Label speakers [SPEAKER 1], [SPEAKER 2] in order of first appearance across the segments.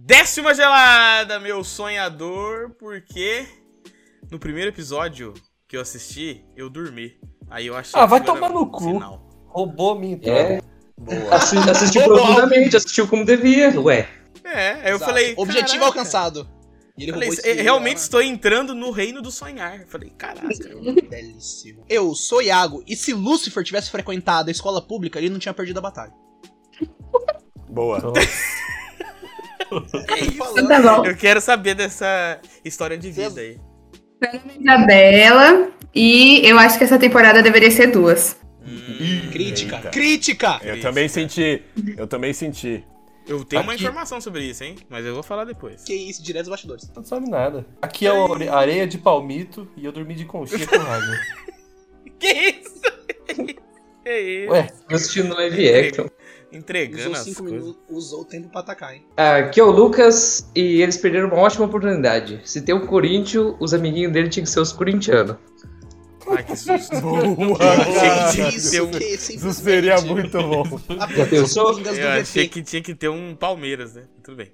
[SPEAKER 1] Décima gelada, meu sonhador, porque no primeiro episódio que eu assisti, eu dormi. Aí eu achei
[SPEAKER 2] Ah, vai
[SPEAKER 1] que era
[SPEAKER 2] tomar no
[SPEAKER 1] um
[SPEAKER 2] cu.
[SPEAKER 1] sinal.
[SPEAKER 2] Roubou minha
[SPEAKER 3] É,
[SPEAKER 2] entrada.
[SPEAKER 1] Boa.
[SPEAKER 3] assi- assistiu
[SPEAKER 4] Roubou algo.
[SPEAKER 3] profundamente, assistiu como devia. Ué,
[SPEAKER 1] É, aí eu
[SPEAKER 4] Exato.
[SPEAKER 1] falei.
[SPEAKER 4] Objetivo
[SPEAKER 1] "Caraca".
[SPEAKER 4] alcançado. E ele
[SPEAKER 1] Falei,
[SPEAKER 4] roubou
[SPEAKER 1] "Eh,
[SPEAKER 4] esse-
[SPEAKER 1] realmente
[SPEAKER 4] ah,
[SPEAKER 1] estou entrando no reino do sonhar. Falei, caraca.
[SPEAKER 4] Belíssimo. Eu sou Iago, e se Lúcifer tivesse frequentado a escola pública, ele não tinha perdido a batalha.
[SPEAKER 5] Boa.
[SPEAKER 1] É
[SPEAKER 4] Falando,
[SPEAKER 6] Tá bom.
[SPEAKER 1] Eu quero saber dessa história de vida aí.
[SPEAKER 6] Meu nome é Isabela e eu acho que essa temporada deveria ser duas.
[SPEAKER 1] Hum,
[SPEAKER 4] crítica,
[SPEAKER 5] Eita.
[SPEAKER 4] crítica!
[SPEAKER 5] Eu também senti. Eu também senti.
[SPEAKER 1] eu tenho uma
[SPEAKER 5] Aqui.
[SPEAKER 1] informação sobre isso, hein? Mas eu vou falar depois.
[SPEAKER 4] Que isso, direto dos bastidores.
[SPEAKER 2] Não sabe nada. Aqui é
[SPEAKER 1] Tá
[SPEAKER 2] o are- areia de palmito e eu dormi de conchinha com raiva.
[SPEAKER 1] Que isso? É isso.
[SPEAKER 2] Ué,
[SPEAKER 3] eu assisti no live action.
[SPEAKER 1] Entregando
[SPEAKER 4] Usou
[SPEAKER 1] as
[SPEAKER 4] cinco
[SPEAKER 1] coisas.
[SPEAKER 4] minutos, usou o tempo pra atacar, hein?
[SPEAKER 3] Aqui é o Lucas e eles perderam uma ótima oportunidade. Se tem um Corinthians, os amiguinhos dele tinham que ser os corintianos.
[SPEAKER 1] Ai, que susto.
[SPEAKER 5] Boa,
[SPEAKER 1] achei
[SPEAKER 5] caralho.
[SPEAKER 1] que isso-
[SPEAKER 5] Isso seria muito bom.
[SPEAKER 4] A
[SPEAKER 3] Já pensou?
[SPEAKER 4] Pingas do
[SPEAKER 1] Eu achei
[SPEAKER 4] VP.
[SPEAKER 1] que tinha que ter um Palmeiras, né? Tudo bem.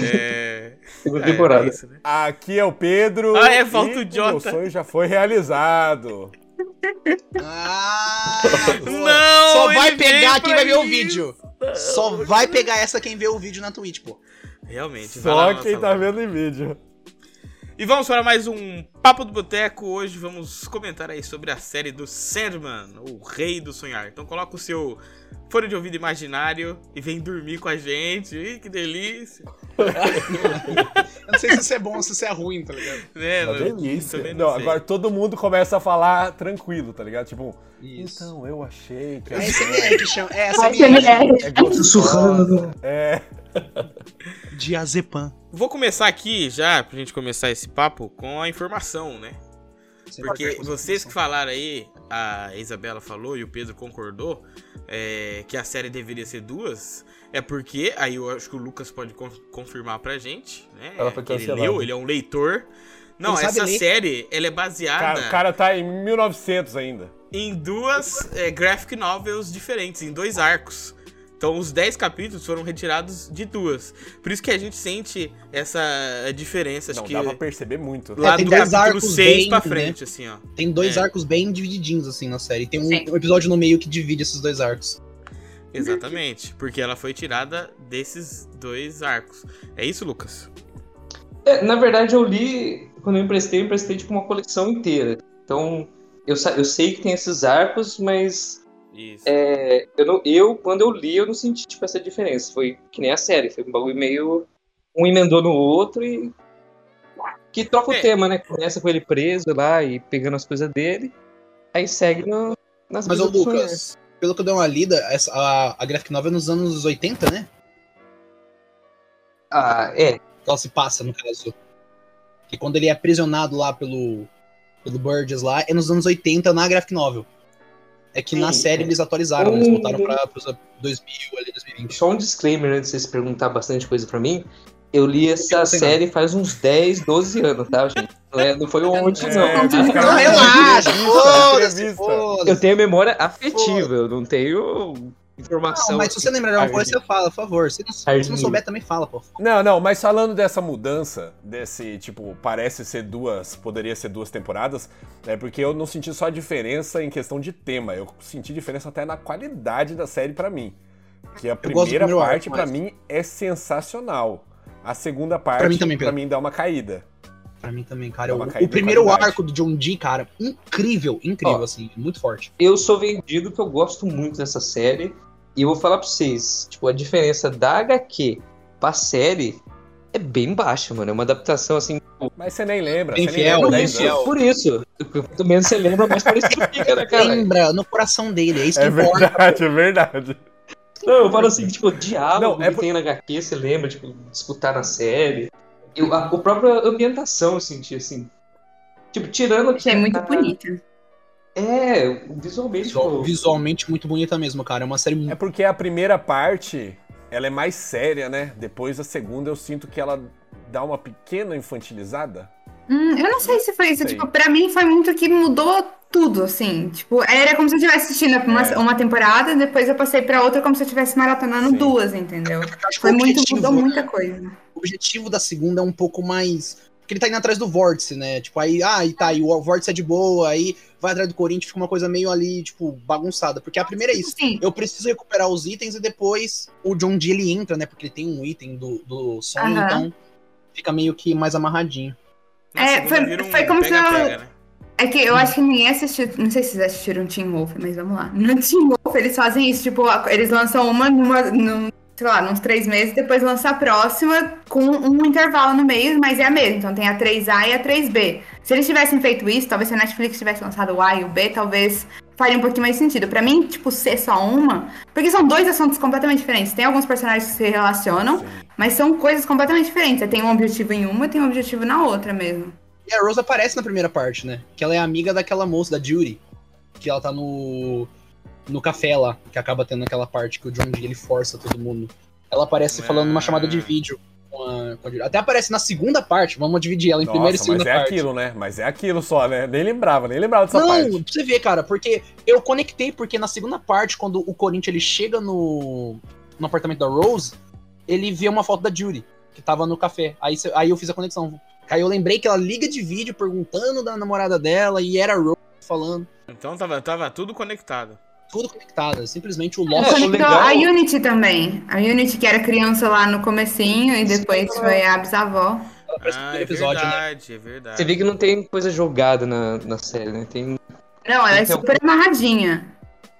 [SPEAKER 1] É.
[SPEAKER 3] Segunda
[SPEAKER 1] é,
[SPEAKER 3] temporada.
[SPEAKER 1] é isso, né?
[SPEAKER 5] Aqui é o Pedro.
[SPEAKER 1] Ah, é, falta o
[SPEAKER 5] e
[SPEAKER 1] Jota.
[SPEAKER 5] Meu sonho já foi realizado.
[SPEAKER 4] Ah, boa.
[SPEAKER 1] Não!
[SPEAKER 4] Só vai
[SPEAKER 1] ele veio
[SPEAKER 4] pegar quem
[SPEAKER 1] pra
[SPEAKER 4] vai ver o
[SPEAKER 1] isso.
[SPEAKER 4] vídeo. Só vai pegar essa quem vê o vídeo na Twitch, pô.
[SPEAKER 1] Realmente. vai lá,
[SPEAKER 5] Só
[SPEAKER 1] vai
[SPEAKER 5] quem
[SPEAKER 1] lá.
[SPEAKER 5] tá vendo em vídeo.
[SPEAKER 1] E vamos para mais um Papo do Boteco. Hoje vamos comentar aí sobre a série do Sandman, o Rei do Sonhar. Então coloca o seu fone de ouvido imaginário e vem dormir com a gente. Ih, que delícia.
[SPEAKER 4] Eu não sei se isso é bom ou se isso é ruim, tá ligado?
[SPEAKER 1] Né,
[SPEAKER 5] Uma
[SPEAKER 1] não-
[SPEAKER 5] delícia.
[SPEAKER 1] também
[SPEAKER 5] Não,
[SPEAKER 1] sei.
[SPEAKER 5] agora todo mundo começa a falar tranquilo, tá ligado? Tipo,
[SPEAKER 4] Isso.
[SPEAKER 5] então eu achei que.
[SPEAKER 4] É
[SPEAKER 5] essa-
[SPEAKER 4] SMR que chama. É
[SPEAKER 6] Vai
[SPEAKER 4] SMR.
[SPEAKER 5] É
[SPEAKER 3] Tá
[SPEAKER 5] gostosa.
[SPEAKER 3] Sussurrando.
[SPEAKER 5] É.
[SPEAKER 4] Diazepam.
[SPEAKER 1] Vou começar aqui já, pra gente começar esse papo, com a informação, né?
[SPEAKER 4] é
[SPEAKER 1] Porque vocês que falaram aí, a Isabela falou e o Pedro concordou, é, que a série deveria ser duas, é porque, aí eu acho que o Lucas pode con- confirmar pra gente, né?
[SPEAKER 2] Ela foi
[SPEAKER 1] que ele
[SPEAKER 2] cancelada.
[SPEAKER 1] leu, ele é um leitor. Não,
[SPEAKER 4] Ele sabe
[SPEAKER 1] essa
[SPEAKER 4] ler.
[SPEAKER 1] série, ela é
[SPEAKER 5] O
[SPEAKER 1] baseada
[SPEAKER 5] cara, o cara tá em 1900 ainda.
[SPEAKER 1] em duas é, graphic novels diferentes, em dois arcos. Então os 10 capítulos foram retirados de duas. Por isso que a gente sente essa diferença, acho
[SPEAKER 5] Não
[SPEAKER 1] que
[SPEAKER 5] dá pra perceber muito.
[SPEAKER 1] lá
[SPEAKER 4] É, tem
[SPEAKER 1] do
[SPEAKER 4] dez
[SPEAKER 1] capítulo
[SPEAKER 4] arcos
[SPEAKER 1] 6 pra
[SPEAKER 4] dentro, né?
[SPEAKER 1] frente, assim, ó.
[SPEAKER 4] Tem dois
[SPEAKER 1] É.
[SPEAKER 4] arcos bem divididinhos, assim, na série. Tem
[SPEAKER 6] Sim.
[SPEAKER 4] um, um episódio no meio que divide esses dois arcos.
[SPEAKER 1] Exatamente, porque ela foi tirada desses dois arcos. É isso, Lucas?
[SPEAKER 3] É, na verdade, eu li, quando eu emprestei, eu emprestei tipo uma coleção inteira. Então, eu, sa- eu sei que tem esses arcos, mas
[SPEAKER 1] Isso.
[SPEAKER 3] é, eu, não- eu, quando eu li, eu não senti tipo, essa diferença. Foi que nem a série, foi um bagulho meio. Um emendou no outro e. Que troca o
[SPEAKER 1] É.
[SPEAKER 3] tema, né? Começa com ele preso lá e pegando as coisas dele, aí segue no, nas
[SPEAKER 4] Mas, ô
[SPEAKER 3] coisas do
[SPEAKER 4] Lucas, pelo que eu dei uma lida, essa- a, a graphic novel é nos anos 80, né?
[SPEAKER 3] sonho. Ah, é.
[SPEAKER 4] Ela se passa, no caso. Que quando ele é aprisionado lá pelo, pelo Burgess lá, é nos anos 80 na graphic novel. É que na
[SPEAKER 3] Sim.
[SPEAKER 4] série eles atualizaram, eles
[SPEAKER 3] Hum.
[SPEAKER 4] voltaram pra, pros 2000, ali, 2020.
[SPEAKER 3] Só um disclaimer antes de vocês perguntar bastante coisa pra mim. Eu li essa
[SPEAKER 4] sei
[SPEAKER 3] série faz uns 10, 12 anos, tá, gente? Não, é- não foi ontem, não.
[SPEAKER 5] É, os
[SPEAKER 6] Não,
[SPEAKER 5] caras não
[SPEAKER 4] relaxa,
[SPEAKER 5] têm
[SPEAKER 4] Foda-se,
[SPEAKER 5] entrevista.
[SPEAKER 3] Eu
[SPEAKER 4] foda-se.
[SPEAKER 3] tenho memória afetiva, eu não tenho informação.
[SPEAKER 4] Não, mas se você lembrar de alguma coisa,
[SPEAKER 3] Armin.
[SPEAKER 4] você fala, por favor. Se não, se não
[SPEAKER 3] Armin.
[SPEAKER 4] souber, também fala, pô.
[SPEAKER 5] Não, não, mas falando dessa mudança, desse tipo, parece ser duas, poderia ser duas temporadas, é porque eu não senti só a diferença em questão de tema, eu senti diferença até na qualidade da série pra mim. Que a
[SPEAKER 4] gosto do
[SPEAKER 5] primeira
[SPEAKER 4] primeiro arco
[SPEAKER 5] parte pra
[SPEAKER 4] mais.
[SPEAKER 5] mim é sensacional. A segunda parte
[SPEAKER 4] mim também,
[SPEAKER 5] pra
[SPEAKER 4] Pedro.
[SPEAKER 5] mim dá uma caída.
[SPEAKER 4] Pra mim também, cara.
[SPEAKER 5] Dá uma
[SPEAKER 4] o- O,
[SPEAKER 5] caída de
[SPEAKER 4] primeiro
[SPEAKER 5] qualidade.
[SPEAKER 4] arco do John Dee, cara, incrível, incrível,
[SPEAKER 3] Ó.
[SPEAKER 4] assim, muito forte.
[SPEAKER 3] Eu sou vendido que eu gosto muito dessa série. E eu vou falar pra vocês, tipo, a diferença da HQ pra série é bem baixa, mano. É uma adaptação assim.
[SPEAKER 5] Mas você nem lembra,
[SPEAKER 4] Bem
[SPEAKER 5] você
[SPEAKER 4] fiel,
[SPEAKER 5] nem
[SPEAKER 3] por
[SPEAKER 4] bem
[SPEAKER 5] lembra.
[SPEAKER 3] isso,
[SPEAKER 5] dez anos.
[SPEAKER 4] fiel.
[SPEAKER 3] por isso. Quanto menos você lembra, mais parecido fica, né, cara?
[SPEAKER 4] Lembra no coração dele, é isso que
[SPEAKER 5] É
[SPEAKER 4] importa.
[SPEAKER 5] verdade, é verdade.
[SPEAKER 3] Não, eu falo assim, tipo, o diálogo
[SPEAKER 5] Não, é
[SPEAKER 3] que
[SPEAKER 5] por-
[SPEAKER 3] tem na HQ, você lembra, tipo, de escutar na série. Eu, a, a própria ambientação eu senti, assim. Tipo, tirando.
[SPEAKER 6] Achei muito bonita.
[SPEAKER 3] É, visualmente.
[SPEAKER 4] Visual-
[SPEAKER 3] tipo,
[SPEAKER 4] visualmente muito bonita mesmo, cara. É uma série
[SPEAKER 5] É
[SPEAKER 4] muito.
[SPEAKER 5] porque a primeira parte, ela é mais séria, né? Depois a segunda eu sinto que ela dá uma pequena infantilizada.
[SPEAKER 6] Hum, eu não sei se foi isso.
[SPEAKER 5] Sei.
[SPEAKER 6] Tipo, pra mim foi muito que mudou tudo, assim. Tipo, era como se eu estivesse assistindo uma,
[SPEAKER 5] É.
[SPEAKER 6] uma temporada, depois eu passei pra outra como se eu estivesse maratonando
[SPEAKER 5] Sim. É
[SPEAKER 6] duas, entendeu?
[SPEAKER 4] Acho que
[SPEAKER 6] Foi
[SPEAKER 4] o
[SPEAKER 6] muito,
[SPEAKER 4] objetivo-
[SPEAKER 6] mudou muita coisa.
[SPEAKER 4] o objetivo da segunda é um pouco mais. Porque ele tá indo atrás do vórtice, né? Tipo, aí, ah, e tá, e o vórtice é de boa, aí vai atrás do Corinthians, fica uma coisa meio ali, tipo, bagunçada. Porque a primeira é isso.
[SPEAKER 6] Sim,
[SPEAKER 4] Eu preciso recuperar os itens e depois o John Dee ele entra, né? Porque ele tem um item do, do som,
[SPEAKER 6] Aham.
[SPEAKER 4] então fica meio que mais amarradinho.
[SPEAKER 1] Na
[SPEAKER 6] É,
[SPEAKER 1] segunda
[SPEAKER 6] foi-
[SPEAKER 1] vira um
[SPEAKER 6] foi como se eu-
[SPEAKER 1] pega-pega, né?
[SPEAKER 6] É que eu acho que ninguém assistiu. Não sei se vocês assistiram Team Wolf, mas vamos lá. No Team Wolf, eles fazem isso, tipo, a- eles lançam uma numa. Num, sei lá, nos três meses, depois lança a próxima com um intervalo no meio, mas é a mesma. Então tem a 3A e a 3B. Se eles tivessem feito isso, talvez se a Netflix tivesse lançado o A e o B, talvez faria um pouquinho mais sentido. Pra mim, tipo, ser só uma. Porque são dois assuntos completamente diferentes. Tem alguns personagens que se relacionam, mas são coisas completamente diferentes. Tem um objetivo em uma e tem um objetivo na outra mesmo.
[SPEAKER 4] E a Rose aparece na primeira parte, né? Que ela é amiga daquela moça, da Judy. Que ela tá no. no café lá, que acaba tendo aquela parte que o John Dee ele força todo mundo. Ela aparece falando numa chamada de vídeo com a, com a Judy. Até aparece na segunda parte, vamos dividir ela em
[SPEAKER 5] Nossa,
[SPEAKER 4] primeira e
[SPEAKER 5] mas
[SPEAKER 4] segunda
[SPEAKER 5] é
[SPEAKER 4] parte.
[SPEAKER 5] aquilo, né? Mas é aquilo só, né? Nem lembrava, nem lembrava dessa
[SPEAKER 4] não,
[SPEAKER 5] parte.
[SPEAKER 4] pra você ver, cara, porque eu conectei, porque na segunda parte, quando o Corinthians ele chega no, no apartamento da Rose, ele vê uma foto da Judy, que tava no café. Aí, cê- aí eu fiz a conexão. Aí eu lembrei que ela liga de vídeo perguntando da namorada dela e era a Rose falando.
[SPEAKER 1] Então tava, tava tudo conectado.
[SPEAKER 4] Tudo conectado, é simplesmente o
[SPEAKER 6] Eu
[SPEAKER 4] Lost.
[SPEAKER 6] conectou
[SPEAKER 3] legal.
[SPEAKER 6] a Unity também. A Unity que era criança lá no comecinho e depois
[SPEAKER 4] é
[SPEAKER 6] foi a bisavó.
[SPEAKER 4] Ela aparece no
[SPEAKER 1] Ah, é
[SPEAKER 4] primeiro episódio, né?
[SPEAKER 1] verdade, é verdade.
[SPEAKER 3] Você vê que não tem coisa jogada na, na série, né? Tem.
[SPEAKER 6] Não, ela é
[SPEAKER 3] Então-
[SPEAKER 6] super amarradinha.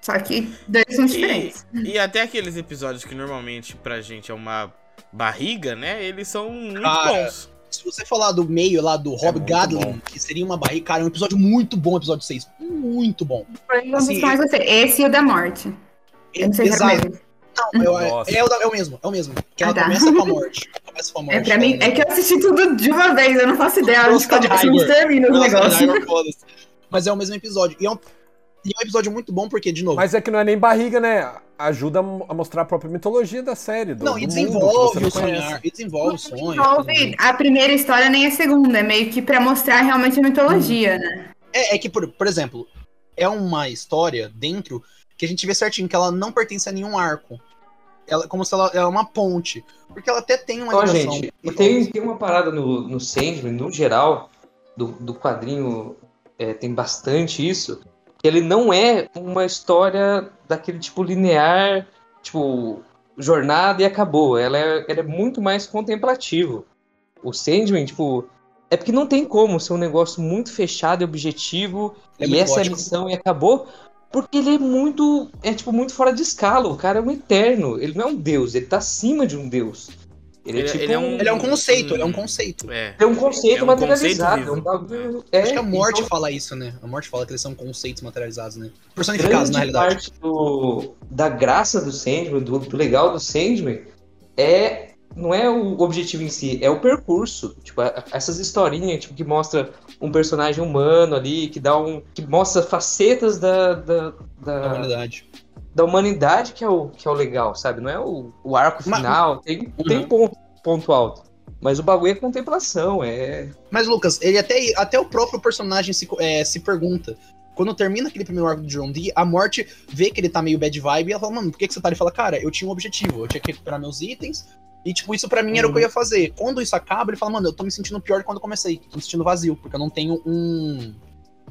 [SPEAKER 6] Só que dois são diferentes.
[SPEAKER 1] e, e até aqueles episódios que normalmente pra gente é uma barriga, né? Eles são muito
[SPEAKER 4] Cara,
[SPEAKER 1] bons.
[SPEAKER 4] Se você falar do meio lá do Rob
[SPEAKER 5] muito
[SPEAKER 4] Gadlin,
[SPEAKER 5] bom.
[SPEAKER 4] que seria uma barriga, cara, é um episódio muito bom, episódio 6. Muito bom.
[SPEAKER 6] Foi um dos
[SPEAKER 4] assim,
[SPEAKER 6] que mais gostei. Esse e o da morte. Eu não sei se é o
[SPEAKER 4] Exato.
[SPEAKER 6] mesmo.
[SPEAKER 4] Não, eu-
[SPEAKER 5] Nossa.
[SPEAKER 4] é, o, da- é o mesmo, é o mesmo. Que ela
[SPEAKER 6] Ah, tá.
[SPEAKER 4] começa com a morte. Começa com a morte. né?
[SPEAKER 6] É, pra mim,
[SPEAKER 4] ela-
[SPEAKER 6] é que eu assisti tudo de uma vez, eu não faço ideia. A gente
[SPEAKER 4] Nossa,
[SPEAKER 6] começa e
[SPEAKER 4] Tiger.
[SPEAKER 6] termina os
[SPEAKER 4] Nossa,
[SPEAKER 6] negócios.
[SPEAKER 4] Tiger, foda-se. Mas é o mesmo episódio. E é um, e é um episódio muito bom, porque, de novo,
[SPEAKER 5] Mas é que não é nem barriga, né? Ajuda a mostrar a própria mitologia da série. Do,
[SPEAKER 4] não,
[SPEAKER 5] do
[SPEAKER 4] e
[SPEAKER 5] mundo que
[SPEAKER 4] desenvolve
[SPEAKER 5] você não
[SPEAKER 4] o sonhar.
[SPEAKER 5] conhece.
[SPEAKER 4] E desenvolve o sonho.
[SPEAKER 6] Envolve a primeira história nem a segunda, é meio que pra mostrar realmente a mitologia, né?
[SPEAKER 4] É, é que, por, por exemplo, é uma história dentro que a gente vê certinho que ela não pertence a nenhum arco. Ela, é como se ela ela é uma ponte. Porque ela até tem uma
[SPEAKER 3] Ó,
[SPEAKER 4] ligação.
[SPEAKER 3] gente, e tem, tem uma parada no, no Sandman, no geral, do, do quadrinho, é, tem bastante isso, que ele não é uma história daquele tipo linear, tipo, jornada e acabou. Ela é, ela é muito mais contemplativo. O Sandman, tipo, é porque não tem como ser um negócio muito fechado e objetivo
[SPEAKER 4] Ele é
[SPEAKER 3] e
[SPEAKER 4] muito
[SPEAKER 3] essa é a
[SPEAKER 4] gótico.
[SPEAKER 3] missão e acabou. Porque ele é muito. É tipo muito fora de escala. O cara é um eterno. Ele não é um deus, ele tá acima de um deus. Ele, é tipo.
[SPEAKER 4] Ele é um conceito, ele é um
[SPEAKER 1] Hum,
[SPEAKER 4] conceito.
[SPEAKER 1] É.
[SPEAKER 3] é um conceito
[SPEAKER 1] é um
[SPEAKER 3] materializado.
[SPEAKER 1] conceito
[SPEAKER 3] é um
[SPEAKER 1] vivo.
[SPEAKER 3] bagulho-
[SPEAKER 4] Acho
[SPEAKER 3] é,
[SPEAKER 4] que a morte
[SPEAKER 3] então,
[SPEAKER 4] fala isso, né? A morte fala que eles são conceitos materializados, né? Personificados,
[SPEAKER 3] grande
[SPEAKER 4] na realidade.
[SPEAKER 3] parte do- da graça do Sandman, do, do legal do Sandman, é. Não é o objetivo em si, é o percurso. Tipo, a- essas historinhas tipo, que mostra um personagem humano ali, que dá um. que mostra facetas da- da-
[SPEAKER 4] Na
[SPEAKER 3] da,
[SPEAKER 4] humanidade.
[SPEAKER 3] da humanidade que é o, que é o legal, sabe? Não é o, o arco
[SPEAKER 4] Mas-
[SPEAKER 3] final, tem,
[SPEAKER 5] Uhum.
[SPEAKER 3] tem ponto, ponto alto. Mas o bagulho é contemplação, é.
[SPEAKER 4] Mas, Lucas, ele até, até o próprio personagem se, co- é, se pergunta. Quando termina aquele primeiro arco do John Dee, a morte vê que ele tá meio bad vibe e ela fala, mano, por que, que você tá? Ele fala, cara, eu tinha um objetivo, eu tinha que recuperar meus itens. E, tipo, isso pra mim era o que eu ia fazer. Quando isso acaba, ele fala, mano, eu tô me sentindo pior que quando eu comecei. Tô me sentindo vazio, porque eu não tenho um.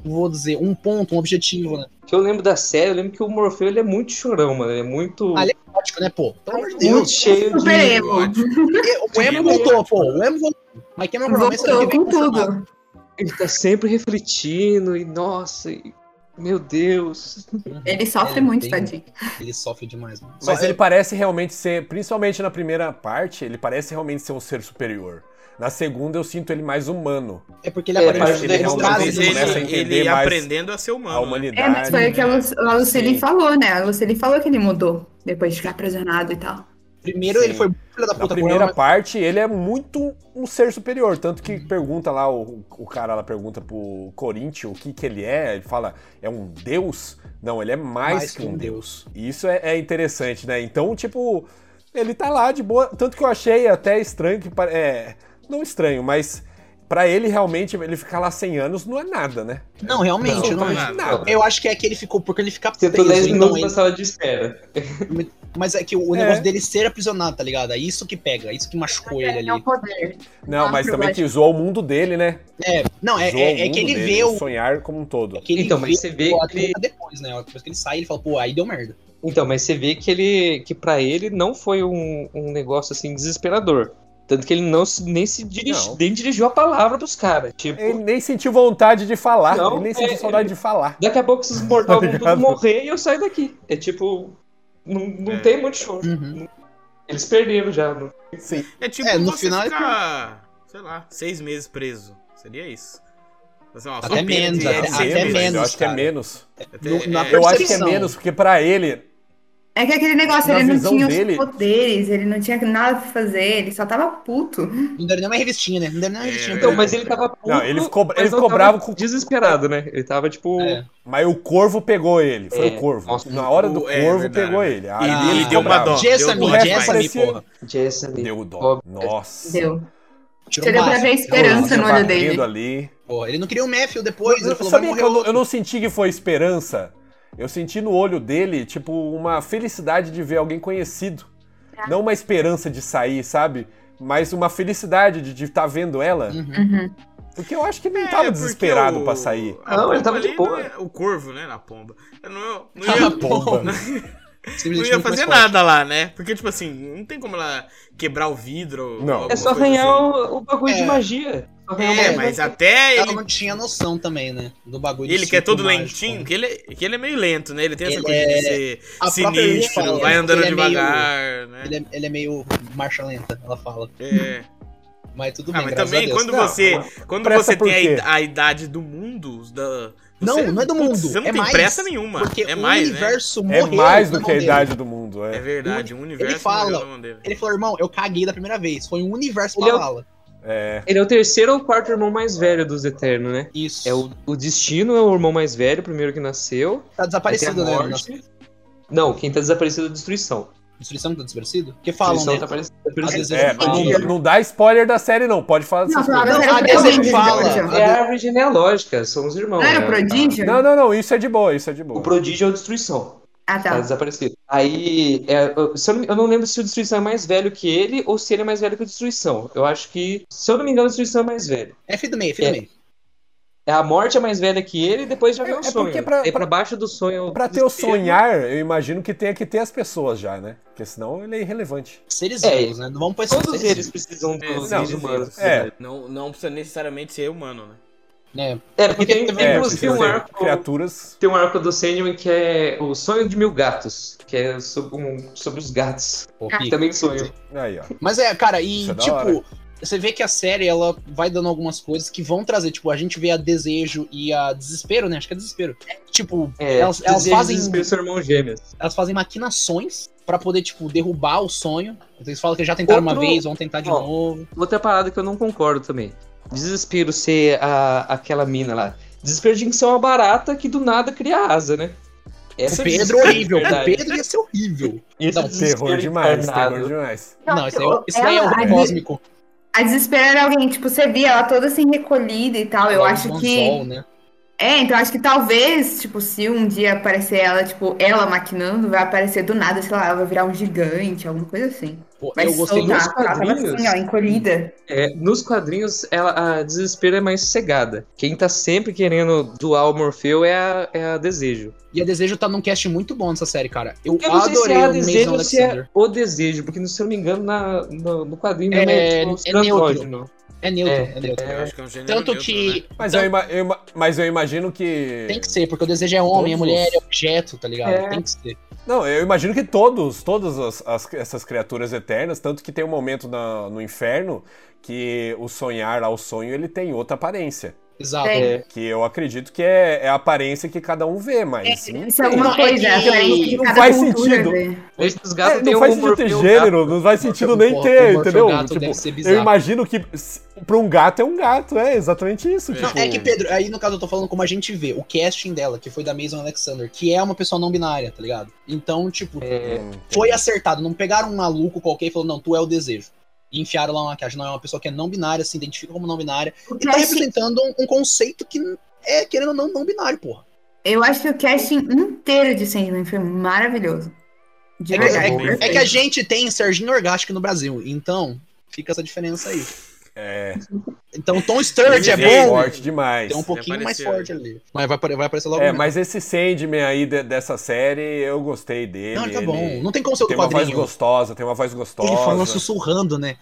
[SPEAKER 4] Vou dizer, um ponto, um objetivo, né?
[SPEAKER 3] O que eu lembro da série, eu lembro que o Morfeu ele é muito chorão, mano. Ele é muito.
[SPEAKER 4] Ah, ele Ótico, né, pô? Pelo amor de
[SPEAKER 3] muito
[SPEAKER 4] Deus.
[SPEAKER 3] cheio de.
[SPEAKER 6] Super emo.
[SPEAKER 1] Ótimo.
[SPEAKER 4] E o
[SPEAKER 1] é
[SPEAKER 4] Emo voltou, pô. O Emo voltou. Mas Cameron Promise
[SPEAKER 6] Voltou com tudo.
[SPEAKER 3] Ele tá sempre refletindo, e nossa, e- meu Deus.
[SPEAKER 6] Ele sofre
[SPEAKER 4] É,
[SPEAKER 6] muito,
[SPEAKER 4] bem-
[SPEAKER 6] tadinho.
[SPEAKER 4] Ele sofre demais, mano.
[SPEAKER 5] Mas
[SPEAKER 4] Só- é-
[SPEAKER 5] ele parece realmente ser, principalmente na primeira parte, ele parece realmente ser um ser superior. Na segunda eu sinto ele mais humano.
[SPEAKER 4] É porque ele
[SPEAKER 3] É,
[SPEAKER 4] aparece.
[SPEAKER 3] parte
[SPEAKER 4] Ele,
[SPEAKER 3] dele
[SPEAKER 4] eles
[SPEAKER 3] realmente
[SPEAKER 4] trazem
[SPEAKER 1] Talvez
[SPEAKER 5] Brasil,
[SPEAKER 4] isso,
[SPEAKER 5] começa a
[SPEAKER 1] ele,
[SPEAKER 5] entender
[SPEAKER 1] ele
[SPEAKER 5] mais
[SPEAKER 1] aprendendo a ser humano.
[SPEAKER 5] a
[SPEAKER 1] né?
[SPEAKER 5] humanidade.
[SPEAKER 6] É, mas foi o que a, Lu- a Lucille
[SPEAKER 5] Sim.
[SPEAKER 6] falou, né? A Lucille falou que ele mudou depois de ficar aprisionado e tal.
[SPEAKER 4] Primeiro ele
[SPEAKER 5] Sim.
[SPEAKER 4] foi filho da
[SPEAKER 5] Na
[SPEAKER 4] puta com ela,
[SPEAKER 5] primeira parte, ele é muito um ser superior. Tanto que pergunta lá, o, o cara lá pergunta pro Corinthians o que que ele é. Ele fala, é um deus? Não, ele é mais, que um deus. E Isso é, é interessante, né? Então, tipo, ele tá lá de boa. Tanto que eu achei até estranho que... pare- É, não estranho, mas Pra ele, realmente, ele ficar lá 100 anos não é nada, né?
[SPEAKER 4] Não, realmente,
[SPEAKER 5] Não,
[SPEAKER 4] não,
[SPEAKER 5] não.
[SPEAKER 4] é. Eu acho que é que ele ficou, porque ele fica preso,
[SPEAKER 3] Sentou 10
[SPEAKER 4] então
[SPEAKER 3] minutos na
[SPEAKER 4] ele-
[SPEAKER 3] sala de espera.
[SPEAKER 4] Mas é que o
[SPEAKER 5] É.
[SPEAKER 4] negócio dele ser aprisionado, tá ligado? É isso que pega, é isso que machucou ele
[SPEAKER 6] É o
[SPEAKER 4] ali.
[SPEAKER 6] poder.
[SPEAKER 5] Não,
[SPEAKER 6] Ah,
[SPEAKER 5] mas também
[SPEAKER 6] problemático.
[SPEAKER 5] que zoou o mundo dele, né?
[SPEAKER 4] É, não, é,
[SPEAKER 5] Zoou
[SPEAKER 4] é- é
[SPEAKER 5] o
[SPEAKER 4] que
[SPEAKER 5] mundo
[SPEAKER 4] ele
[SPEAKER 5] dele,
[SPEAKER 4] vê o.
[SPEAKER 5] sonhar como um todo.
[SPEAKER 4] é que ele
[SPEAKER 3] Então, mas você vê
[SPEAKER 4] pô, a
[SPEAKER 3] que ele-
[SPEAKER 4] treta depois, né? Depois que ele sai, ele fala, pô, aí deu merda.
[SPEAKER 3] Então, mas você vê que ele que para ele não foi um, um negócio assim desesperador. Tanto que ele não se- nem se dirigi,
[SPEAKER 5] Não.
[SPEAKER 3] nem dirigiu a palavra pros caras.
[SPEAKER 4] É
[SPEAKER 3] Tipo,
[SPEAKER 5] Ele nem sentiu vontade de falar,
[SPEAKER 3] Não,
[SPEAKER 5] ele nem
[SPEAKER 3] é-
[SPEAKER 5] sentiu saudade de falar.
[SPEAKER 3] daqui a pouco esses mortais vão tudo
[SPEAKER 5] Tá ligado?
[SPEAKER 3] morrer e eu saio daqui. É tipo, não, não
[SPEAKER 1] É.
[SPEAKER 3] tem muito show.
[SPEAKER 4] Uhum.
[SPEAKER 3] Eles perderam já. não-
[SPEAKER 5] Sim.
[SPEAKER 1] É tipo
[SPEAKER 4] É, no
[SPEAKER 1] você
[SPEAKER 4] final é
[SPEAKER 1] ficar, sei lá, seis meses preso. Seria isso. Assim, ó, só
[SPEAKER 4] Até
[SPEAKER 1] pena
[SPEAKER 4] menos,
[SPEAKER 1] de-
[SPEAKER 5] Não,
[SPEAKER 4] até-
[SPEAKER 1] de
[SPEAKER 5] sei,
[SPEAKER 1] seis
[SPEAKER 4] até
[SPEAKER 5] mas
[SPEAKER 1] meses.
[SPEAKER 4] menos,
[SPEAKER 5] Eu acho
[SPEAKER 4] cara.
[SPEAKER 5] que é menos.
[SPEAKER 1] Até-
[SPEAKER 4] No- na
[SPEAKER 1] é,
[SPEAKER 5] Eu acho que é
[SPEAKER 4] Percepção.
[SPEAKER 5] menos, porque pra ele.
[SPEAKER 6] É que aquele negócio,
[SPEAKER 5] Na
[SPEAKER 6] ele não
[SPEAKER 5] visão
[SPEAKER 6] tinha os
[SPEAKER 5] dele-
[SPEAKER 6] poderes, ele não tinha nada pra fazer, ele só tava puto.
[SPEAKER 4] Não deram nem uma revistinha, né? Não deram nem uma
[SPEAKER 1] É,
[SPEAKER 4] revistinha.
[SPEAKER 3] Então,
[SPEAKER 1] é,
[SPEAKER 3] mas ele tava puto,
[SPEAKER 5] Não, ele ficou-
[SPEAKER 3] Uhum. mas
[SPEAKER 5] ele
[SPEAKER 3] não
[SPEAKER 5] ficou
[SPEAKER 3] tava
[SPEAKER 5] bravo com-
[SPEAKER 3] desesperado, né? Ele tava tipo,
[SPEAKER 4] É.
[SPEAKER 5] Mas o corvo pegou ele. Foi
[SPEAKER 3] É,
[SPEAKER 5] o corvo.
[SPEAKER 3] nossa,
[SPEAKER 5] Na hora do
[SPEAKER 1] o- é
[SPEAKER 5] corvo
[SPEAKER 1] verdade.
[SPEAKER 5] pegou ele. Aí
[SPEAKER 4] Ah,
[SPEAKER 5] ele
[SPEAKER 1] E, e
[SPEAKER 5] ficou
[SPEAKER 1] deu uma
[SPEAKER 5] bravo.
[SPEAKER 1] dó.
[SPEAKER 4] Jessa,
[SPEAKER 1] deu
[SPEAKER 5] O
[SPEAKER 4] me-
[SPEAKER 1] dó
[SPEAKER 5] resto
[SPEAKER 4] Jess,
[SPEAKER 1] demais.
[SPEAKER 4] amigo.
[SPEAKER 5] parecia-
[SPEAKER 4] porra.
[SPEAKER 3] Jess ali.
[SPEAKER 5] Deu dó.
[SPEAKER 3] Óbvio.
[SPEAKER 5] Nossa.
[SPEAKER 6] Deu.
[SPEAKER 4] Tirou
[SPEAKER 6] Você
[SPEAKER 4] um
[SPEAKER 6] deu pra
[SPEAKER 4] bafo,
[SPEAKER 6] ver a
[SPEAKER 4] tirou um bafo.
[SPEAKER 6] esperança no olho dele.
[SPEAKER 5] Batendo ali.
[SPEAKER 4] Porra, ele não queria o Matthew depois, ele
[SPEAKER 5] Eu-
[SPEAKER 4] falou, vai
[SPEAKER 5] sabia que
[SPEAKER 4] morrer
[SPEAKER 5] eu, não-
[SPEAKER 4] outro.
[SPEAKER 5] eu não senti que foi esperança? Eu senti no olho dele, tipo, uma felicidade de ver alguém conhecido. Não uma esperança de sair, sabe? Mas uma felicidade de estar vendo ela.
[SPEAKER 4] Uhum.
[SPEAKER 6] Uhum.
[SPEAKER 5] Porque eu acho que ele
[SPEAKER 1] É,
[SPEAKER 5] não tava
[SPEAKER 1] porque
[SPEAKER 5] desesperado
[SPEAKER 1] o-
[SPEAKER 5] pra sair.
[SPEAKER 1] a
[SPEAKER 3] Não, ele
[SPEAKER 1] pomba
[SPEAKER 3] tava de
[SPEAKER 1] ali
[SPEAKER 3] boa.
[SPEAKER 1] não ia- O corvo, né? Na pomba. Eu não, não
[SPEAKER 4] Ah,
[SPEAKER 1] ia,
[SPEAKER 4] porra.
[SPEAKER 1] não
[SPEAKER 4] Simplesmente
[SPEAKER 1] ia
[SPEAKER 4] muito mais
[SPEAKER 1] fazer
[SPEAKER 4] forte.
[SPEAKER 1] nada lá, né? Porque, tipo assim, não tem como ela quebrar o vidro. ou
[SPEAKER 5] Não.
[SPEAKER 1] alguma
[SPEAKER 3] É só
[SPEAKER 1] coisa
[SPEAKER 3] arranhar
[SPEAKER 1] assim.
[SPEAKER 3] o, o bagulho de
[SPEAKER 4] É.
[SPEAKER 3] magia. Só arranhar o
[SPEAKER 1] É,
[SPEAKER 3] bagulho
[SPEAKER 1] mas
[SPEAKER 3] de magia.
[SPEAKER 1] até
[SPEAKER 4] Ela
[SPEAKER 1] ele.
[SPEAKER 4] não tinha noção também, né? Do bagulho
[SPEAKER 1] E ele
[SPEAKER 4] do
[SPEAKER 1] que é todo
[SPEAKER 4] círculo mágico.
[SPEAKER 1] lentinho, que ele, que ele é meio lento, né? Ele tem essa
[SPEAKER 4] né? Ele
[SPEAKER 1] coisa de
[SPEAKER 4] é-
[SPEAKER 1] ser
[SPEAKER 4] A própria Lily
[SPEAKER 1] sinistro,
[SPEAKER 4] fala,
[SPEAKER 1] vai
[SPEAKER 4] ele
[SPEAKER 1] andando
[SPEAKER 4] é meio-
[SPEAKER 1] devagar, né?
[SPEAKER 4] Ele é, ele é meio marcha lenta, ela fala.
[SPEAKER 1] É.
[SPEAKER 4] Mas tudo
[SPEAKER 1] Ah,
[SPEAKER 4] bem,
[SPEAKER 1] mas
[SPEAKER 4] graças a
[SPEAKER 1] também,
[SPEAKER 4] Deus.
[SPEAKER 1] quando
[SPEAKER 5] Não,
[SPEAKER 1] você, quando
[SPEAKER 5] pressa
[SPEAKER 1] você
[SPEAKER 5] por
[SPEAKER 1] tem a
[SPEAKER 5] quê?
[SPEAKER 1] id- a, idade do mundo, os da.
[SPEAKER 4] Não,
[SPEAKER 1] você-
[SPEAKER 4] não é do
[SPEAKER 1] putz,
[SPEAKER 4] mundo,
[SPEAKER 1] Você não
[SPEAKER 4] é
[SPEAKER 1] tem
[SPEAKER 4] mais,
[SPEAKER 1] pressa nenhuma.
[SPEAKER 4] Porque
[SPEAKER 1] é
[SPEAKER 4] o
[SPEAKER 1] mais, né?
[SPEAKER 4] universo
[SPEAKER 5] É
[SPEAKER 4] morreu
[SPEAKER 5] mais do
[SPEAKER 4] na
[SPEAKER 5] que a
[SPEAKER 4] mão dele.
[SPEAKER 5] idade do mundo, é.
[SPEAKER 1] É verdade, o universo
[SPEAKER 4] ele fala,
[SPEAKER 1] mudou a mão dele.
[SPEAKER 4] Ele falou, irmão, eu caguei da primeira vez. Foi um universo
[SPEAKER 3] Ele é
[SPEAKER 4] pra
[SPEAKER 3] o-
[SPEAKER 4] bala.
[SPEAKER 5] É.
[SPEAKER 3] Ele é o terceiro ou quarto irmão mais velho dos Eternos, né?
[SPEAKER 4] Isso.
[SPEAKER 3] É o, o Destino é o irmão mais velho, o primeiro que nasceu. Aí tem é
[SPEAKER 4] Tá
[SPEAKER 3] a
[SPEAKER 4] desaparecido, né?
[SPEAKER 3] morte. Não, quem tá desaparecido é a Destruição.
[SPEAKER 4] Destruição que tá desaparecido? Porque
[SPEAKER 3] A
[SPEAKER 4] falam,
[SPEAKER 3] destruição
[SPEAKER 4] né?
[SPEAKER 3] tá aparecendo.
[SPEAKER 4] Às vezes
[SPEAKER 5] É,
[SPEAKER 4] eles
[SPEAKER 5] mas não,
[SPEAKER 4] falam.
[SPEAKER 5] não dá spoiler da série, não. Pode falar
[SPEAKER 6] Não,
[SPEAKER 5] dessas
[SPEAKER 6] falava,
[SPEAKER 5] coisas.
[SPEAKER 4] Não,
[SPEAKER 6] era
[SPEAKER 4] a
[SPEAKER 6] prodígio,
[SPEAKER 4] desenho
[SPEAKER 6] né,
[SPEAKER 4] fala.
[SPEAKER 6] Jorge?
[SPEAKER 3] É a árvore genealógica, são os irmãos.
[SPEAKER 6] Não
[SPEAKER 4] É,
[SPEAKER 6] era
[SPEAKER 3] né?
[SPEAKER 6] o prodígio?
[SPEAKER 5] Não, não, não. Isso é de boa, isso é de boa.
[SPEAKER 3] O prodígio é o Destruição.
[SPEAKER 6] Ah,
[SPEAKER 3] Tá
[SPEAKER 6] tá.
[SPEAKER 3] desaparecido. Aí, é, eu, se eu não- eu não lembro se o Destruição é mais velho que ele ou se ele é mais velho que o Destruição. Eu acho que, se eu não me engano, o Destruição é mais velho.
[SPEAKER 4] É filho do meio, filho do
[SPEAKER 3] É.
[SPEAKER 4] meio.
[SPEAKER 3] É a morte é mais velha que ele e depois já vem
[SPEAKER 5] É-
[SPEAKER 3] o
[SPEAKER 5] é
[SPEAKER 3] sonho.
[SPEAKER 5] porque pra-
[SPEAKER 3] Aí pra
[SPEAKER 5] pra-
[SPEAKER 3] baixo do sonho.
[SPEAKER 5] Pra ter o sonhar, eu imagino que tenha que ter as pessoas já, né? Porque senão ele é irrelevante.
[SPEAKER 4] Seres
[SPEAKER 3] É.
[SPEAKER 4] vivos, né? Não vamos pôr esses
[SPEAKER 3] Todos
[SPEAKER 4] seres
[SPEAKER 3] eles precisam
[SPEAKER 1] É,
[SPEAKER 3] dos
[SPEAKER 5] não,
[SPEAKER 3] seres humanos.
[SPEAKER 5] é.
[SPEAKER 1] Não, não precisa necessariamente ser humano, né?
[SPEAKER 4] né?
[SPEAKER 3] É, porque tem,
[SPEAKER 4] Porque
[SPEAKER 3] tem,
[SPEAKER 5] É,
[SPEAKER 3] inclusive
[SPEAKER 5] precisa
[SPEAKER 3] um
[SPEAKER 5] ter
[SPEAKER 3] arco.
[SPEAKER 5] criaturas.
[SPEAKER 3] Tem um arco do Sandman que é O Sonho de Mil Gatos, que é sobre, um- sobre os gatos.
[SPEAKER 4] Pô,
[SPEAKER 6] Ah.
[SPEAKER 3] E
[SPEAKER 4] pica.
[SPEAKER 3] também é um sonho.
[SPEAKER 5] Aí, ó.
[SPEAKER 4] Mas é, cara, e
[SPEAKER 5] Isso é da hora.
[SPEAKER 4] tipo, você vê que a série ela vai dando algumas coisas que vão trazer, tipo, a gente vê a desejo e a desespero, né? Acho que é desespero. Tipo,
[SPEAKER 3] É,
[SPEAKER 4] Elas- elas
[SPEAKER 3] desejo
[SPEAKER 4] fazem-
[SPEAKER 3] de desespero, são irmãos gêmeos.
[SPEAKER 4] elas fazem maquinações pra poder, tipo, derrubar o sonho. Eles falam que já tentaram
[SPEAKER 3] Outro-
[SPEAKER 4] uma vez, vão tentar de
[SPEAKER 3] Ó.
[SPEAKER 4] novo.
[SPEAKER 3] Outra parada que eu não concordo também. Desespero ser a, aquela mina lá. Desespero de ser uma barata que do nada cria asa, né?
[SPEAKER 4] O
[SPEAKER 3] Essa é
[SPEAKER 4] Pedro
[SPEAKER 3] desespero,
[SPEAKER 4] horrível.
[SPEAKER 3] de
[SPEAKER 4] O
[SPEAKER 3] verdade.
[SPEAKER 4] Pedro ia ser horrível.
[SPEAKER 3] Esse
[SPEAKER 4] não,
[SPEAKER 3] desespero
[SPEAKER 5] é Terror demais,
[SPEAKER 3] encarnado.
[SPEAKER 5] terror demais.
[SPEAKER 4] Não, isso daí é, isso daí é
[SPEAKER 6] Ela-
[SPEAKER 4] horror
[SPEAKER 6] a des-
[SPEAKER 4] cósmico.
[SPEAKER 6] A desespero era alguém, tipo, você via ela toda assim recolhida e tal. Eu
[SPEAKER 4] É um
[SPEAKER 6] acho que.
[SPEAKER 4] anzol, né?
[SPEAKER 6] É, então acho que talvez, tipo, se um dia aparecer ela, tipo, ela maquinando, vai aparecer do nada, sei lá, ela vai virar um gigante, alguma coisa assim.
[SPEAKER 4] Pô,
[SPEAKER 6] Vai
[SPEAKER 4] eu gostei
[SPEAKER 3] soltar.
[SPEAKER 4] muito.
[SPEAKER 6] soltar, ela tava
[SPEAKER 3] quadrinhos.
[SPEAKER 6] assim, ó, encolhida.
[SPEAKER 3] É, nos quadrinhos, ela, a desespero é mais sossegada. Quem tá sempre querendo doar o Morfeu é a, é a desejo.
[SPEAKER 4] E a Desejo tá num cast muito bom nessa série, cara. Eu,
[SPEAKER 3] Eu não sei se
[SPEAKER 4] adorei
[SPEAKER 3] é a
[SPEAKER 4] o Mason
[SPEAKER 3] desejo ou se é
[SPEAKER 4] Alexander.
[SPEAKER 3] o desejo, porque se eu não me engano, na, no, no quadrinho
[SPEAKER 4] É,
[SPEAKER 3] mesmo tipo,
[SPEAKER 4] é neutro.
[SPEAKER 3] andrógeno.
[SPEAKER 4] É, neutro,
[SPEAKER 3] É,
[SPEAKER 4] é neutro.
[SPEAKER 1] Eu acho que é um gênero
[SPEAKER 4] Tanto
[SPEAKER 1] neutro,
[SPEAKER 4] que.
[SPEAKER 1] né?
[SPEAKER 5] Mas,
[SPEAKER 4] tanto-
[SPEAKER 5] eu, ima- eu ima- mas eu imagino que.
[SPEAKER 4] Tem que ser, porque o desejo é homem, é
[SPEAKER 5] Todos
[SPEAKER 4] mulher,
[SPEAKER 5] os-
[SPEAKER 4] é objeto, tá ligado?
[SPEAKER 3] É.
[SPEAKER 4] Tem que ser.
[SPEAKER 5] Não, eu imagino que todos, todas as- as- essas criaturas eternas, tanto que tem um momento na- no inferno que o sonhar lá, o sonho, ele tem outra aparência.
[SPEAKER 4] Exato.
[SPEAKER 6] Tem.
[SPEAKER 3] É.
[SPEAKER 5] Que eu acredito que é, é a aparência que cada um vê, mas. não
[SPEAKER 6] Isso
[SPEAKER 5] tem.
[SPEAKER 6] é alguma
[SPEAKER 4] Não, é
[SPEAKER 6] coisa,
[SPEAKER 4] que-
[SPEAKER 6] a aparência de
[SPEAKER 5] Não
[SPEAKER 6] cada
[SPEAKER 5] faz
[SPEAKER 6] cultura, né?
[SPEAKER 5] sentido.
[SPEAKER 6] vê.
[SPEAKER 3] Esses gatos
[SPEAKER 5] É,
[SPEAKER 3] têm
[SPEAKER 5] não
[SPEAKER 3] um
[SPEAKER 5] faz sentido ter
[SPEAKER 3] Morfeu
[SPEAKER 5] gênero, não faz sentido
[SPEAKER 4] Tipo,
[SPEAKER 5] nem ter,
[SPEAKER 4] Morfeu
[SPEAKER 5] entendeu?
[SPEAKER 4] um gato
[SPEAKER 5] Tipo,
[SPEAKER 4] deve ser bizarro.
[SPEAKER 5] eu imagino que s- pra um gato é um gato, é exatamente isso.
[SPEAKER 1] Não,
[SPEAKER 4] Não,
[SPEAKER 5] tipo,
[SPEAKER 4] é que, Pedro, aí no caso eu tô falando como a gente vê o casting dela, que foi da Mason Alexander, que é uma pessoa não binária, tá ligado? Então, tipo,
[SPEAKER 3] gato. É,
[SPEAKER 5] hum,
[SPEAKER 4] foi acertado. Não pegaram um maluco qualquer e falaram, não, tu é o desejo. E enfiaram lá uma maquiagem. Não, é uma pessoa que é não binária, se identifica como não binária.
[SPEAKER 6] O
[SPEAKER 4] E tá
[SPEAKER 6] casting-
[SPEAKER 4] representando um, um conceito que é, querendo ou não, não binário, porra.
[SPEAKER 6] eu acho que o casting inteiro de Sandman foi maravilhoso. De
[SPEAKER 4] É que,
[SPEAKER 6] verdade.
[SPEAKER 4] é-
[SPEAKER 6] perfeito.
[SPEAKER 4] é que a gente tem Serginho Orgástico no Brasil, então fica essa diferença aí.
[SPEAKER 5] É,
[SPEAKER 4] Então Tom Sturge é
[SPEAKER 1] Ele é
[SPEAKER 4] bom,
[SPEAKER 5] forte demais.
[SPEAKER 4] tem um pouquinho mais
[SPEAKER 1] apareceu,
[SPEAKER 4] forte ali. Mas vai, apare- vai aparecer logo
[SPEAKER 5] É,
[SPEAKER 4] mesmo.
[SPEAKER 5] mas esse Sandman aí de- dessa série, eu gostei dele.
[SPEAKER 4] Não, ele tá
[SPEAKER 5] ele-
[SPEAKER 4] bom. Não tem como ser o
[SPEAKER 5] Tem uma voz
[SPEAKER 4] quadrinho.
[SPEAKER 5] gostosa, tem uma voz gostosa.
[SPEAKER 4] Ele fala sussurrando, né?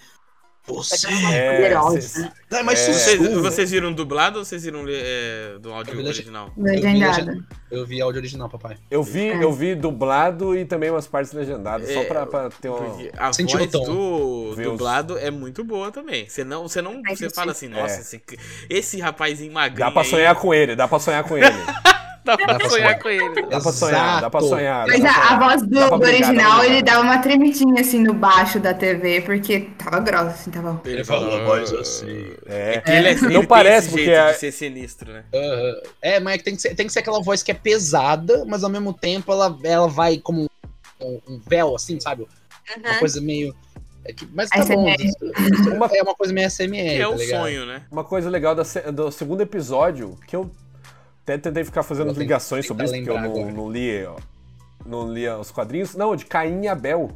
[SPEAKER 4] Você
[SPEAKER 5] É,
[SPEAKER 6] Poderosa.
[SPEAKER 5] cê-
[SPEAKER 4] é mais
[SPEAKER 5] É.
[SPEAKER 1] Vocês,
[SPEAKER 4] sussurro.
[SPEAKER 1] vocês viram dublado ou vocês viram é, do áudio
[SPEAKER 4] Eu vi legend-
[SPEAKER 1] original?
[SPEAKER 6] Legendada.
[SPEAKER 4] Eu vi áudio original, papai.
[SPEAKER 5] eu, vi, eu vi dublado e também umas partes legendadas, só
[SPEAKER 1] É,
[SPEAKER 5] pra, pra ter um- uma.
[SPEAKER 1] Porque a
[SPEAKER 4] Sentiu o
[SPEAKER 1] voz
[SPEAKER 4] tom.
[SPEAKER 1] do
[SPEAKER 5] Vê os-
[SPEAKER 1] dublado é muito boa também. Você não, você não,
[SPEAKER 6] Ai,
[SPEAKER 1] você
[SPEAKER 6] eu
[SPEAKER 1] fala assim, nossa,
[SPEAKER 5] É.
[SPEAKER 1] esse, esse rapazinho magrinho
[SPEAKER 5] Dá pra
[SPEAKER 1] aí,
[SPEAKER 5] sonhar com ele, dá pra sonhar com ele.
[SPEAKER 1] dá pra sonhar com ele.
[SPEAKER 5] Dá pra sonhar, dá pra
[SPEAKER 4] Exato.
[SPEAKER 5] sonhar.
[SPEAKER 6] Mas
[SPEAKER 5] dá pra
[SPEAKER 6] a, a
[SPEAKER 4] tá.
[SPEAKER 5] sonhar.
[SPEAKER 6] voz do,
[SPEAKER 5] Dá pra brincar, dá
[SPEAKER 6] do
[SPEAKER 5] pra
[SPEAKER 6] original,
[SPEAKER 5] brincar.
[SPEAKER 6] ele dava uma tremidinha assim no baixo da TV, porque tava grossa, assim, tava.
[SPEAKER 1] Ele "Ah,
[SPEAKER 5] É.
[SPEAKER 1] Que ele é, ele tem
[SPEAKER 5] parece,
[SPEAKER 1] esse
[SPEAKER 5] porque
[SPEAKER 1] jeito
[SPEAKER 5] é-
[SPEAKER 1] de ser sinistro, né?
[SPEAKER 4] Aham. É, mas é que tem que, ser, tem que ser aquela voz que é pesada, mas ao mesmo tempo ela, ela vai como um, um véu, assim, sabe? Uma coisa meio. é que- mas tá bom.
[SPEAKER 6] ASMR.
[SPEAKER 4] isso- isso É uma coisa meio SMR.
[SPEAKER 1] Que é
[SPEAKER 5] um
[SPEAKER 4] tá
[SPEAKER 1] o
[SPEAKER 4] ligado?
[SPEAKER 1] sonho, né?
[SPEAKER 5] Uma coisa legal da se- do segundo episódio, que eu até tentei ficar fazendo
[SPEAKER 4] Eu tenho-
[SPEAKER 5] ligações sobre isso,
[SPEAKER 4] tentar
[SPEAKER 5] porque eu
[SPEAKER 4] lembrar
[SPEAKER 5] não,
[SPEAKER 4] agora.
[SPEAKER 5] não li, ó, não li os quadrinhos. Não, de Caim e Abel.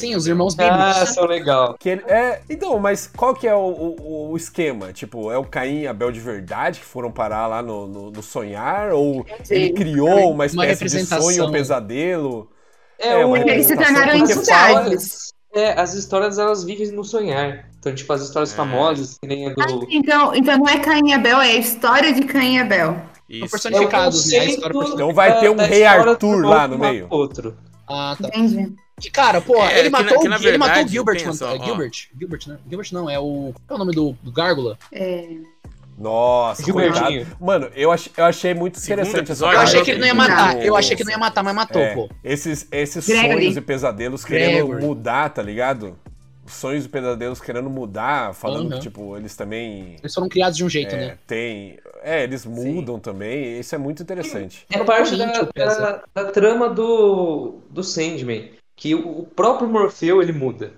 [SPEAKER 5] tá
[SPEAKER 1] Caim
[SPEAKER 4] os
[SPEAKER 1] Abel.
[SPEAKER 4] irmãos bíblicos.
[SPEAKER 3] Ah, são legal.
[SPEAKER 5] Que ele, é, então, mas qual que é o, o- o esquema? Tipo, é o Caim e Abel de verdade que foram parar lá no, no- no sonhar? Ou ele criou uma espécie de
[SPEAKER 4] representação.
[SPEAKER 5] sonho ou pesadelo?
[SPEAKER 3] É,
[SPEAKER 5] É,
[SPEAKER 3] o...
[SPEAKER 5] mas-
[SPEAKER 6] Eles se tornaram
[SPEAKER 5] Porque
[SPEAKER 6] entidades.
[SPEAKER 3] é, as histórias elas vivem no sonhar. Então, tipo, as histórias
[SPEAKER 1] É.
[SPEAKER 3] famosas, que nem a do. um
[SPEAKER 6] Então, então não é Caim e Abel, é a história de Caim e Abel.
[SPEAKER 1] Isso.
[SPEAKER 4] personagem- Personificados, né? A história
[SPEAKER 3] conceito
[SPEAKER 5] Então vai ter um
[SPEAKER 3] da
[SPEAKER 5] Rei
[SPEAKER 3] história
[SPEAKER 5] Arthur
[SPEAKER 3] do
[SPEAKER 5] lá no
[SPEAKER 3] outro
[SPEAKER 5] meio.
[SPEAKER 3] pro Outro.
[SPEAKER 4] Ah, tá.
[SPEAKER 6] Entendi.
[SPEAKER 4] Que, cara, pô,
[SPEAKER 1] É,
[SPEAKER 4] ele,
[SPEAKER 1] que na-
[SPEAKER 4] matou,
[SPEAKER 1] que na
[SPEAKER 4] o- ele matou o
[SPEAKER 1] verdade,
[SPEAKER 4] Gilbert,
[SPEAKER 1] pensa,
[SPEAKER 4] mano. É
[SPEAKER 1] ó.
[SPEAKER 4] Gilbert. Gilbert, né? Gilbert não, é o. Qual é o nome do, do Gárgula?
[SPEAKER 6] É,
[SPEAKER 5] Nossa, coitado.
[SPEAKER 3] Gilbertinho.
[SPEAKER 5] Mano, eu, ach- eu achei muito
[SPEAKER 1] Segundo
[SPEAKER 5] interessante essa
[SPEAKER 1] episódio,
[SPEAKER 4] Eu
[SPEAKER 1] Ah,
[SPEAKER 4] achei
[SPEAKER 1] eu
[SPEAKER 4] que ele não ia
[SPEAKER 1] entendi.
[SPEAKER 4] matar.
[SPEAKER 1] Não.
[SPEAKER 4] Eu achei que não ia matar, mas matou,
[SPEAKER 5] É,
[SPEAKER 4] pô.
[SPEAKER 5] esses esses
[SPEAKER 6] Gregory.
[SPEAKER 5] sonhos e pesadelos querendo
[SPEAKER 4] Gregory.
[SPEAKER 5] mudar, tá ligado? Os Sonhos e pesadelos querendo mudar, falando
[SPEAKER 4] Uhum.
[SPEAKER 5] que, tipo, eles também
[SPEAKER 4] Eles foram criados de um jeito,
[SPEAKER 5] é,
[SPEAKER 4] né?
[SPEAKER 5] têm. É, eles mudam também. Isso é muito interessante.
[SPEAKER 3] É parte da,
[SPEAKER 4] Corinthians,
[SPEAKER 3] da, da trama do, do Sandman, que o, o próprio Morpheu ele muda.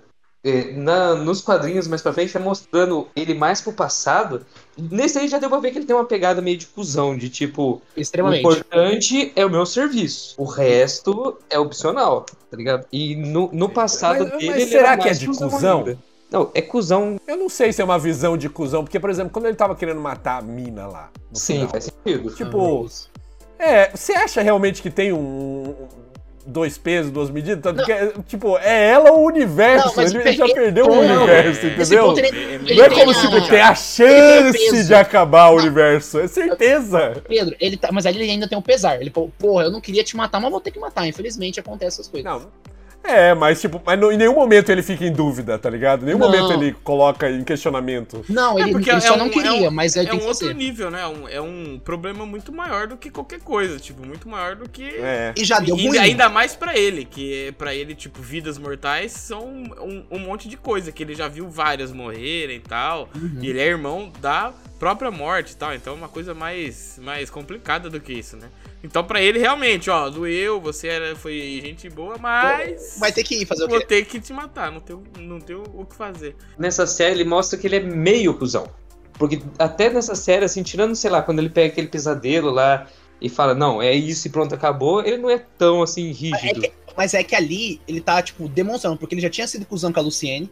[SPEAKER 3] É, na, nos quadrinhos mais pra frente vai mostrando ele mais pro passado. Nesse aí já deu pra ver que ele tem uma pegada meio de cuzão, de tipo, o
[SPEAKER 4] Extremamente.
[SPEAKER 3] importante é o meu serviço, o resto é opcional, tá ligado? E no, no passado
[SPEAKER 5] Mas- mas
[SPEAKER 3] dele ele
[SPEAKER 5] será
[SPEAKER 3] era
[SPEAKER 5] que é
[SPEAKER 3] mais
[SPEAKER 5] de cuzão?
[SPEAKER 3] ainda. Não, é cuzão
[SPEAKER 5] Eu não sei se é uma visão de cuzão, porque, por exemplo, quando ele tava querendo matar a mina lá. no
[SPEAKER 3] sim,
[SPEAKER 5] final,
[SPEAKER 3] faz sentido.
[SPEAKER 5] Tipo,
[SPEAKER 4] Ah,
[SPEAKER 5] é, você acha realmente que tem um. um- Dois pesos, duas medidas? Tanto que, é, tipo, é ela ou o universo?
[SPEAKER 4] Não, mas
[SPEAKER 5] ele
[SPEAKER 4] pe-
[SPEAKER 5] já perdeu o
[SPEAKER 4] Não,
[SPEAKER 5] universo,
[SPEAKER 1] é-
[SPEAKER 4] Esse
[SPEAKER 5] entendeu?
[SPEAKER 4] ponto ele
[SPEAKER 5] Não é
[SPEAKER 4] ele
[SPEAKER 5] como
[SPEAKER 4] tem
[SPEAKER 5] se
[SPEAKER 4] a-
[SPEAKER 5] tem a
[SPEAKER 4] tem
[SPEAKER 5] chance
[SPEAKER 4] peso.
[SPEAKER 5] de acabar o universo. É certeza.
[SPEAKER 4] Pedro, ele tá, mas ali ele ainda tem um pesar. Ele, pô, porra, eu não queria te matar, mas vou ter que matar. Infelizmente acontece essas coisas.
[SPEAKER 5] Não. É, mas tipo, mas não- em nenhum momento ele fica em dúvida, tá ligado? Em nenhum
[SPEAKER 4] Não.
[SPEAKER 5] momento ele coloca em questionamento.
[SPEAKER 4] Não,
[SPEAKER 1] É
[SPEAKER 4] ele,
[SPEAKER 1] porque
[SPEAKER 4] ele
[SPEAKER 1] é
[SPEAKER 4] só
[SPEAKER 1] um-
[SPEAKER 4] não queria,
[SPEAKER 1] é
[SPEAKER 4] mas ele
[SPEAKER 1] É
[SPEAKER 4] tem
[SPEAKER 1] um
[SPEAKER 4] que
[SPEAKER 1] outro
[SPEAKER 4] fazer.
[SPEAKER 1] nível, né? É um, é um problema muito maior do que qualquer coisa, tipo, muito maior do que.
[SPEAKER 5] É.
[SPEAKER 4] E já
[SPEAKER 1] E
[SPEAKER 4] Ah, deu ruim.
[SPEAKER 1] ainda, ainda mais pra ele, que é- pra ele, tipo, vidas mortais são um, um monte de coisa, que ele já viu várias morrerem e tal.
[SPEAKER 4] Uhum.
[SPEAKER 1] E ele é irmão da própria morte e tal. Então é uma coisa mais, mais complicada do que isso, né? Então pra ele, realmente, ó, doeu, você era, foi gente boa, mas.
[SPEAKER 4] Vai ter que ir fazer o
[SPEAKER 1] Vou
[SPEAKER 4] quê?
[SPEAKER 1] ter que te matar, não tenho, não tenho o que fazer.
[SPEAKER 3] nessa série ele mostra que ele é meio cuzão. Porque até nessa série, assim, tirando, sei lá, quando ele pega aquele pesadelo lá e fala, não, é isso e pronto, acabou, ele não é tão, assim, rígido.
[SPEAKER 4] Mas é que ali ele tá, tipo, demonstrando, porque ele já tinha sido cuzão com a Luciene,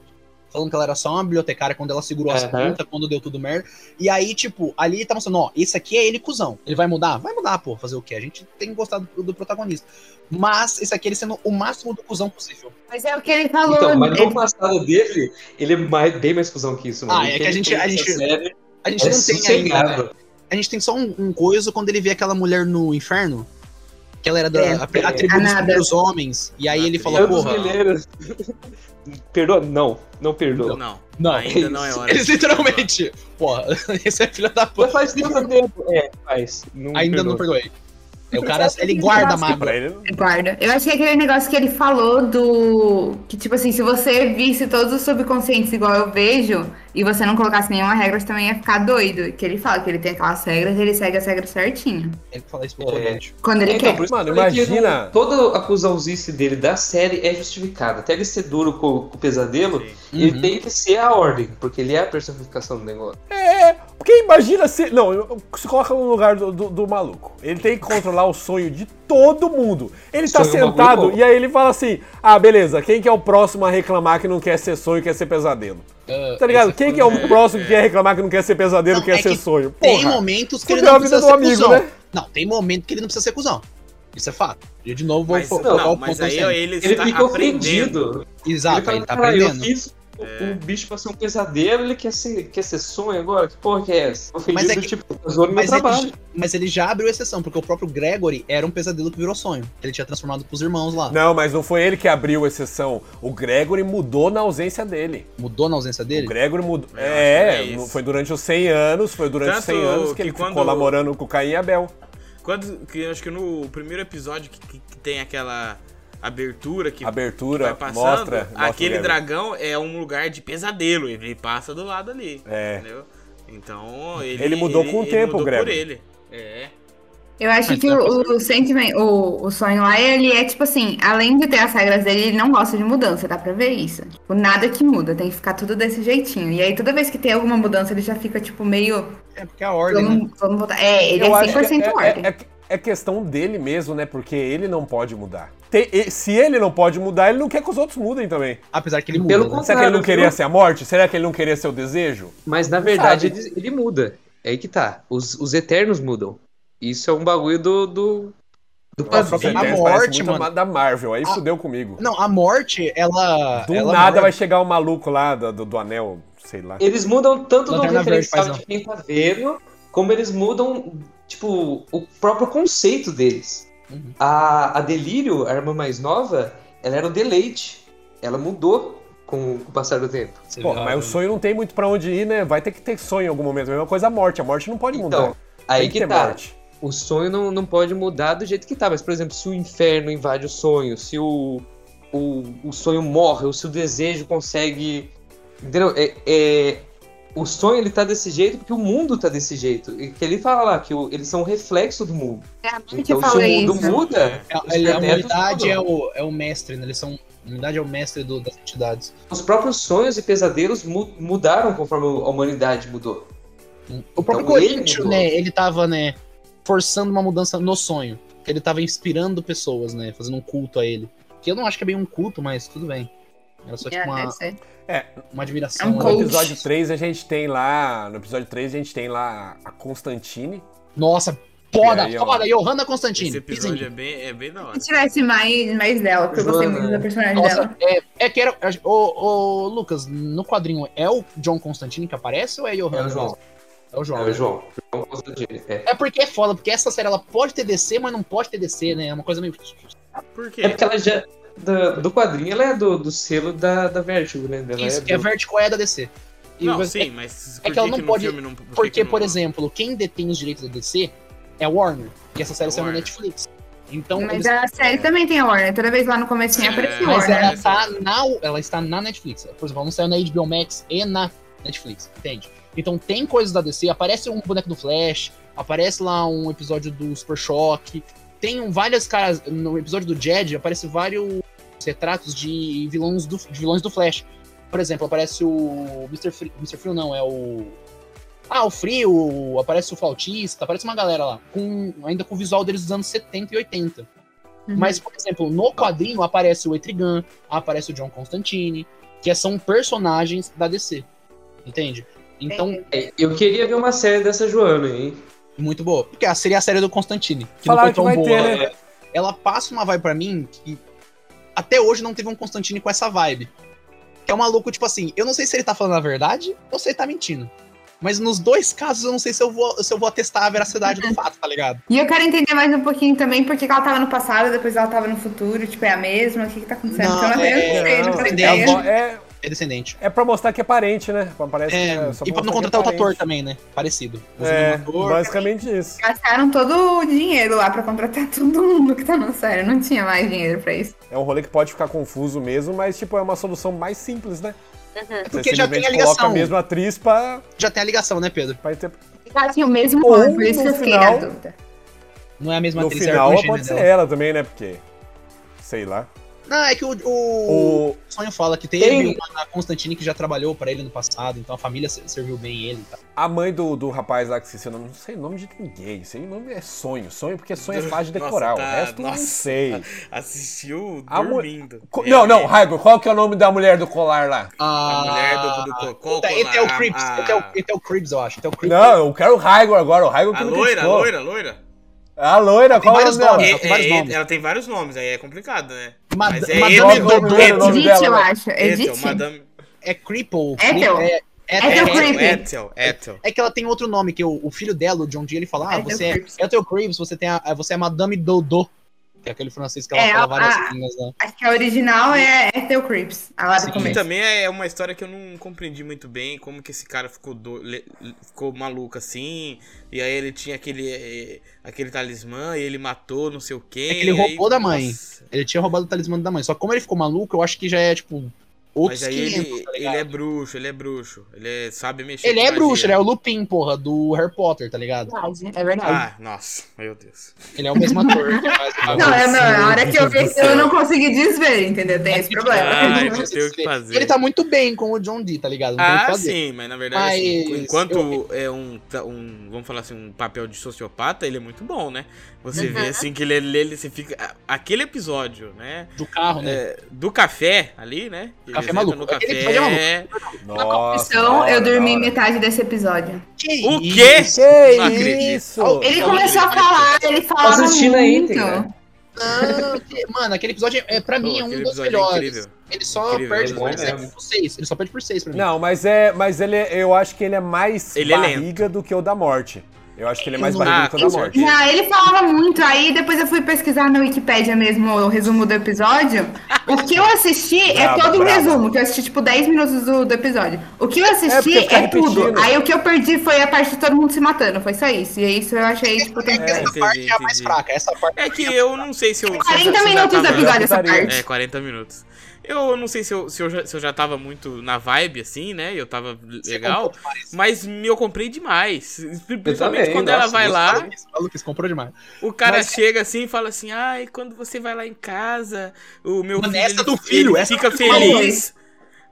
[SPEAKER 4] falando que ela era só uma bibliotecária quando ela segurou as
[SPEAKER 3] Aham.
[SPEAKER 4] pontas, quando deu tudo merda. E aí, tipo, ali ele tá mostrando, ó, esse aqui é ele cuzão. Ele vai mudar? Vai mudar, pô, fazer o quê? A gente tem que gostar do, do protagonista. Mas esse aqui ele sendo o máximo do cuzão possível.
[SPEAKER 6] Mas é o que ele falou.
[SPEAKER 3] Então, mas
[SPEAKER 6] ele-
[SPEAKER 3] no passado dele, ele é mais- bem mais cuzão que isso, mano.
[SPEAKER 4] é, Ah, é
[SPEAKER 3] Ele
[SPEAKER 4] que a
[SPEAKER 3] tem
[SPEAKER 4] gente- a
[SPEAKER 3] essa
[SPEAKER 4] gente-
[SPEAKER 3] série,
[SPEAKER 4] A gente
[SPEAKER 3] é
[SPEAKER 4] não tem ainda. né?
[SPEAKER 3] sossegado.
[SPEAKER 4] A gente tem só um, um coisa quando ele vê aquela mulher no inferno. Que ela era da
[SPEAKER 6] É,
[SPEAKER 4] a, a
[SPEAKER 3] é,
[SPEAKER 4] tribo
[SPEAKER 6] a
[SPEAKER 4] dos
[SPEAKER 6] nada.
[SPEAKER 4] primeiros homens. E aí
[SPEAKER 1] A
[SPEAKER 4] ele
[SPEAKER 1] tribo
[SPEAKER 4] falou,
[SPEAKER 3] Anos
[SPEAKER 4] porra.
[SPEAKER 3] Milheiros. perdoa? Não, não perdoa.
[SPEAKER 1] Não,
[SPEAKER 4] Não,
[SPEAKER 1] ainda não é hora.
[SPEAKER 4] Eles
[SPEAKER 1] de-
[SPEAKER 4] literalmente. Porra, esse é filho da puta.
[SPEAKER 3] Mas faz tanto tempo. É, faz. Não
[SPEAKER 5] Um
[SPEAKER 4] Ainda
[SPEAKER 3] perdoa.
[SPEAKER 4] não perdoei. É, o cara, ele guarda a mágoa.
[SPEAKER 5] tipo, Pra ele,
[SPEAKER 6] Guarda. Eu acho que é aquele negócio que ele falou do. Que, tipo assim, se você visse todos os subconscientes igual eu vejo, e você não colocasse nenhuma regra, você também ia ficar doido. Que ele fala que ele tem aquelas regras, ele segue as regras certinho.
[SPEAKER 4] Ele fala isso pro
[SPEAKER 3] É,
[SPEAKER 4] Rodante.
[SPEAKER 6] Quando ele
[SPEAKER 3] então,
[SPEAKER 6] quer.
[SPEAKER 3] por isso
[SPEAKER 5] Mano,
[SPEAKER 3] que eu falei que
[SPEAKER 5] imagina-
[SPEAKER 3] não- toda a cuzãozice dele da série é justificada. Até ele ser duro com, com o pesadelo, ele tem que ser a ordem, porque ele é a personificação do negócio.
[SPEAKER 5] Porque imagina se. Não, eu- se coloca no lugar do, do- do maluco. Ele tem que controlar o sonho de todo mundo. Ele tá
[SPEAKER 3] Sonho é um bagulho
[SPEAKER 5] sentado
[SPEAKER 3] louco.
[SPEAKER 5] e aí ele fala assim: ah, beleza, quem que é o próximo a reclamar que não quer ser sonho, quer ser pesadelo? Tá ligado? Quem que é o próximo que quer reclamar que não quer ser pesadelo,
[SPEAKER 4] Não,
[SPEAKER 5] quer
[SPEAKER 4] é
[SPEAKER 5] ser
[SPEAKER 4] que
[SPEAKER 5] sonho?
[SPEAKER 4] Tem
[SPEAKER 5] Porra.
[SPEAKER 4] momentos que ele
[SPEAKER 5] Fudeu
[SPEAKER 4] não
[SPEAKER 5] a vida
[SPEAKER 4] precisa
[SPEAKER 5] do
[SPEAKER 4] ser
[SPEAKER 5] amigo,
[SPEAKER 4] cuzão.
[SPEAKER 5] né?
[SPEAKER 4] Não, tem momento que ele não precisa ser cuzão. Isso é fato. E eu, de novo vou
[SPEAKER 1] Mas,
[SPEAKER 4] fo-
[SPEAKER 1] não,
[SPEAKER 4] focar o
[SPEAKER 1] mas
[SPEAKER 4] ponto
[SPEAKER 1] aí é
[SPEAKER 4] assim.
[SPEAKER 1] ele
[SPEAKER 3] Ele
[SPEAKER 1] está
[SPEAKER 3] fica
[SPEAKER 1] aprendendo.
[SPEAKER 3] ofendido.
[SPEAKER 4] Exato,
[SPEAKER 3] fala,
[SPEAKER 4] ele tá
[SPEAKER 3] "Caralho,
[SPEAKER 4] aprendendo. É.
[SPEAKER 3] Eu fiz o- o bicho pra ser um pesadelo, ele quer ser, quer ser sonho agora? Que porra que é essa? Ofendido,
[SPEAKER 4] Mas é que-
[SPEAKER 3] tipo, usou no meu
[SPEAKER 4] Mas ele,
[SPEAKER 3] trabalho.
[SPEAKER 4] mas ele já abriu exceção, porque o próprio Gregory era um pesadelo que virou sonho. Ele tinha transformado pros irmãos lá.
[SPEAKER 5] Não, mas não foi ele que abriu a exceção. O Gregory mudou na ausência dele.
[SPEAKER 4] Mudou na ausência
[SPEAKER 5] O
[SPEAKER 4] dele?
[SPEAKER 5] Gregory mudou.
[SPEAKER 1] Eu acho que é
[SPEAKER 5] É,
[SPEAKER 1] isso.
[SPEAKER 5] no- foi durante os 100 anos, foi durante
[SPEAKER 1] Tanto
[SPEAKER 5] os 100 anos que,
[SPEAKER 1] que
[SPEAKER 5] ele ficou
[SPEAKER 1] quando-
[SPEAKER 5] namorando com Caim e Abel.
[SPEAKER 1] Quando, que eu acho que no primeiro episódio que, que- que tem aquela abertura que
[SPEAKER 5] Abertura,
[SPEAKER 1] vai passando,
[SPEAKER 5] mostra, mostra.
[SPEAKER 1] aquele
[SPEAKER 5] o Gregory.
[SPEAKER 1] dragão é um lugar de pesadelo. Ele passa do lado ali.
[SPEAKER 5] É.
[SPEAKER 1] Entendeu? Então ele.
[SPEAKER 5] Ele mudou com o tempo,
[SPEAKER 1] mudou
[SPEAKER 5] Grego.
[SPEAKER 1] por ele. É.
[SPEAKER 6] Eu acho
[SPEAKER 4] Mas
[SPEAKER 6] que
[SPEAKER 4] dá pra
[SPEAKER 6] o, o sentimento, o, o sonho lá, ele é tipo assim, além de ter as regras dele, ele não gosta de mudança, dá pra ver isso. Tipo, nada que muda, tem que ficar tudo desse jeitinho. E aí toda vez que tem alguma mudança, ele já fica tipo meio.
[SPEAKER 4] É, porque a ordem, né?
[SPEAKER 6] Vamos, vamos voltar. É, ele é 100%
[SPEAKER 5] que é,
[SPEAKER 6] ordem.
[SPEAKER 5] é, é questão dele mesmo, né? Porque ele não pode mudar. Tem- e- se ele não pode mudar, ele não quer que os outros mudem também.
[SPEAKER 4] Apesar que ele muda.
[SPEAKER 3] Pelo
[SPEAKER 4] né?
[SPEAKER 3] contrário.
[SPEAKER 5] Será que ele não
[SPEAKER 3] Claro,
[SPEAKER 5] queria
[SPEAKER 3] viu?
[SPEAKER 5] ser a morte? Será que ele não queria ser o desejo?
[SPEAKER 3] Mas na verdade
[SPEAKER 5] Sabe?
[SPEAKER 3] ele, ele muda. É aí que tá. Os, os eternos mudam. Isso é um bagulho do. do, do
[SPEAKER 5] Nossa,
[SPEAKER 3] padrão.
[SPEAKER 5] os Eternos
[SPEAKER 4] morte,
[SPEAKER 5] parece muito
[SPEAKER 4] mano.
[SPEAKER 5] da Marvel, aí
[SPEAKER 4] Ah,
[SPEAKER 5] fudeu comigo.
[SPEAKER 4] Não, a morte, ela.
[SPEAKER 5] Do
[SPEAKER 4] ela
[SPEAKER 5] nada
[SPEAKER 4] mora-
[SPEAKER 5] vai chegar o maluco lá do, do, do anel, sei lá.
[SPEAKER 3] Eles mudam tanto do
[SPEAKER 4] Lanterna Verde
[SPEAKER 3] referencial
[SPEAKER 4] faz
[SPEAKER 3] de quem tá vendo, como eles mudam, tipo, o próprio conceito deles.
[SPEAKER 4] Uhum.
[SPEAKER 3] A, a Delírio, a irmã mais nova, ela era o deleite. Ela mudou com o passar do tempo.
[SPEAKER 4] Você
[SPEAKER 5] Pô,
[SPEAKER 4] vê,
[SPEAKER 5] mas
[SPEAKER 4] ó,
[SPEAKER 5] o sonho não tem muito pra onde ir, né? Vai ter que ter sonho em algum momento. A mesma coisa a morte. A morte não pode mudar.
[SPEAKER 3] Então, aí
[SPEAKER 5] tem
[SPEAKER 3] que,
[SPEAKER 5] ter
[SPEAKER 3] tá.
[SPEAKER 5] morte.
[SPEAKER 3] O sonho não, não pode mudar do jeito que tá, mas, por exemplo, se o inferno invade o sonho, se o, o, o sonho morre, ou se o desejo consegue. Entendeu? É, é- o sonho ele tá desse jeito porque o mundo tá desse jeito. E que ele fala lá que o- eles são um reflexo do mundo.
[SPEAKER 6] É a mãe
[SPEAKER 3] Então,
[SPEAKER 6] que
[SPEAKER 3] se o
[SPEAKER 6] fala
[SPEAKER 3] mundo
[SPEAKER 6] isso.
[SPEAKER 3] muda,
[SPEAKER 4] é- ele- a
[SPEAKER 3] Os
[SPEAKER 4] humanidade
[SPEAKER 3] eternos
[SPEAKER 4] é o, é o mestre, né? Eles são. A humanidade é o mestre do- das entidades.
[SPEAKER 3] os próprios sonhos e pesadelos mu- mudaram conforme a humanidade mudou.
[SPEAKER 4] O próprio
[SPEAKER 3] Então, ele
[SPEAKER 4] Corinthians,
[SPEAKER 3] mudou.
[SPEAKER 4] né? Ele tava, né? Forçando uma mudança no sonho. Ele tava inspirando pessoas, né? Fazendo um culto a ele. Que eu não acho que é bem um culto, mas tudo bem. Era só
[SPEAKER 6] É,
[SPEAKER 4] tipo uma,
[SPEAKER 6] deve ser.
[SPEAKER 4] uma
[SPEAKER 6] É
[SPEAKER 4] admiração.
[SPEAKER 6] um
[SPEAKER 4] né?
[SPEAKER 5] No
[SPEAKER 6] coach.
[SPEAKER 5] episódio 3 a gente tem lá. No episódio 3 a gente tem lá a Constantine.
[SPEAKER 4] Nossa, foda,
[SPEAKER 5] E aí, ó,
[SPEAKER 4] foda. Johanna
[SPEAKER 1] Esse
[SPEAKER 4] Constantine.
[SPEAKER 1] episódio
[SPEAKER 4] Pizinho.
[SPEAKER 1] é bem, é bem da hora.
[SPEAKER 6] Se tivesse mais, mais dela, porque eu gostei
[SPEAKER 3] Joana.
[SPEAKER 6] muito da personagem dela.
[SPEAKER 4] Nossa, é, é que era. Ô, ô, Lucas, no quadrinho é o John Constantine que aparece ou é Johanna?
[SPEAKER 3] É o João.
[SPEAKER 4] É o João.
[SPEAKER 3] É
[SPEAKER 4] né?
[SPEAKER 3] o João. João Constantino. É.
[SPEAKER 4] É porque é foda, porque essa série ela pode ter DC, mas não pode ter DC, né? É uma coisa meio.
[SPEAKER 1] Por quê?
[SPEAKER 3] É porque ela já. Do, do quadrinho, ela é do, do selo da, da Vertigo, né? Ela
[SPEAKER 4] Isso,
[SPEAKER 3] do-
[SPEAKER 4] é vertical é da DC. E
[SPEAKER 1] não,
[SPEAKER 4] você-
[SPEAKER 1] sim, mas.
[SPEAKER 4] é que ela não
[SPEAKER 1] no
[SPEAKER 4] pode-
[SPEAKER 1] filme não- por que que
[SPEAKER 4] Porque,
[SPEAKER 1] não-
[SPEAKER 4] por exemplo, quem detém os direitos da DC é a Warner. E essa série saiu na
[SPEAKER 1] Warner.
[SPEAKER 4] Netflix. Então,
[SPEAKER 6] Mas
[SPEAKER 4] eles-
[SPEAKER 6] a série também tem a Warner. Toda vez lá no comecinho
[SPEAKER 1] É,
[SPEAKER 6] apareceu
[SPEAKER 4] mas
[SPEAKER 6] Warner.
[SPEAKER 1] é-
[SPEAKER 4] ela, tá na, ela está na Netflix. Por exemplo, ela não saiu na HBO Max e na Netflix, entende? Então tem coisas da DC, aparece um boneco do Flash, aparece lá um episódio do Super Choque, tem um, várias caras. No episódio do Jed, aparece vários retratos de vilões do, de vilões do Flash. Por exemplo, aparece o Mr. Frio, Mr. Frio não, é o. Ah, o Frio, aparece o Flautista, aparece uma galera lá, com, ainda com o visual deles dos anos 70 e 80.
[SPEAKER 6] Uhum.
[SPEAKER 4] Mas, por exemplo, no quadrinho aparece o Etrigan, aparece o John Constantine, que são personagens da DC. Entende? Então,
[SPEAKER 3] É, Eu queria ver uma série dessa Joana, hein?
[SPEAKER 4] muito boa. Porque a- seria a série do Constantine, que
[SPEAKER 5] Falaram que
[SPEAKER 4] não foi
[SPEAKER 5] vai
[SPEAKER 4] tão boa. É.
[SPEAKER 5] ter, né?
[SPEAKER 4] Ela passa uma vibe pra mim que até hoje não teve um Constantine com essa vibe. Que é um maluco, tipo assim, eu não sei se ele tá falando a verdade ou se ele tá mentindo. Mas nos dois casos eu não sei se eu vou, se eu vou atestar a veracidade do fato, tá ligado?
[SPEAKER 6] E eu quero entender mais um pouquinho também porque que ela tava no passado, depois ela tava no futuro, tipo, é a mesma, o que que tá acontecendo?
[SPEAKER 4] Não,
[SPEAKER 6] Porque eu não
[SPEAKER 4] é-
[SPEAKER 6] sei, eu não
[SPEAKER 5] Não,
[SPEAKER 6] sei, não
[SPEAKER 4] é
[SPEAKER 6] sei
[SPEAKER 5] é a
[SPEAKER 4] ideia.
[SPEAKER 5] vo- é-
[SPEAKER 4] é descendente.
[SPEAKER 5] É pra mostrar que é parente, né? Parece
[SPEAKER 4] É,
[SPEAKER 5] que é- só
[SPEAKER 4] e pra não
[SPEAKER 5] mostrar que é
[SPEAKER 4] contratar outro ator
[SPEAKER 5] parente.
[SPEAKER 4] também, né? Parecido. Os
[SPEAKER 5] É,
[SPEAKER 4] mesmos ator,
[SPEAKER 5] basicamente isso.
[SPEAKER 6] Gastaram todo o dinheiro lá pra contratar todo mundo que tá na série. Não tinha mais dinheiro pra isso.
[SPEAKER 5] É um rolê que pode ficar confuso mesmo, mas tipo, é uma solução mais simples, né?
[SPEAKER 4] é
[SPEAKER 5] Você
[SPEAKER 4] porque já tem
[SPEAKER 5] simplesmente coloca
[SPEAKER 4] a
[SPEAKER 5] a
[SPEAKER 4] ligação.
[SPEAKER 5] mesma atriz pra,
[SPEAKER 4] Já tem a ligação, né, Pedro?
[SPEAKER 5] pra ter...
[SPEAKER 6] Os caras tinham o mesmo
[SPEAKER 5] Ou,
[SPEAKER 6] nome, né? por isso que
[SPEAKER 5] no
[SPEAKER 6] eu fiquei
[SPEAKER 5] final-
[SPEAKER 6] na dúvida.
[SPEAKER 4] Não é a mesma
[SPEAKER 5] No
[SPEAKER 4] atriz, é a
[SPEAKER 5] final
[SPEAKER 4] irmã
[SPEAKER 5] pode
[SPEAKER 4] gêmea
[SPEAKER 5] ser
[SPEAKER 4] dela.
[SPEAKER 5] ela também, né? Porque. Sei lá.
[SPEAKER 4] Não, é que o, o...
[SPEAKER 5] O...
[SPEAKER 4] Sonho fala que teve
[SPEAKER 3] Tem-
[SPEAKER 4] uma a Constantine que já trabalhou pra ele no passado, então a família se- serviu bem ele. Tá?
[SPEAKER 5] A mãe do, do rapaz lá que esqueci o nome, não sei o nome de ninguém. Sei o nome é sonho. Sonho porque sonho é fácil de
[SPEAKER 1] Nossa,
[SPEAKER 5] decorar.
[SPEAKER 1] tá-
[SPEAKER 5] o resto eu não
[SPEAKER 1] nossa.
[SPEAKER 5] sei.
[SPEAKER 4] tá.
[SPEAKER 1] Assistiu
[SPEAKER 5] A mu-
[SPEAKER 1] dormindo.
[SPEAKER 5] Co- Não, não, Raigo, qual que é o nome da mulher do colar lá?
[SPEAKER 1] A mulher
[SPEAKER 4] Ah,
[SPEAKER 1] do, do Cocô.
[SPEAKER 4] Puta, esse é o Crips,
[SPEAKER 1] A,
[SPEAKER 4] esse é o- esse é o Crips, eu acho. esse é o Crips.
[SPEAKER 5] Não, eu quero o Raigo agora, o Raigo que
[SPEAKER 1] a
[SPEAKER 5] me
[SPEAKER 1] loira, a
[SPEAKER 5] criticou.
[SPEAKER 1] loira, a loira.
[SPEAKER 5] A loira, qual é o
[SPEAKER 4] vários
[SPEAKER 5] nome dela?
[SPEAKER 4] nomes.
[SPEAKER 1] É,
[SPEAKER 4] Ela tem vários
[SPEAKER 1] é,
[SPEAKER 4] nomes.
[SPEAKER 1] ela tem vários nomes, aí é complicado, né?
[SPEAKER 4] Mad-
[SPEAKER 1] Mas é
[SPEAKER 4] Madame
[SPEAKER 5] Madame
[SPEAKER 4] Dodô,
[SPEAKER 5] Dodô, o nome
[SPEAKER 6] Edith,
[SPEAKER 5] dela,
[SPEAKER 6] eu
[SPEAKER 5] né?
[SPEAKER 6] acho.
[SPEAKER 1] Ethel,
[SPEAKER 6] Edith?
[SPEAKER 1] Madame.
[SPEAKER 4] é Cripple.
[SPEAKER 6] Ethel.
[SPEAKER 4] É, é,
[SPEAKER 6] Ethel
[SPEAKER 4] é-
[SPEAKER 6] Creep. Creepy.
[SPEAKER 1] Ethel, Ethel.
[SPEAKER 4] é que ela tem outro nome, que o, o filho dela, o John Dee, ele fala, ah,
[SPEAKER 6] Ethel
[SPEAKER 4] você
[SPEAKER 6] Creeps.
[SPEAKER 4] é, é o teu Crips, você, tem a, você é Madame Dodô. Que é aquele francês que ela
[SPEAKER 6] É,
[SPEAKER 4] fala
[SPEAKER 6] a-
[SPEAKER 4] várias
[SPEAKER 6] a-
[SPEAKER 4] línguas, né?
[SPEAKER 6] Acho que a original é Ethel Creeps, a lá do
[SPEAKER 4] Sim.
[SPEAKER 1] E
[SPEAKER 6] começo.
[SPEAKER 1] também é uma história que eu não compreendi muito bem, como que esse cara ficou, do- le- ficou maluco assim, e aí ele tinha aquele, eh, aquele talismã e ele matou não sei o quê.
[SPEAKER 4] É que ele roubou da mãe.
[SPEAKER 1] Nossa.
[SPEAKER 4] Ele tinha roubado o talismã da mãe. Só que como ele ficou maluco, eu acho que já é, tipo, outros
[SPEAKER 1] Mas aí
[SPEAKER 4] 500,
[SPEAKER 1] ele,
[SPEAKER 4] tá
[SPEAKER 1] ele
[SPEAKER 4] ligado?
[SPEAKER 1] é bruxo, ele é bruxo. Ele é- sabe mexer com
[SPEAKER 4] Ele é
[SPEAKER 1] magia.
[SPEAKER 4] bruxo, ele é o Lupin, porra, do Harry Potter, tá ligado?
[SPEAKER 6] É verdade.
[SPEAKER 1] Ah, nossa, meu Deus.
[SPEAKER 4] Ele é o mesmo ator. que faz o
[SPEAKER 6] não,
[SPEAKER 4] bagulho.
[SPEAKER 6] é, não, a hora que eu vi
[SPEAKER 5] Deus do
[SPEAKER 6] aquilo,
[SPEAKER 5] céu.
[SPEAKER 6] eu não consegui desver, entendeu? Tem esse problema.
[SPEAKER 1] Ai, não tem o que fazer.
[SPEAKER 4] Ele tá muito bem com o John Dee, tá ligado? Não tem o que
[SPEAKER 1] Ah,
[SPEAKER 4] fazer.
[SPEAKER 1] sim, mas na verdade, assim,
[SPEAKER 4] Mas
[SPEAKER 1] enquanto
[SPEAKER 4] eu-
[SPEAKER 1] é um, tá- um- vamos falar assim, um papel de sociopata, ele é muito bom, né? Você
[SPEAKER 6] Uhum.
[SPEAKER 1] vê assim que ele, ele, ele- você fica. a- Aquele episódio, né?
[SPEAKER 4] Do carro, né?
[SPEAKER 1] é, do café ali, né? Que
[SPEAKER 4] Café
[SPEAKER 1] eles
[SPEAKER 4] maluco.
[SPEAKER 1] entram No
[SPEAKER 4] Aquele
[SPEAKER 1] café,
[SPEAKER 4] episódio é
[SPEAKER 5] Nossa,
[SPEAKER 6] Então,
[SPEAKER 5] da
[SPEAKER 6] eu
[SPEAKER 5] hora, da
[SPEAKER 6] dormi
[SPEAKER 5] hora.
[SPEAKER 6] metade desse episódio.
[SPEAKER 4] Que
[SPEAKER 1] O
[SPEAKER 4] isso?
[SPEAKER 1] quê?
[SPEAKER 5] Que
[SPEAKER 1] Não acredito.
[SPEAKER 5] isso?
[SPEAKER 6] Ele
[SPEAKER 4] Não,
[SPEAKER 6] começou a
[SPEAKER 4] ele-
[SPEAKER 6] falar, ele falava
[SPEAKER 3] assistindo
[SPEAKER 6] muito.
[SPEAKER 3] a íntegra.
[SPEAKER 4] Não, que- mano, aquele episódio, é, pra mim, é um
[SPEAKER 1] aquele
[SPEAKER 4] dos
[SPEAKER 1] episódio é
[SPEAKER 4] melhores.
[SPEAKER 1] incrível.
[SPEAKER 4] ele só
[SPEAKER 1] Incrível,
[SPEAKER 4] perde
[SPEAKER 3] é
[SPEAKER 4] por
[SPEAKER 3] bom
[SPEAKER 4] 6.
[SPEAKER 1] né?
[SPEAKER 3] mesmo.
[SPEAKER 4] Ele só perde por 6 pra mim.
[SPEAKER 5] Não, mas é. Mas ele é- eu acho que ele é mais
[SPEAKER 1] Ele é
[SPEAKER 5] barriga do que o da morte. Eu acho que ele é mais
[SPEAKER 4] Ah,
[SPEAKER 5] barriga do que o
[SPEAKER 1] com
[SPEAKER 5] da morte.
[SPEAKER 1] certeza.
[SPEAKER 6] Não, ele falava muito. Aí depois eu fui pesquisar na Wikipédia mesmo o resumo do episódio. O que eu assisti
[SPEAKER 5] Brabo,
[SPEAKER 6] é todo o
[SPEAKER 5] brabo.
[SPEAKER 6] resumo, que eu assisti tipo 10 minutos do, do episódio. O que eu assisti
[SPEAKER 5] porque fica
[SPEAKER 6] é, tudo.
[SPEAKER 5] repetindo.
[SPEAKER 6] Aí o que eu perdi foi a parte de todo mundo se matando. Foi só isso. E isso eu achei, tipo, tem
[SPEAKER 4] Essa
[SPEAKER 1] entendi,
[SPEAKER 4] parte é a mais
[SPEAKER 1] entendi.
[SPEAKER 4] fraca. Essa parte
[SPEAKER 1] É que eu não sei se eu. se eu já-
[SPEAKER 6] 40
[SPEAKER 1] se eu já
[SPEAKER 6] minutos do
[SPEAKER 1] tava-
[SPEAKER 6] episódio essa
[SPEAKER 5] putaria.
[SPEAKER 6] parte.
[SPEAKER 1] É, 40 minutos. Eu não sei se eu, se, eu já, se eu já tava muito na vibe, assim, né? Eu tava legal.
[SPEAKER 4] comprou demais.
[SPEAKER 1] Mas me, eu comprei demais. Principalmente
[SPEAKER 3] também,
[SPEAKER 1] quando
[SPEAKER 3] nossa,
[SPEAKER 1] ela vai lá,
[SPEAKER 4] Lucas, Lucas comprou demais.
[SPEAKER 1] o cara
[SPEAKER 5] Mas-
[SPEAKER 1] chega assim e fala assim: Ai, quando você vai lá em casa, o meu
[SPEAKER 4] Mano,
[SPEAKER 1] filho,
[SPEAKER 4] essa
[SPEAKER 1] ele-
[SPEAKER 4] do filho,
[SPEAKER 1] ele
[SPEAKER 4] essa
[SPEAKER 1] fica
[SPEAKER 4] do
[SPEAKER 1] feliz.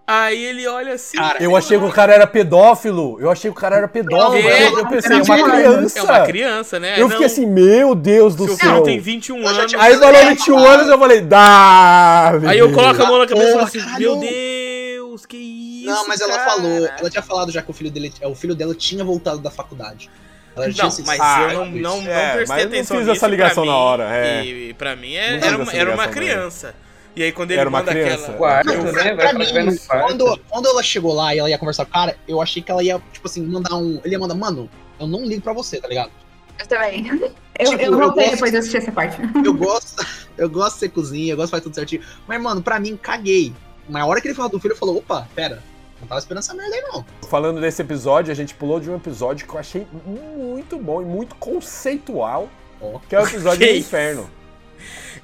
[SPEAKER 1] Aí ele olha assim.
[SPEAKER 4] Cara,
[SPEAKER 5] Eu achei que o é cara era pedófilo. Eu achei que o cara era pedófilo.
[SPEAKER 1] É,
[SPEAKER 5] eu pensei,
[SPEAKER 6] é
[SPEAKER 5] é uma
[SPEAKER 6] uma
[SPEAKER 5] criança.
[SPEAKER 1] É uma criança, né?
[SPEAKER 5] Eu fiquei assim, meu Deus do
[SPEAKER 1] Seu
[SPEAKER 5] céu.
[SPEAKER 1] filho tem 21
[SPEAKER 4] Eu já
[SPEAKER 1] anos.
[SPEAKER 4] tinha-
[SPEAKER 5] Aí falou 21 anos, eu falei, dá.
[SPEAKER 1] Aí eu coloco a mão na cabeça e falo
[SPEAKER 4] Porra,
[SPEAKER 1] assim:
[SPEAKER 4] caralho.
[SPEAKER 1] Meu Deus, que isso?
[SPEAKER 4] Não, mas ela
[SPEAKER 1] cara?"
[SPEAKER 4] falou, ela tinha falado já que o filho dele, é, o filho dela tinha voltado da faculdade. Ela já
[SPEAKER 1] Não,
[SPEAKER 4] tinha
[SPEAKER 1] mas
[SPEAKER 5] Ah,
[SPEAKER 1] eu não, não, não
[SPEAKER 5] é,
[SPEAKER 1] prestei
[SPEAKER 5] mas eu não
[SPEAKER 1] atenção
[SPEAKER 5] fiz
[SPEAKER 1] nisso,
[SPEAKER 5] essa ligação
[SPEAKER 1] pra
[SPEAKER 5] na
[SPEAKER 1] mim-
[SPEAKER 5] hora, é.
[SPEAKER 1] E pra mim
[SPEAKER 5] Não
[SPEAKER 1] é-
[SPEAKER 5] fiz
[SPEAKER 1] era, uma,
[SPEAKER 5] essa
[SPEAKER 1] era uma
[SPEAKER 5] ligação, né?
[SPEAKER 1] criança. E aí quando ele
[SPEAKER 5] Era uma
[SPEAKER 1] manda
[SPEAKER 5] criança.
[SPEAKER 1] aquela...
[SPEAKER 3] Quarto,
[SPEAKER 1] Não,
[SPEAKER 3] né?
[SPEAKER 4] Pra
[SPEAKER 3] Vai,
[SPEAKER 4] mim,
[SPEAKER 3] vai, vai no quarto.
[SPEAKER 4] quando, quando ela chegou lá e ela ia conversar com o cara, eu achei que ela ia, tipo assim, mandar um. Ele ia mandar, mano, eu não ligo pra você, tá ligado?
[SPEAKER 6] Eu também. Eu,
[SPEAKER 4] Tipo,
[SPEAKER 6] eu
[SPEAKER 4] eu
[SPEAKER 6] voltei
[SPEAKER 4] gosto-
[SPEAKER 6] depois de assistir essa parte.
[SPEAKER 4] Eu gosto, eu gosto de ser cozinha, eu gosto de fazer tudo certinho. Mas, mano, pra mim, caguei. Na hora que ele falou do filho, eu falou, opa, pera, não tava esperando essa merda aí, não.
[SPEAKER 5] Falando desse episódio, a gente pulou de um episódio que eu achei muito bom e muito conceitual,
[SPEAKER 4] Ó.
[SPEAKER 5] que é o episódio
[SPEAKER 1] Que
[SPEAKER 5] do
[SPEAKER 1] isso?
[SPEAKER 5] inferno.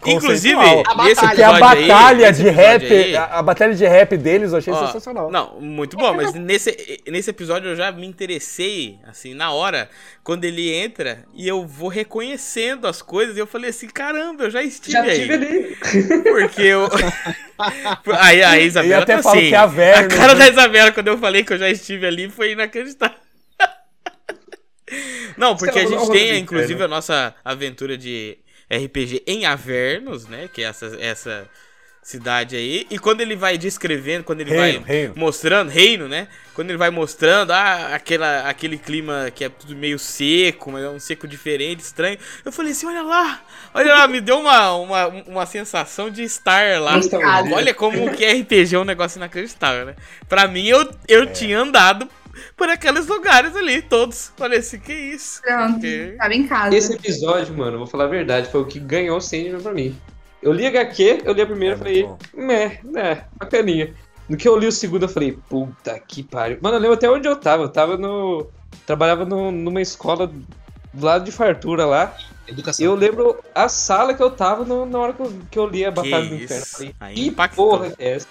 [SPEAKER 1] Inclusive,
[SPEAKER 5] Conceitual.
[SPEAKER 4] A
[SPEAKER 1] esse
[SPEAKER 4] batalha.
[SPEAKER 5] que é a
[SPEAKER 1] episódio aí-
[SPEAKER 5] batalha
[SPEAKER 1] esse
[SPEAKER 5] de rap,
[SPEAKER 1] episódio aí-
[SPEAKER 5] a, a batalha de rap deles, eu achei
[SPEAKER 1] Ó,
[SPEAKER 5] sensacional.
[SPEAKER 1] Não, muito bom, mas nesse, nesse episódio eu já me interessei, assim, na hora, quando ele entra, e eu vou reconhecendo as coisas, e eu falei assim, caramba, eu já estive
[SPEAKER 3] Já
[SPEAKER 1] aí.
[SPEAKER 3] tive ali.
[SPEAKER 1] Porque eu... aí a
[SPEAKER 5] E
[SPEAKER 1] Isabela
[SPEAKER 5] até
[SPEAKER 1] tá
[SPEAKER 5] falo
[SPEAKER 1] assim,
[SPEAKER 5] que é a
[SPEAKER 1] a
[SPEAKER 5] Verno.
[SPEAKER 1] cara da Isabela quando eu falei que eu já estive ali foi inacreditável. Não, porque a
[SPEAKER 3] Você é um
[SPEAKER 1] gente
[SPEAKER 3] horror do
[SPEAKER 1] tem,
[SPEAKER 3] inferno.
[SPEAKER 1] inclusive, a nossa aventura de RPG em Avernos, né? Que é essa, essa cidade aí. E quando ele vai descrevendo, quando ele
[SPEAKER 5] Reino,
[SPEAKER 1] vai
[SPEAKER 5] reino.
[SPEAKER 1] mostrando, reino, né? Quando ele vai mostrando, ah, aquela, aquele clima que é tudo meio seco, mas é um seco diferente, estranho. Eu falei assim, olha lá, olha lá, me deu uma, uma, uma sensação de estar lá.
[SPEAKER 3] Nossa,
[SPEAKER 6] Ah,
[SPEAKER 3] mano.
[SPEAKER 1] Olha como que RPG é um negócio inacreditável, né? Pra mim, eu,
[SPEAKER 3] É.
[SPEAKER 1] eu tinha andado por aqueles lugares ali, todos. Falei assim, que isso?
[SPEAKER 6] Pronto,
[SPEAKER 1] Porque-
[SPEAKER 6] tava em casa.
[SPEAKER 3] Esse é episódio, mano, vou falar a verdade, foi o que ganhou o Sandman pra mim. Eu li HQ, eu li a
[SPEAKER 5] É
[SPEAKER 3] primeira e falei,
[SPEAKER 5] muito
[SPEAKER 3] meh, né, bacaninha. No que eu li o segundo, eu falei, puta que pariu. Mano, eu lembro até onde eu tava. Eu tava no. Trabalhava no- numa escola do lado de fartura lá.
[SPEAKER 4] Educação.
[SPEAKER 3] Eu lembro a sala que eu tava no- na hora que eu, que eu li a Batalha do
[SPEAKER 1] isso.
[SPEAKER 3] Inferno. Eu falei,
[SPEAKER 1] Aí
[SPEAKER 3] que
[SPEAKER 1] impactou.
[SPEAKER 3] porra que é essa?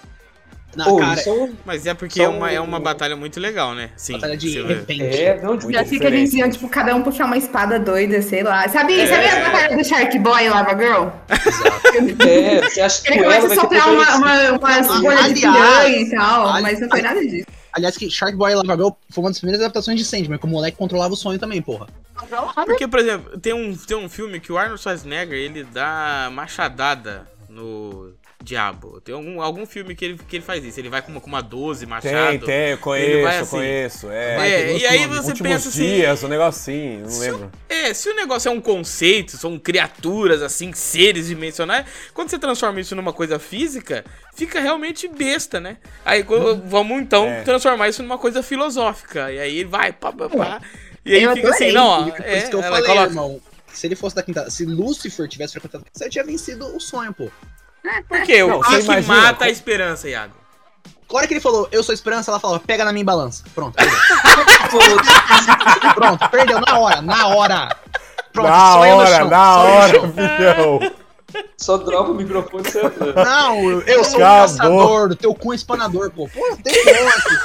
[SPEAKER 4] Na
[SPEAKER 3] Pô,
[SPEAKER 4] cara,
[SPEAKER 3] isso é um-
[SPEAKER 1] Mas é porque
[SPEAKER 3] Só
[SPEAKER 1] é uma, é
[SPEAKER 3] um-
[SPEAKER 1] uma batalha muito legal, né? Sim.
[SPEAKER 4] batalha de
[SPEAKER 1] você-
[SPEAKER 4] repente.
[SPEAKER 3] É, não, tipo,
[SPEAKER 6] Já
[SPEAKER 5] Muito
[SPEAKER 6] fica eles
[SPEAKER 5] diferente.
[SPEAKER 6] iam, tipo, cada um puxar uma espada doida, sei lá. Sabe,
[SPEAKER 1] É.
[SPEAKER 6] sabe a batalha do Shark Boy e Lava Girl?
[SPEAKER 3] é, você acha que
[SPEAKER 6] Ele
[SPEAKER 3] ela
[SPEAKER 6] começa
[SPEAKER 3] vai
[SPEAKER 6] a
[SPEAKER 3] ter
[SPEAKER 6] soprar uma, uma, umas
[SPEAKER 4] Ah,
[SPEAKER 6] bolhas de
[SPEAKER 4] aliás,
[SPEAKER 6] piranha e tal,
[SPEAKER 4] ali-
[SPEAKER 6] mas não foi nada disso.
[SPEAKER 4] Aliás, que Shark Boy e Lava Girl foi uma das primeiras adaptações de Sandman, que o moleque controlava o sonho também, porra. É.
[SPEAKER 1] Porque, por exemplo, tem um, tem um filme que o Arnold Schwarzenegger, ele dá machadada no diabo. Tem algum, algum filme que ele, que ele faz isso. Ele vai com uma, com uma 12 machado.
[SPEAKER 5] Tem, tem, eu
[SPEAKER 1] Ele
[SPEAKER 5] conheço,
[SPEAKER 1] vai
[SPEAKER 5] eu
[SPEAKER 1] assim.
[SPEAKER 5] conheço.
[SPEAKER 1] Vai,
[SPEAKER 5] É,
[SPEAKER 1] É, e aí
[SPEAKER 5] Últimos
[SPEAKER 1] você pensa assim-
[SPEAKER 5] dias, um negocinho, não
[SPEAKER 1] Se-
[SPEAKER 5] lembro.
[SPEAKER 1] É, se o negócio é um conceito, são criaturas, assim, seres dimensionais, quando você transforma isso numa coisa física, fica realmente besta, né? Aí quando- vamos então
[SPEAKER 5] É.
[SPEAKER 1] transformar isso numa coisa filosófica. E aí ele vai, pá, pá, pá. E aí
[SPEAKER 6] Eu
[SPEAKER 1] fica assim,
[SPEAKER 6] adorei.
[SPEAKER 1] não, ó.
[SPEAKER 4] Por
[SPEAKER 1] É,
[SPEAKER 4] isso que eu
[SPEAKER 1] ela
[SPEAKER 4] falei,
[SPEAKER 1] coloca-
[SPEAKER 4] irmão. Se ele fosse da quinta. Se Lucifer tivesse frequentado a quinta, série, tinha vencido o sonho, pô.
[SPEAKER 1] Por quê?
[SPEAKER 5] Não,
[SPEAKER 1] O que,
[SPEAKER 5] você
[SPEAKER 1] que
[SPEAKER 5] imagina,
[SPEAKER 1] mata a
[SPEAKER 5] como-
[SPEAKER 1] esperança, Iago?
[SPEAKER 4] A hora que ele falou, eu sou esperança, ela falou, pega na minha balança. Pronto. perdeu. Pronto, perdeu na hora, na hora. Pronto,
[SPEAKER 5] na
[SPEAKER 4] sonho no
[SPEAKER 5] hora,
[SPEAKER 4] chão,
[SPEAKER 5] na
[SPEAKER 4] sonho no
[SPEAKER 5] hora, um
[SPEAKER 4] chão.
[SPEAKER 5] filhão.
[SPEAKER 3] Só dropa o microfone e você né?
[SPEAKER 4] Não, eu sou um
[SPEAKER 5] Acabou.
[SPEAKER 4] caçador, do teu cu é espanador, pô. Pô, tem um monte.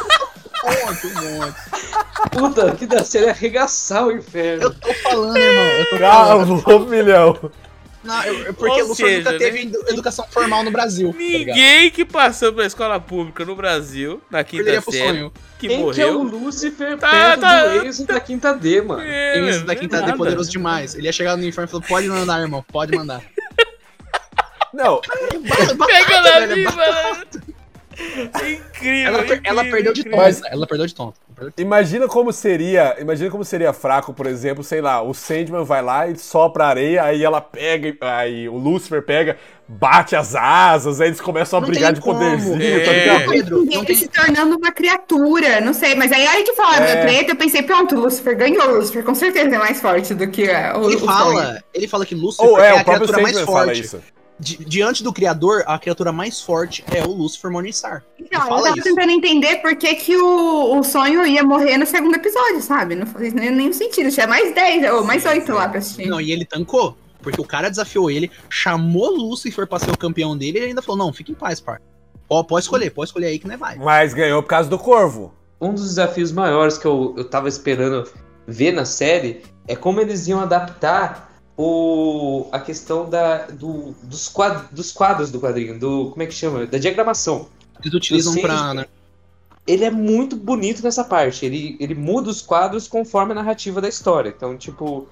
[SPEAKER 4] Um monte, um monte.
[SPEAKER 3] Puta, que da série é arregaçar o inferno.
[SPEAKER 4] Eu tô falando, irmão. Eu tô falando.
[SPEAKER 5] Calma, um filhão.
[SPEAKER 4] Não, eu- eu- porque
[SPEAKER 1] Ou
[SPEAKER 4] Lucifer
[SPEAKER 1] seja, né?
[SPEAKER 4] nunca teve edu- educação formal no Brasil. tá ligado?
[SPEAKER 1] Ninguém que passou pela escola pública no Brasil, na quinta
[SPEAKER 4] Perderia é pro
[SPEAKER 1] série,
[SPEAKER 4] sonho.
[SPEAKER 1] que
[SPEAKER 3] Quem que é o
[SPEAKER 1] morreu.
[SPEAKER 3] Lúcifer
[SPEAKER 1] Tá,
[SPEAKER 3] perto
[SPEAKER 1] tá,
[SPEAKER 3] do Enzo da quinta D, mano?
[SPEAKER 1] É,
[SPEAKER 4] Tem isso
[SPEAKER 1] não
[SPEAKER 4] da
[SPEAKER 1] é
[SPEAKER 4] quinta D
[SPEAKER 1] nada.
[SPEAKER 4] poderoso demais. Ele ia chegar no inferno e falou: pode mandar, irmão, pode mandar.
[SPEAKER 5] Não,
[SPEAKER 1] Pega
[SPEAKER 4] Barato,
[SPEAKER 1] na
[SPEAKER 4] velho,
[SPEAKER 1] minha,
[SPEAKER 4] barato.
[SPEAKER 1] mano. Incrível,
[SPEAKER 4] Ela, per- ela
[SPEAKER 1] incrível,
[SPEAKER 4] perdeu de tom.
[SPEAKER 1] incrível.
[SPEAKER 5] Mas-
[SPEAKER 4] Ela perdeu de tom.
[SPEAKER 5] Imagina como seria, imagina como seria fraco, por exemplo, sei lá, o Sandman vai lá e sopra a areia, aí ela pega, e- aí o Lucifer pega, bate as asas, aí eles começam a
[SPEAKER 4] Não
[SPEAKER 5] brigar
[SPEAKER 4] tem
[SPEAKER 5] de poderzinho,
[SPEAKER 1] como.
[SPEAKER 5] tá
[SPEAKER 1] É.
[SPEAKER 5] ligado?
[SPEAKER 4] Pedro, não
[SPEAKER 6] Ninguém
[SPEAKER 4] tem.
[SPEAKER 6] se tornando uma criatura, não sei. Mas aí a hora que falava
[SPEAKER 5] É.
[SPEAKER 6] preta, eu pensei, pronto, o Lucifer ganhou. O Lucifer com certeza é mais forte do que é, o,
[SPEAKER 4] Ele
[SPEAKER 6] o sonho.
[SPEAKER 4] fala, ele fala que Lúcifer
[SPEAKER 5] Ou
[SPEAKER 4] é,
[SPEAKER 5] é,
[SPEAKER 4] a
[SPEAKER 5] o próprio
[SPEAKER 4] criatura mais
[SPEAKER 5] Sandman fala
[SPEAKER 4] forte.
[SPEAKER 5] isso.
[SPEAKER 4] Di- diante do Criador, a criatura mais forte é o Lúcifer Morningstar.
[SPEAKER 6] Então,
[SPEAKER 4] Ele fala
[SPEAKER 6] eu tava
[SPEAKER 4] isso.
[SPEAKER 6] tentando entender por que, que o, o sonho ia morrer no segundo episódio, sabe? Não fazia nem- nenhum sentido. Tinha mais 10 ou mais 8 lá pra assistir.
[SPEAKER 4] Não, e ele tancou. Porque o cara desafiou ele, chamou Lúcifer pra ser o campeão dele e ele ainda falou: não, fica em paz, par. Ó, pode escolher, pode escolher aí que não é vai.
[SPEAKER 5] Mas ganhou por causa do corvo.
[SPEAKER 3] Um dos desafios maiores que eu, eu tava esperando ver na série é como eles iam adaptar o, a questão da, do, dos, quad, dos quadros do quadrinho, do. como é que chama? Da diagramação.
[SPEAKER 4] Eles utilizam
[SPEAKER 3] Eu sei
[SPEAKER 4] pra.
[SPEAKER 3] que-
[SPEAKER 4] né?
[SPEAKER 3] Ele é muito bonito nessa parte. Ele, ele muda os quadros conforme a narrativa da história. Então, tipo,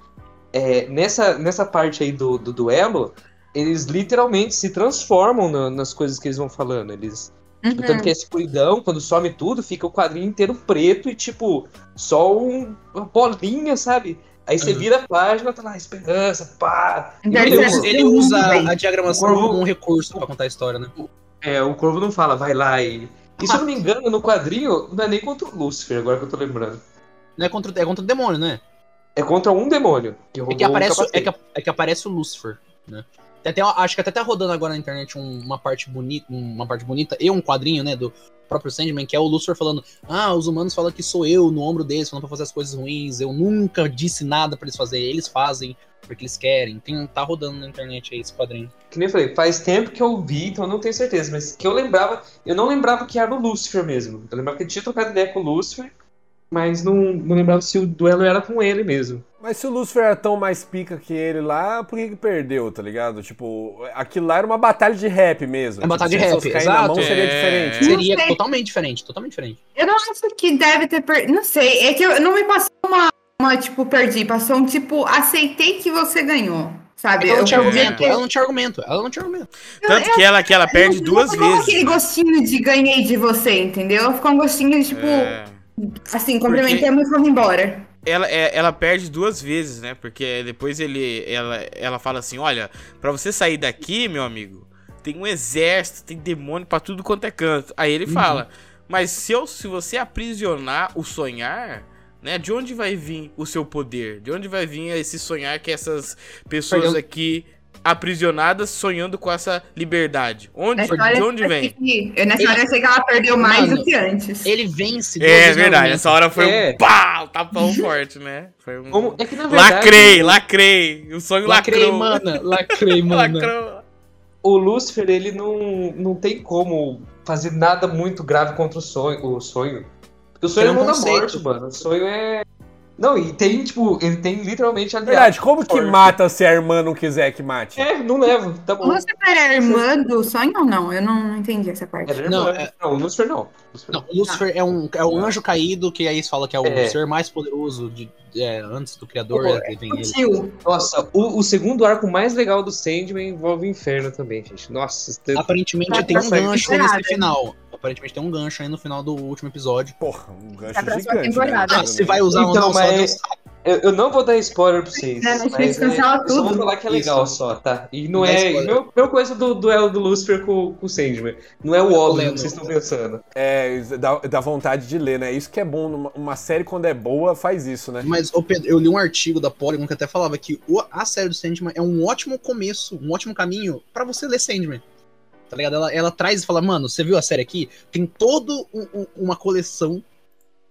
[SPEAKER 3] é, nessa, nessa parte aí do, do duelo, eles literalmente se transformam na- nas coisas que eles vão falando. Eles
[SPEAKER 6] Uhum.
[SPEAKER 3] Tanto que a escuridão, quando some tudo, fica o quadrinho inteiro preto e, tipo, só um- uma bolinha, sabe? Aí você
[SPEAKER 4] Uhum.
[SPEAKER 3] vira a página, tá lá, esperança, pá. E
[SPEAKER 6] Daí
[SPEAKER 3] não tem
[SPEAKER 6] você-
[SPEAKER 3] um-
[SPEAKER 4] Ele usa
[SPEAKER 6] Bem,
[SPEAKER 4] a diagramação
[SPEAKER 3] o corvo-
[SPEAKER 4] como um recurso pra contar a história, né?
[SPEAKER 3] É, o corvo não fala, vai lá e. E se eu não me engano, no quadrinho, não é nem contra o Lúcifer, agora que eu tô lembrando.
[SPEAKER 4] Não é contra, é contra o demônio, né?
[SPEAKER 3] É contra um demônio. Que
[SPEAKER 4] É
[SPEAKER 3] roubou
[SPEAKER 4] que, aparece,
[SPEAKER 3] um
[SPEAKER 4] o- é,
[SPEAKER 3] capacete.
[SPEAKER 4] que, é que aparece o Lucifer, né? Tem até, acho que até tá rodando agora na internet um- uma parte bonita, uma parte bonita e um quadrinho, né, do próprio Sandman, que é o Lucifer falando: "Ah, os humanos falam que sou eu no ombro deles, falando pra fazer as coisas ruins. Eu nunca disse nada pra eles fazerem, eles fazem porque eles querem". Tem, tá rodando na internet aí esse quadrinho.
[SPEAKER 3] Que nem eu falei, faz tempo que eu vi, então eu não tenho certeza, mas que eu lembrava. Eu não lembrava que era o Lúcifer mesmo. Eu lembrava que ele tinha trocado ideia com o Lúcifer, mas não, não lembrava se o duelo era com ele mesmo.
[SPEAKER 5] Mas se o Lucifer era tão mais pica que ele lá, por que que perdeu, tá ligado? Tipo, aquilo lá era uma batalha de rap mesmo.
[SPEAKER 4] É uma
[SPEAKER 5] Tipo,
[SPEAKER 4] batalha de
[SPEAKER 5] se as
[SPEAKER 4] rap,
[SPEAKER 5] pessoas caírem na mão
[SPEAKER 4] exato.
[SPEAKER 5] seria
[SPEAKER 1] É.
[SPEAKER 5] diferente.
[SPEAKER 6] Não
[SPEAKER 4] Seria
[SPEAKER 6] sei.
[SPEAKER 4] totalmente diferente, totalmente diferente.
[SPEAKER 6] Eu não acho que deve ter perdido. Não sei, é que eu não me passou uma, uma, tipo, perdi. Passou um tipo, aceitei que você ganhou. Sabe?
[SPEAKER 4] Ela não
[SPEAKER 6] eu
[SPEAKER 4] tinha
[SPEAKER 6] perdi
[SPEAKER 4] argumento,
[SPEAKER 6] aquele-
[SPEAKER 4] ela não tinha argumento, ela não tinha argumento.
[SPEAKER 1] Tanto que ela, que ela perde
[SPEAKER 6] não-
[SPEAKER 1] duas
[SPEAKER 6] não ficou
[SPEAKER 1] vezes.
[SPEAKER 6] aquele gostinho de ganhei de você, entendeu? Ficou um gostinho de, tipo,
[SPEAKER 1] É.
[SPEAKER 6] assim, cumprimentamos e fomos embora.
[SPEAKER 1] Ela, é- ela perde duas vezes, né? Porque depois ele, ela, ela fala assim: olha, pra você sair daqui, meu amigo, tem um exército, tem demônio pra tudo quanto é canto. Aí
[SPEAKER 3] Uhum.
[SPEAKER 1] ele fala: mas se, eu, se você aprisionar o sonhar, né? De onde vai vir o seu poder? De onde vai vir esse sonhar que essas pessoas
[SPEAKER 4] Perdão.
[SPEAKER 1] aqui aprisionadas sonhando com essa liberdade. Onde,
[SPEAKER 6] Nessa hora
[SPEAKER 1] de
[SPEAKER 6] eu
[SPEAKER 1] onde vem?
[SPEAKER 6] sei que- eu- nessa hora eu sei que ela perdeu mais
[SPEAKER 4] Mano,
[SPEAKER 6] do que antes.
[SPEAKER 4] Ele vence. duas
[SPEAKER 1] É
[SPEAKER 4] vezes no
[SPEAKER 1] verdade,
[SPEAKER 4] argumento.
[SPEAKER 1] essa hora foi
[SPEAKER 3] né, É.
[SPEAKER 1] um pá, um tapão forte, né? Foi um...
[SPEAKER 3] Como- é que na verdade,
[SPEAKER 1] Lacrei, lacrei. O sonho
[SPEAKER 4] Lacrei,
[SPEAKER 1] lacrou.
[SPEAKER 4] mana. Lacrei, mana.
[SPEAKER 1] Lacrou.
[SPEAKER 3] o Lúcifer, ele não, não tem como fazer nada muito grave contra o sonho. O sonho. Porque o sonho
[SPEAKER 4] Ele
[SPEAKER 3] é
[SPEAKER 4] é um
[SPEAKER 3] o da
[SPEAKER 4] conceito.
[SPEAKER 3] morte, mano. O sonho é. Não, e tem, tipo, ele tem literalmente a
[SPEAKER 5] É Verdade, como que
[SPEAKER 3] Forte.
[SPEAKER 5] mata se a irmã não quiser que mate?
[SPEAKER 3] É, não leva, tá bom.
[SPEAKER 6] Você era irmã do sonho ou não? Eu não, não entendi essa parte.
[SPEAKER 3] Era
[SPEAKER 4] Não,
[SPEAKER 3] irmã.
[SPEAKER 4] é-
[SPEAKER 3] não, o Lúcifer não. Lúcifer
[SPEAKER 4] Não, Lúcifer é um é o anjo caído, que aí se fala que é o
[SPEAKER 3] É.
[SPEAKER 4] ser mais poderoso de, é, antes do Criador.
[SPEAKER 6] Pô,
[SPEAKER 4] é, que vem ele.
[SPEAKER 6] Sutil.
[SPEAKER 3] Nossa, o, o segundo arco mais legal do Sandman envolve o inferno também, gente. Nossa, esse-
[SPEAKER 4] Aparentemente
[SPEAKER 6] Tá
[SPEAKER 4] tem um
[SPEAKER 6] pra sair
[SPEAKER 4] gancho
[SPEAKER 6] temporada,
[SPEAKER 4] nesse final. Aparentemente tem um gancho aí no final do último episódio.
[SPEAKER 5] Porra, um gancho
[SPEAKER 6] Pra próxima
[SPEAKER 5] gigante.
[SPEAKER 6] temporada.
[SPEAKER 5] né?
[SPEAKER 4] Ah, se vai usar ou
[SPEAKER 3] Então,
[SPEAKER 4] não, só
[SPEAKER 3] mas-
[SPEAKER 4] Deus sabe.
[SPEAKER 3] eu, eu não vou dar spoiler pra vocês.
[SPEAKER 6] É,
[SPEAKER 3] mas né,
[SPEAKER 6] Netflix cancela
[SPEAKER 3] eu só vou
[SPEAKER 6] tudo.
[SPEAKER 3] falar que é legal só, tá? E não
[SPEAKER 4] Não é
[SPEAKER 3] é.
[SPEAKER 4] spoiler.
[SPEAKER 3] Meu, meu coisa do duelo do Lúcifer com, com o Sandman. Não é o óbvio
[SPEAKER 4] lendo.
[SPEAKER 3] que vocês estão pensando.
[SPEAKER 5] É, dá, dá vontade de ler, né? Isso que é bom. numa- Uma série, quando é boa, faz isso, né?
[SPEAKER 4] Mas, ô Pedro, eu li um artigo da Polygon que até falava que o- a série do Sandman é um ótimo começo, um ótimo caminho pra você ler Sandman. Tá ligado? Ela, ela traz e fala, mano, você viu a série aqui? Tem toda uma coleção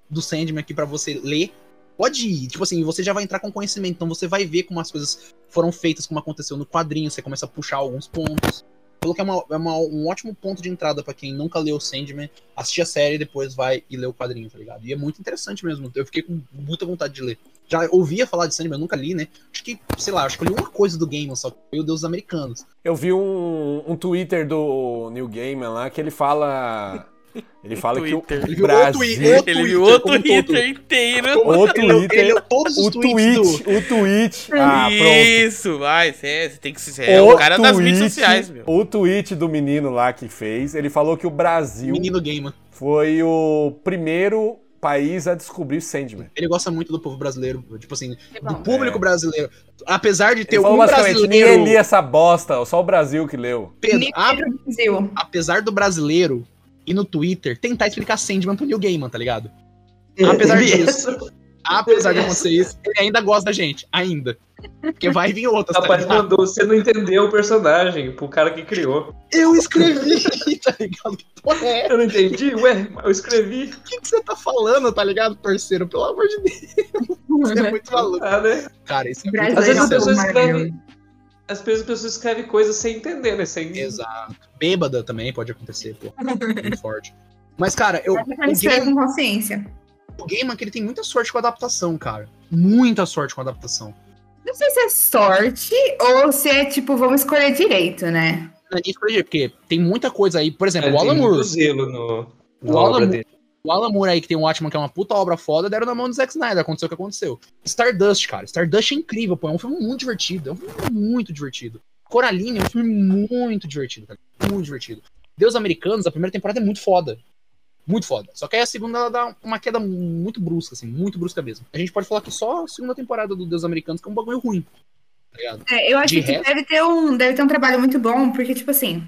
[SPEAKER 4] do Sandman aqui pra você ler. Pode ir, tipo assim, você já vai entrar com conhecimento, então você vai ver como as coisas foram feitas, como aconteceu no quadrinho, você começa a puxar alguns pontos. Falou que é, uma- é uma- um ótimo ponto de entrada pra quem nunca leu Sandman assistir a série e depois vai e lê o quadrinho, tá ligado? E é muito interessante mesmo. Eu fiquei com muita vontade de ler. Já ouvia falar de Sandman, eu nunca li, né? Acho que, sei lá, acho que eu li uma coisa do Game, só que foi o Deus dos Americanos.
[SPEAKER 5] Eu vi um, um Twitter do Neil Gaiman lá que ele fala. Ele fala que o
[SPEAKER 1] Twitter.
[SPEAKER 4] Ele
[SPEAKER 5] o
[SPEAKER 4] viu outro i-
[SPEAKER 5] Brasil.
[SPEAKER 1] Ele
[SPEAKER 4] Twitter
[SPEAKER 1] viu
[SPEAKER 4] como
[SPEAKER 1] outro
[SPEAKER 4] um todo. assim?
[SPEAKER 1] Twitter inteiro.
[SPEAKER 5] O
[SPEAKER 4] Ele,
[SPEAKER 5] Twitter.
[SPEAKER 4] ele leu todos os
[SPEAKER 5] O
[SPEAKER 4] tweets
[SPEAKER 5] tweet,
[SPEAKER 4] do.
[SPEAKER 5] o tweet. Ah, pronto.
[SPEAKER 1] Isso, vai, cê- você tem que se. É o cara das mídias sociais, meu.
[SPEAKER 5] O tweet do menino lá que fez, ele falou que o Brasil
[SPEAKER 4] Menino Gamer.
[SPEAKER 5] foi o primeiro país a descobrir Sandman.
[SPEAKER 4] Ele gosta muito do povo brasileiro, tipo assim, do
[SPEAKER 6] bom.
[SPEAKER 4] público brasileiro. Apesar de ter
[SPEAKER 5] é. Ele é falou
[SPEAKER 4] um
[SPEAKER 5] basicamente,
[SPEAKER 4] brasileiro,
[SPEAKER 5] ninguém lia essa bosta, só o Brasil que leu.
[SPEAKER 4] Pedro,
[SPEAKER 6] Nível
[SPEAKER 4] a-
[SPEAKER 6] Brasil.
[SPEAKER 4] apesar do brasileiro e no Twitter tentar explicar Sandman pro Neil Gaiman, tá ligado? Apesar disso, apesar de acontecer isso, ele ainda gosta da gente, ainda. Porque vai vir outras, tá
[SPEAKER 3] Rapaz,
[SPEAKER 4] ligado?
[SPEAKER 3] mandou, você não entendeu o personagem pro cara que criou.
[SPEAKER 4] Eu escrevi, tá ligado? Que porra é essa?
[SPEAKER 3] Eu não entendi, ué, mas eu escrevi.
[SPEAKER 4] O que, que você tá falando, tá ligado, parceiro? Pelo amor de Deus, você é muito maluco.
[SPEAKER 3] Ah, né?
[SPEAKER 4] Cara, isso é muito
[SPEAKER 6] Brasileiro.
[SPEAKER 3] Às vezes
[SPEAKER 4] legal.
[SPEAKER 3] as pessoas
[SPEAKER 6] maravilhoso.
[SPEAKER 3] escrevem. Às vezes as pessoas escrevem coisas sem entender, né? Sem...
[SPEAKER 4] Exato. Bêbada também pode acontecer, pô. Muito forte. Mas, cara, eu,
[SPEAKER 6] Ela tá
[SPEAKER 4] o,
[SPEAKER 6] escrevendo
[SPEAKER 4] Gaiman,
[SPEAKER 6] com consciência.
[SPEAKER 4] o Gaiman, que ele tem muita sorte com a adaptação, cara. Muita sorte com a adaptação.
[SPEAKER 6] Não sei se é sorte ou se é tipo, vamos escolher direito, né?
[SPEAKER 4] Não é nem escolher, porque tem muita coisa aí. Por exemplo,
[SPEAKER 3] né, Tem
[SPEAKER 4] o Alan
[SPEAKER 3] muito
[SPEAKER 4] Moore.
[SPEAKER 3] zelo no, na
[SPEAKER 4] O Alan
[SPEAKER 3] obra
[SPEAKER 4] Moore-
[SPEAKER 3] dele.
[SPEAKER 4] O Alan Moore aí, que tem o Watchman, que é uma puta obra foda, deram na mão do Zack Snyder. Aconteceu o que aconteceu. Stardust, cara. Stardust é incrível, pô. É um filme muito divertido. É um filme muito divertido. Coraline é um filme muito divertido, cara. Muito divertido. Deus Americanos, a primeira temporada é muito foda. Muito foda. Só que aí a segunda ela dá uma queda muito brusca, assim, muito brusca mesmo. A gente pode falar que só a segunda temporada do Deus Americanos que é um bagulho ruim. Tá ligado?
[SPEAKER 6] É, eu acho
[SPEAKER 4] De
[SPEAKER 6] que
[SPEAKER 4] resto-
[SPEAKER 6] deve, ter um, deve ter um trabalho muito bom, porque, tipo assim,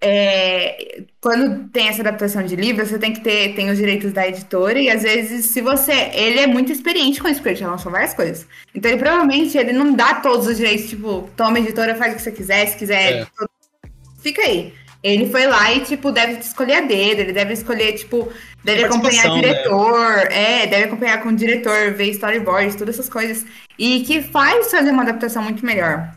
[SPEAKER 6] é, quando tem essa adaptação de livro, você tem que ter tem os direitos da editora, e às vezes, se você. Ele é muito experiente com isso, porque ele já lançou várias coisas. Então, ele provavelmente ele não dá todos os direitos, tipo, toma editora, faz o que você quiser, se quiser.
[SPEAKER 4] É.
[SPEAKER 6] to- Fica aí. Ele foi lá e, tipo, deve escolher a dedo, ele deve escolher, tipo, deve acompanhar
[SPEAKER 4] Participação,
[SPEAKER 6] o
[SPEAKER 4] né?
[SPEAKER 6] diretor, é, deve acompanhar com o diretor, ver storyboard, todas essas coisas e que faz fazer uma adaptação muito melhor.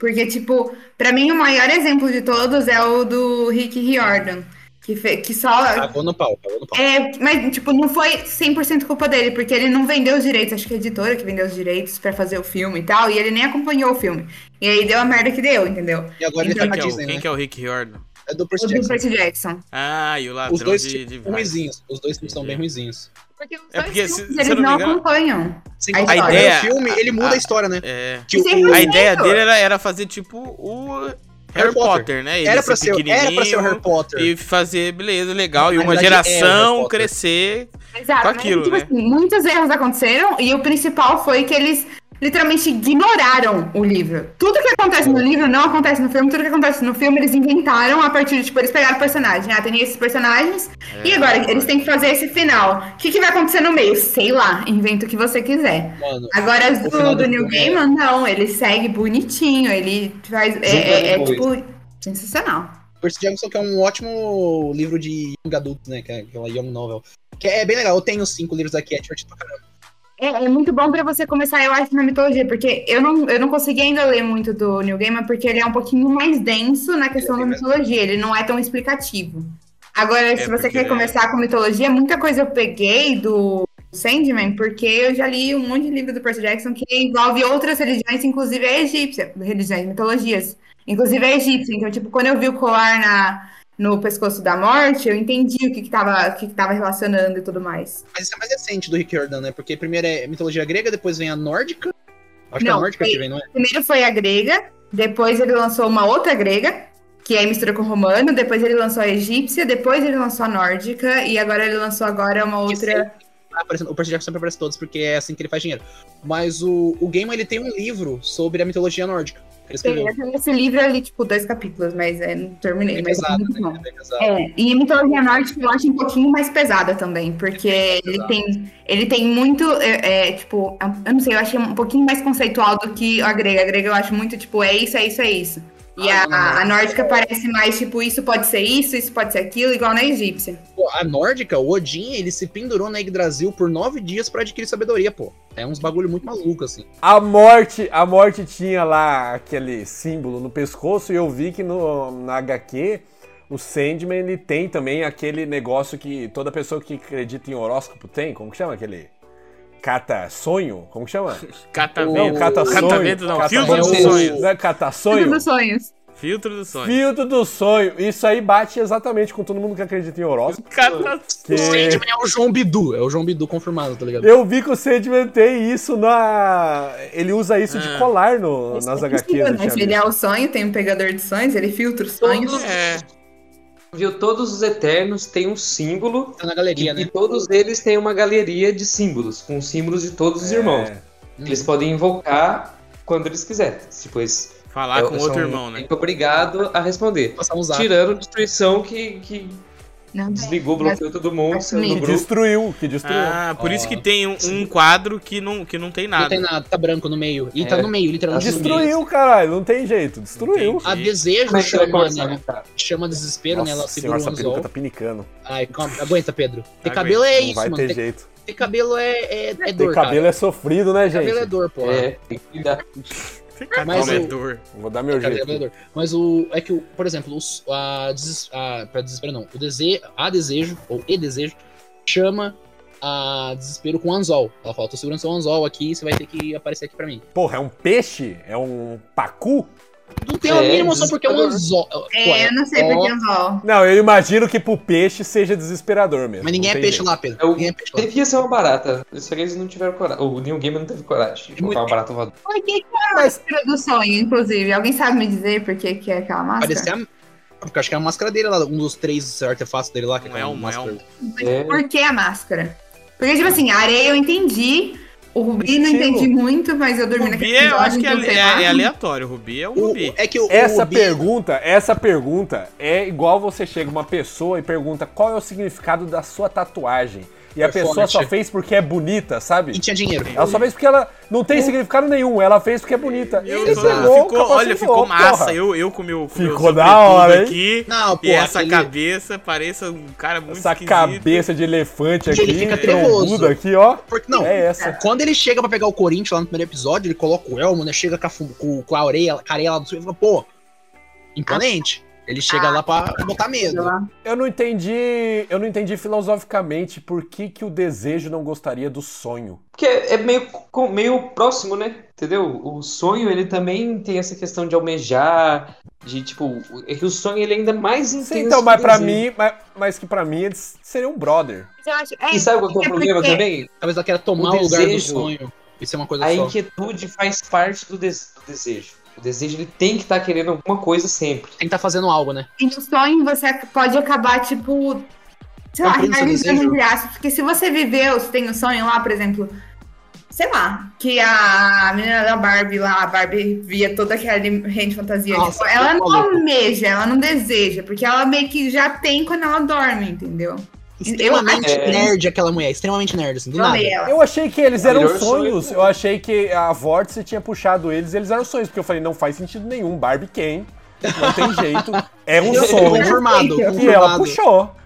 [SPEAKER 6] Porque, tipo, pra mim o maior exemplo de todos é o do Rick Riordan, que, fe- que só.
[SPEAKER 4] Cagou no pau, cagou no pau.
[SPEAKER 6] É, mas, tipo, não foi 100% culpa dele, porque ele não vendeu os direitos. Acho que a editora que vendeu os direitos pra fazer o filme e tal, e ele nem acompanhou o filme. E aí deu a merda que deu, entendeu?
[SPEAKER 4] E agora ele
[SPEAKER 1] Quem,
[SPEAKER 4] tá
[SPEAKER 1] que
[SPEAKER 4] na
[SPEAKER 1] é, o,
[SPEAKER 4] Disney,
[SPEAKER 1] quem
[SPEAKER 4] né?
[SPEAKER 1] que é o Rick Riordan?
[SPEAKER 4] É do
[SPEAKER 6] O
[SPEAKER 4] Percy
[SPEAKER 6] do
[SPEAKER 4] Jackson.
[SPEAKER 6] Percy Jackson.
[SPEAKER 1] Ah, e o
[SPEAKER 4] Os
[SPEAKER 1] ladrão
[SPEAKER 4] dois um
[SPEAKER 1] de, de
[SPEAKER 4] são ruinzinhos. Os dois filmes são bem ruinzinhos.
[SPEAKER 6] Porque os
[SPEAKER 1] É
[SPEAKER 6] dois
[SPEAKER 1] porque, se-
[SPEAKER 6] filmes,
[SPEAKER 1] se eu
[SPEAKER 6] eles
[SPEAKER 1] não me
[SPEAKER 6] não
[SPEAKER 1] engano-
[SPEAKER 6] acompanham.
[SPEAKER 4] Sem
[SPEAKER 6] A
[SPEAKER 4] contar que o
[SPEAKER 1] ideia-
[SPEAKER 4] filme, ele muda é a,
[SPEAKER 1] a-
[SPEAKER 4] história, né?
[SPEAKER 1] É.
[SPEAKER 4] Que o-
[SPEAKER 6] Sim,
[SPEAKER 4] o-
[SPEAKER 1] A
[SPEAKER 6] Sim,
[SPEAKER 1] ideia
[SPEAKER 6] senhor.
[SPEAKER 1] dele era, era fazer tipo o Harry
[SPEAKER 4] Harry
[SPEAKER 1] Potter,
[SPEAKER 4] Potter.
[SPEAKER 1] né? Ele
[SPEAKER 4] era, pra é ser, era pra ser o
[SPEAKER 1] pequenininho
[SPEAKER 4] Harry Potter.
[SPEAKER 1] E fazer, beleza, legal. E
[SPEAKER 4] Na
[SPEAKER 1] uma
[SPEAKER 4] verdade, é o Harry
[SPEAKER 1] geração
[SPEAKER 4] Potter.
[SPEAKER 1] crescer.
[SPEAKER 6] Exato,
[SPEAKER 1] com
[SPEAKER 6] mas,
[SPEAKER 1] aquilo,
[SPEAKER 6] tipo
[SPEAKER 1] né?
[SPEAKER 6] assim, muitos erros aconteceram e o principal foi que eles literalmente ignoraram o livro. Tudo que acontece no livro não acontece no filme, tudo que acontece no filme eles inventaram a partir de, tipo, eles pegaram o personagem. Ah, tem esses personagens, e agora eles têm que fazer esse final. O que, que vai acontecer no meio? Sei lá, inventa o que você quiser.
[SPEAKER 4] Mano,
[SPEAKER 6] Agora, as
[SPEAKER 4] O final do
[SPEAKER 6] do, do New
[SPEAKER 4] filme
[SPEAKER 6] Gaiman, não, ele segue bonitinho, ele faz. É, é- é,
[SPEAKER 3] depois.
[SPEAKER 6] tipo, sensacional.
[SPEAKER 4] Percy Jackson, que é um ótimo livro de young adultos, né? Que é aquela young novel. Que é bem legal. Eu tenho cinco livros daqui, é divertido pra caramba.
[SPEAKER 6] É, é muito bom pra você começar, eu acho, na mitologia, porque eu não, eu não consegui ainda ler muito do New Gaiman, porque ele é um pouquinho mais denso na questão da
[SPEAKER 4] bem mais-
[SPEAKER 6] mitologia, ele não é tão explicativo. Agora, se você
[SPEAKER 1] porque-
[SPEAKER 6] quer começar com mitologia, muita coisa eu peguei do Sandman, porque eu já li um monte de livro do Percy Jackson que envolve outras religiões, inclusive a egípcia, religiões, mitologias, inclusive a egípcia. Então, tipo, quando eu vi o colar na, no pescoço da morte, eu entendi o que que tava, o que que tava relacionando e tudo mais.
[SPEAKER 4] Mas isso é mais recente do Rick Jordan, né? Porque primeiro é mitologia grega, depois vem a nórdica. Acho que é a
[SPEAKER 6] Não,
[SPEAKER 4] nórdica que
[SPEAKER 6] tem-
[SPEAKER 4] vem, não é?
[SPEAKER 6] Primeiro foi a grega, depois ele lançou uma outra grega, que aí mistura com o romano, depois ele lançou a egípcia, depois ele lançou a nórdica, e agora ele lançou agora uma outra.
[SPEAKER 4] Ah, aparecendo- o Percy Jackson sempre aparece todos, porque é assim que ele faz dinheiro. Mas o, o Gaiman, ele tem um livro sobre a mitologia nórdica. que Ele escreveu.
[SPEAKER 6] Tem, eu tenho esse livro ali, tipo, dois capítulos, mas é, não terminei,
[SPEAKER 4] Bem
[SPEAKER 6] mas é
[SPEAKER 4] pesado,
[SPEAKER 6] muito bom.
[SPEAKER 4] né? Bem pesado.
[SPEAKER 6] É, e mitologia nórdica eu acho um pouquinho mais pesada também, porque ele tem, ele tem muito, é, é, tipo, eu não sei, eu achei um pouquinho mais conceitual do que a grega. A grega eu acho muito, tipo, é isso, é isso, é isso. E
[SPEAKER 4] Ah,
[SPEAKER 6] a, a nórdica parece mais, tipo, isso pode ser isso, isso pode ser aquilo, igual na egípcia.
[SPEAKER 4] Pô, a nórdica, o Odin, ele se pendurou na Yggdrasil por nove dias pra adquirir sabedoria, pô. É uns bagulho muito maluco, assim.
[SPEAKER 5] A morte, a morte tinha lá aquele símbolo no pescoço e eu vi que no, na HQ o Sandman ele tem também aquele negócio que toda pessoa que acredita em horóscopo tem, como que chama aquele? Cata sonho? Como que chama?
[SPEAKER 1] Catavento.
[SPEAKER 5] Não, cata sonho.
[SPEAKER 1] Catavento não,
[SPEAKER 5] cata-
[SPEAKER 1] filtro
[SPEAKER 4] dos
[SPEAKER 5] não,
[SPEAKER 1] sonhos.
[SPEAKER 5] Não é cata
[SPEAKER 6] Tudo
[SPEAKER 5] sonho?
[SPEAKER 6] dos sonhos.
[SPEAKER 1] Filtro do sonho.
[SPEAKER 5] Filtro do sonho. Isso aí bate exatamente com todo mundo que acredita em horóscopo.
[SPEAKER 1] Cata...
[SPEAKER 5] Que...
[SPEAKER 4] Sandman é o João Bidu, é o João Bidu confirmado, tá ligado?
[SPEAKER 5] Eu vi que o Sandman tem isso na. Ele usa isso de
[SPEAKER 1] Ah.
[SPEAKER 5] colar no, nas HQs. eu tinha
[SPEAKER 6] Mas
[SPEAKER 5] visto.
[SPEAKER 6] é ele é o sonho, tem um pegador de sonhos, ele filtra os sonhos.
[SPEAKER 1] É,
[SPEAKER 3] Viu? Todos os Eternos têm um símbolo
[SPEAKER 4] Tá na
[SPEAKER 3] e,
[SPEAKER 4] galeria,
[SPEAKER 3] e
[SPEAKER 4] né?
[SPEAKER 3] todos eles têm uma galeria de símbolos, com símbolos de todos os irmãos.
[SPEAKER 5] É.
[SPEAKER 3] Eles podem invocar quando eles quiserem. Tipo, eles
[SPEAKER 1] falar
[SPEAKER 3] eu-
[SPEAKER 1] com
[SPEAKER 3] são
[SPEAKER 1] outro
[SPEAKER 5] um
[SPEAKER 1] irmão, né?
[SPEAKER 3] Obrigado a responder.
[SPEAKER 4] Passar um zap.
[SPEAKER 3] Tirando destruição que, que
[SPEAKER 6] Não,
[SPEAKER 3] desligou, bloqueou todo mundo,
[SPEAKER 6] Mas
[SPEAKER 3] saiu
[SPEAKER 5] Que
[SPEAKER 3] no grupo.
[SPEAKER 5] destruiu, que destruiu.
[SPEAKER 1] Ah, por isso
[SPEAKER 4] Ó.
[SPEAKER 1] que tem um, um quadro que não, que não tem nada.
[SPEAKER 4] Não tem nada, tá branco no meio. E tá
[SPEAKER 3] É.
[SPEAKER 4] no meio, literalmente no meio.
[SPEAKER 5] destruiu, caralho, não tem jeito, destruiu.
[SPEAKER 1] Entendi.
[SPEAKER 4] A desejo
[SPEAKER 3] Como é que você vai
[SPEAKER 4] chama,
[SPEAKER 3] conversar
[SPEAKER 4] né?
[SPEAKER 3] com o cara?
[SPEAKER 4] Chama desespero, né? Ela
[SPEAKER 5] Nossa
[SPEAKER 4] segura
[SPEAKER 5] senhora,
[SPEAKER 4] o
[SPEAKER 5] essa
[SPEAKER 4] anzol.
[SPEAKER 5] peruca tá pinicando.
[SPEAKER 4] Ai, calma, aguenta, Pedro. Ter
[SPEAKER 1] Aguenta.
[SPEAKER 4] cabelo é
[SPEAKER 5] não
[SPEAKER 4] isso,
[SPEAKER 5] vai
[SPEAKER 4] mano.
[SPEAKER 5] ter
[SPEAKER 4] Ter,
[SPEAKER 5] jeito.
[SPEAKER 4] ter cabelo é, é, é
[SPEAKER 5] Ter
[SPEAKER 4] dor,
[SPEAKER 5] cabelo
[SPEAKER 4] cara.
[SPEAKER 5] é sofrido, né,
[SPEAKER 4] Ter cabelo é
[SPEAKER 5] gente?
[SPEAKER 4] dor, pô.
[SPEAKER 3] É, tem que cuidar.
[SPEAKER 4] Mas
[SPEAKER 1] Não, é
[SPEAKER 4] o-
[SPEAKER 1] dor.
[SPEAKER 5] Vou dar meu
[SPEAKER 4] Cabelo
[SPEAKER 5] jeito.
[SPEAKER 4] é dor. Mas o. É que, o, por exemplo, os, a, deses, a. Pra desespero, não. O dese, a desejo, ou e desejo, chama a desespero com anzol. Ela fala: tô segurando seu anzol aqui, você vai ter que aparecer aqui pra mim.
[SPEAKER 5] Porra, é um peixe? É um pacu?
[SPEAKER 4] Não tem a
[SPEAKER 3] É,
[SPEAKER 4] mínima noção porque é um anzol. Pô,
[SPEAKER 6] É, eu não sei porque eu vou.
[SPEAKER 5] Não, eu imagino que pro peixe seja desesperador mesmo.
[SPEAKER 4] Mas ninguém é
[SPEAKER 5] não tem
[SPEAKER 4] peixe
[SPEAKER 5] jeito.
[SPEAKER 4] lá, Pedro.
[SPEAKER 3] É o-
[SPEAKER 4] Ninguém é peixe lá.
[SPEAKER 3] Devia ser uma barata. Só que eles não tiveram coragem. O Neil Gaiman não teve coragem de
[SPEAKER 4] Muito-
[SPEAKER 3] botar uma barata voadora.
[SPEAKER 6] Por que, que é a máscara do sonho, inclusive? Alguém sabe me dizer por que, que é aquela máscara?
[SPEAKER 4] Parecia a... Porque eu acho que é a máscara dele lá, um dos três artefatos dele lá. Que
[SPEAKER 1] Um
[SPEAKER 4] aquela
[SPEAKER 1] elmo,
[SPEAKER 4] máscara.
[SPEAKER 3] É.
[SPEAKER 6] Por que a máscara? Porque, tipo assim, a areia eu entendi, o Rubi não
[SPEAKER 5] Estilo.
[SPEAKER 6] entendi muito, mas eu dormi
[SPEAKER 1] Rubi,
[SPEAKER 6] naquele
[SPEAKER 1] é- eu acho que é,
[SPEAKER 6] episódio, então, sei
[SPEAKER 1] é-
[SPEAKER 6] lá.
[SPEAKER 1] é aleatório. Rubi é o
[SPEAKER 4] O-
[SPEAKER 1] Rubi.
[SPEAKER 4] é que o,
[SPEAKER 5] Essa
[SPEAKER 4] o Bi-
[SPEAKER 5] pergunta, essa pergunta é igual você chega uma pessoa e pergunta qual é o significado da sua tatuagem. E a pessoa só
[SPEAKER 4] Performance. Então,
[SPEAKER 5] fez porque é bonita, sabe?
[SPEAKER 4] E tinha dinheiro.
[SPEAKER 5] Ela É só fez porque ela não tem significado nenhum, ela fez porque é bonita.
[SPEAKER 1] Eu
[SPEAKER 5] Ele
[SPEAKER 1] tô-
[SPEAKER 5] pegou,
[SPEAKER 1] ficou, olha,
[SPEAKER 5] capacitou,
[SPEAKER 1] ficou massa.
[SPEAKER 5] porra.
[SPEAKER 1] Eu, eu com meu, com meu
[SPEAKER 5] Ficou da
[SPEAKER 1] sobretudo
[SPEAKER 5] hora, hein?
[SPEAKER 1] aqui.
[SPEAKER 4] Não, pô,
[SPEAKER 1] e essa
[SPEAKER 4] aquele-
[SPEAKER 1] cabeça parece um cara muito
[SPEAKER 5] Essa
[SPEAKER 1] esquisito.
[SPEAKER 5] cabeça de elefante
[SPEAKER 4] Ele
[SPEAKER 5] aqui,
[SPEAKER 4] fica trevoso.
[SPEAKER 5] trombudo aqui, ó.
[SPEAKER 4] Porque, não,
[SPEAKER 5] é essa.
[SPEAKER 4] quando ele chega pra pegar o Corinthians lá no primeiro episódio, ele coloca o elmo, né? Chega com a, fu- com, com a areia, com a areia lá do sul e fala, pô, imponente. Ele chega lá pra botar
[SPEAKER 6] Sei
[SPEAKER 4] medo.
[SPEAKER 6] lá.
[SPEAKER 5] Ah. Eu não entendi, eu não entendi filosoficamente por que, que o desejo não gostaria do sonho.
[SPEAKER 3] Porque é é meio, co- meio próximo, né? Entendeu? O sonho, ele também tem essa questão de almejar, de tipo. É que o sonho ele é ainda mais intenso.
[SPEAKER 5] Sim, então, mas
[SPEAKER 3] que o
[SPEAKER 5] pra
[SPEAKER 3] desejo.
[SPEAKER 5] mim, mas, mas que pra mim eles seriam um brother.
[SPEAKER 6] Mas eu acho- é,
[SPEAKER 3] E sabe qual que é
[SPEAKER 6] é
[SPEAKER 3] o problema
[SPEAKER 6] porque-
[SPEAKER 3] também?
[SPEAKER 4] Talvez ela queira tomar
[SPEAKER 3] O
[SPEAKER 4] o, lugar do
[SPEAKER 3] desejo-
[SPEAKER 4] sonho. Isso é uma coisa
[SPEAKER 3] A
[SPEAKER 4] só.
[SPEAKER 3] inquietude faz parte do, des- do desejo. O desejo ele tem que estar querendo alguma coisa sempre.
[SPEAKER 4] Tem que estar fazendo algo, né?
[SPEAKER 6] em um sonho você pode acabar, tipo, sei lá,
[SPEAKER 4] Cumprindo seu
[SPEAKER 6] realizando
[SPEAKER 4] desejo.
[SPEAKER 6] entre aspas. Porque se você viveu, se tem um sonho lá, por exemplo, sei lá, que a menina da Barbie lá, a Barbie via toda aquela rende fantasia.
[SPEAKER 4] Nossa,
[SPEAKER 6] tipo, ela
[SPEAKER 4] que
[SPEAKER 6] não
[SPEAKER 4] maluco.
[SPEAKER 6] almeja, ela não deseja, porque ela meio que já tem quando ela dorme, entendeu?
[SPEAKER 5] É.
[SPEAKER 4] Extremamente
[SPEAKER 3] acho que-
[SPEAKER 4] nerd aquela mulher, extremamente nerd, assim, do nada.
[SPEAKER 6] Falei ela.
[SPEAKER 5] Eu achei que eles eram
[SPEAKER 3] Melhor
[SPEAKER 5] sonhos.
[SPEAKER 3] sonho.
[SPEAKER 5] Eu achei que a Vórtice tinha puxado eles e eles eram sonhos. Porque eu falei, não faz sentido nenhum. Barbie quem? Não tem jeito. É um
[SPEAKER 4] Eu-
[SPEAKER 5] sonho.
[SPEAKER 4] Confirmado,
[SPEAKER 5] E ela
[SPEAKER 4] confirmado.
[SPEAKER 5] puxou.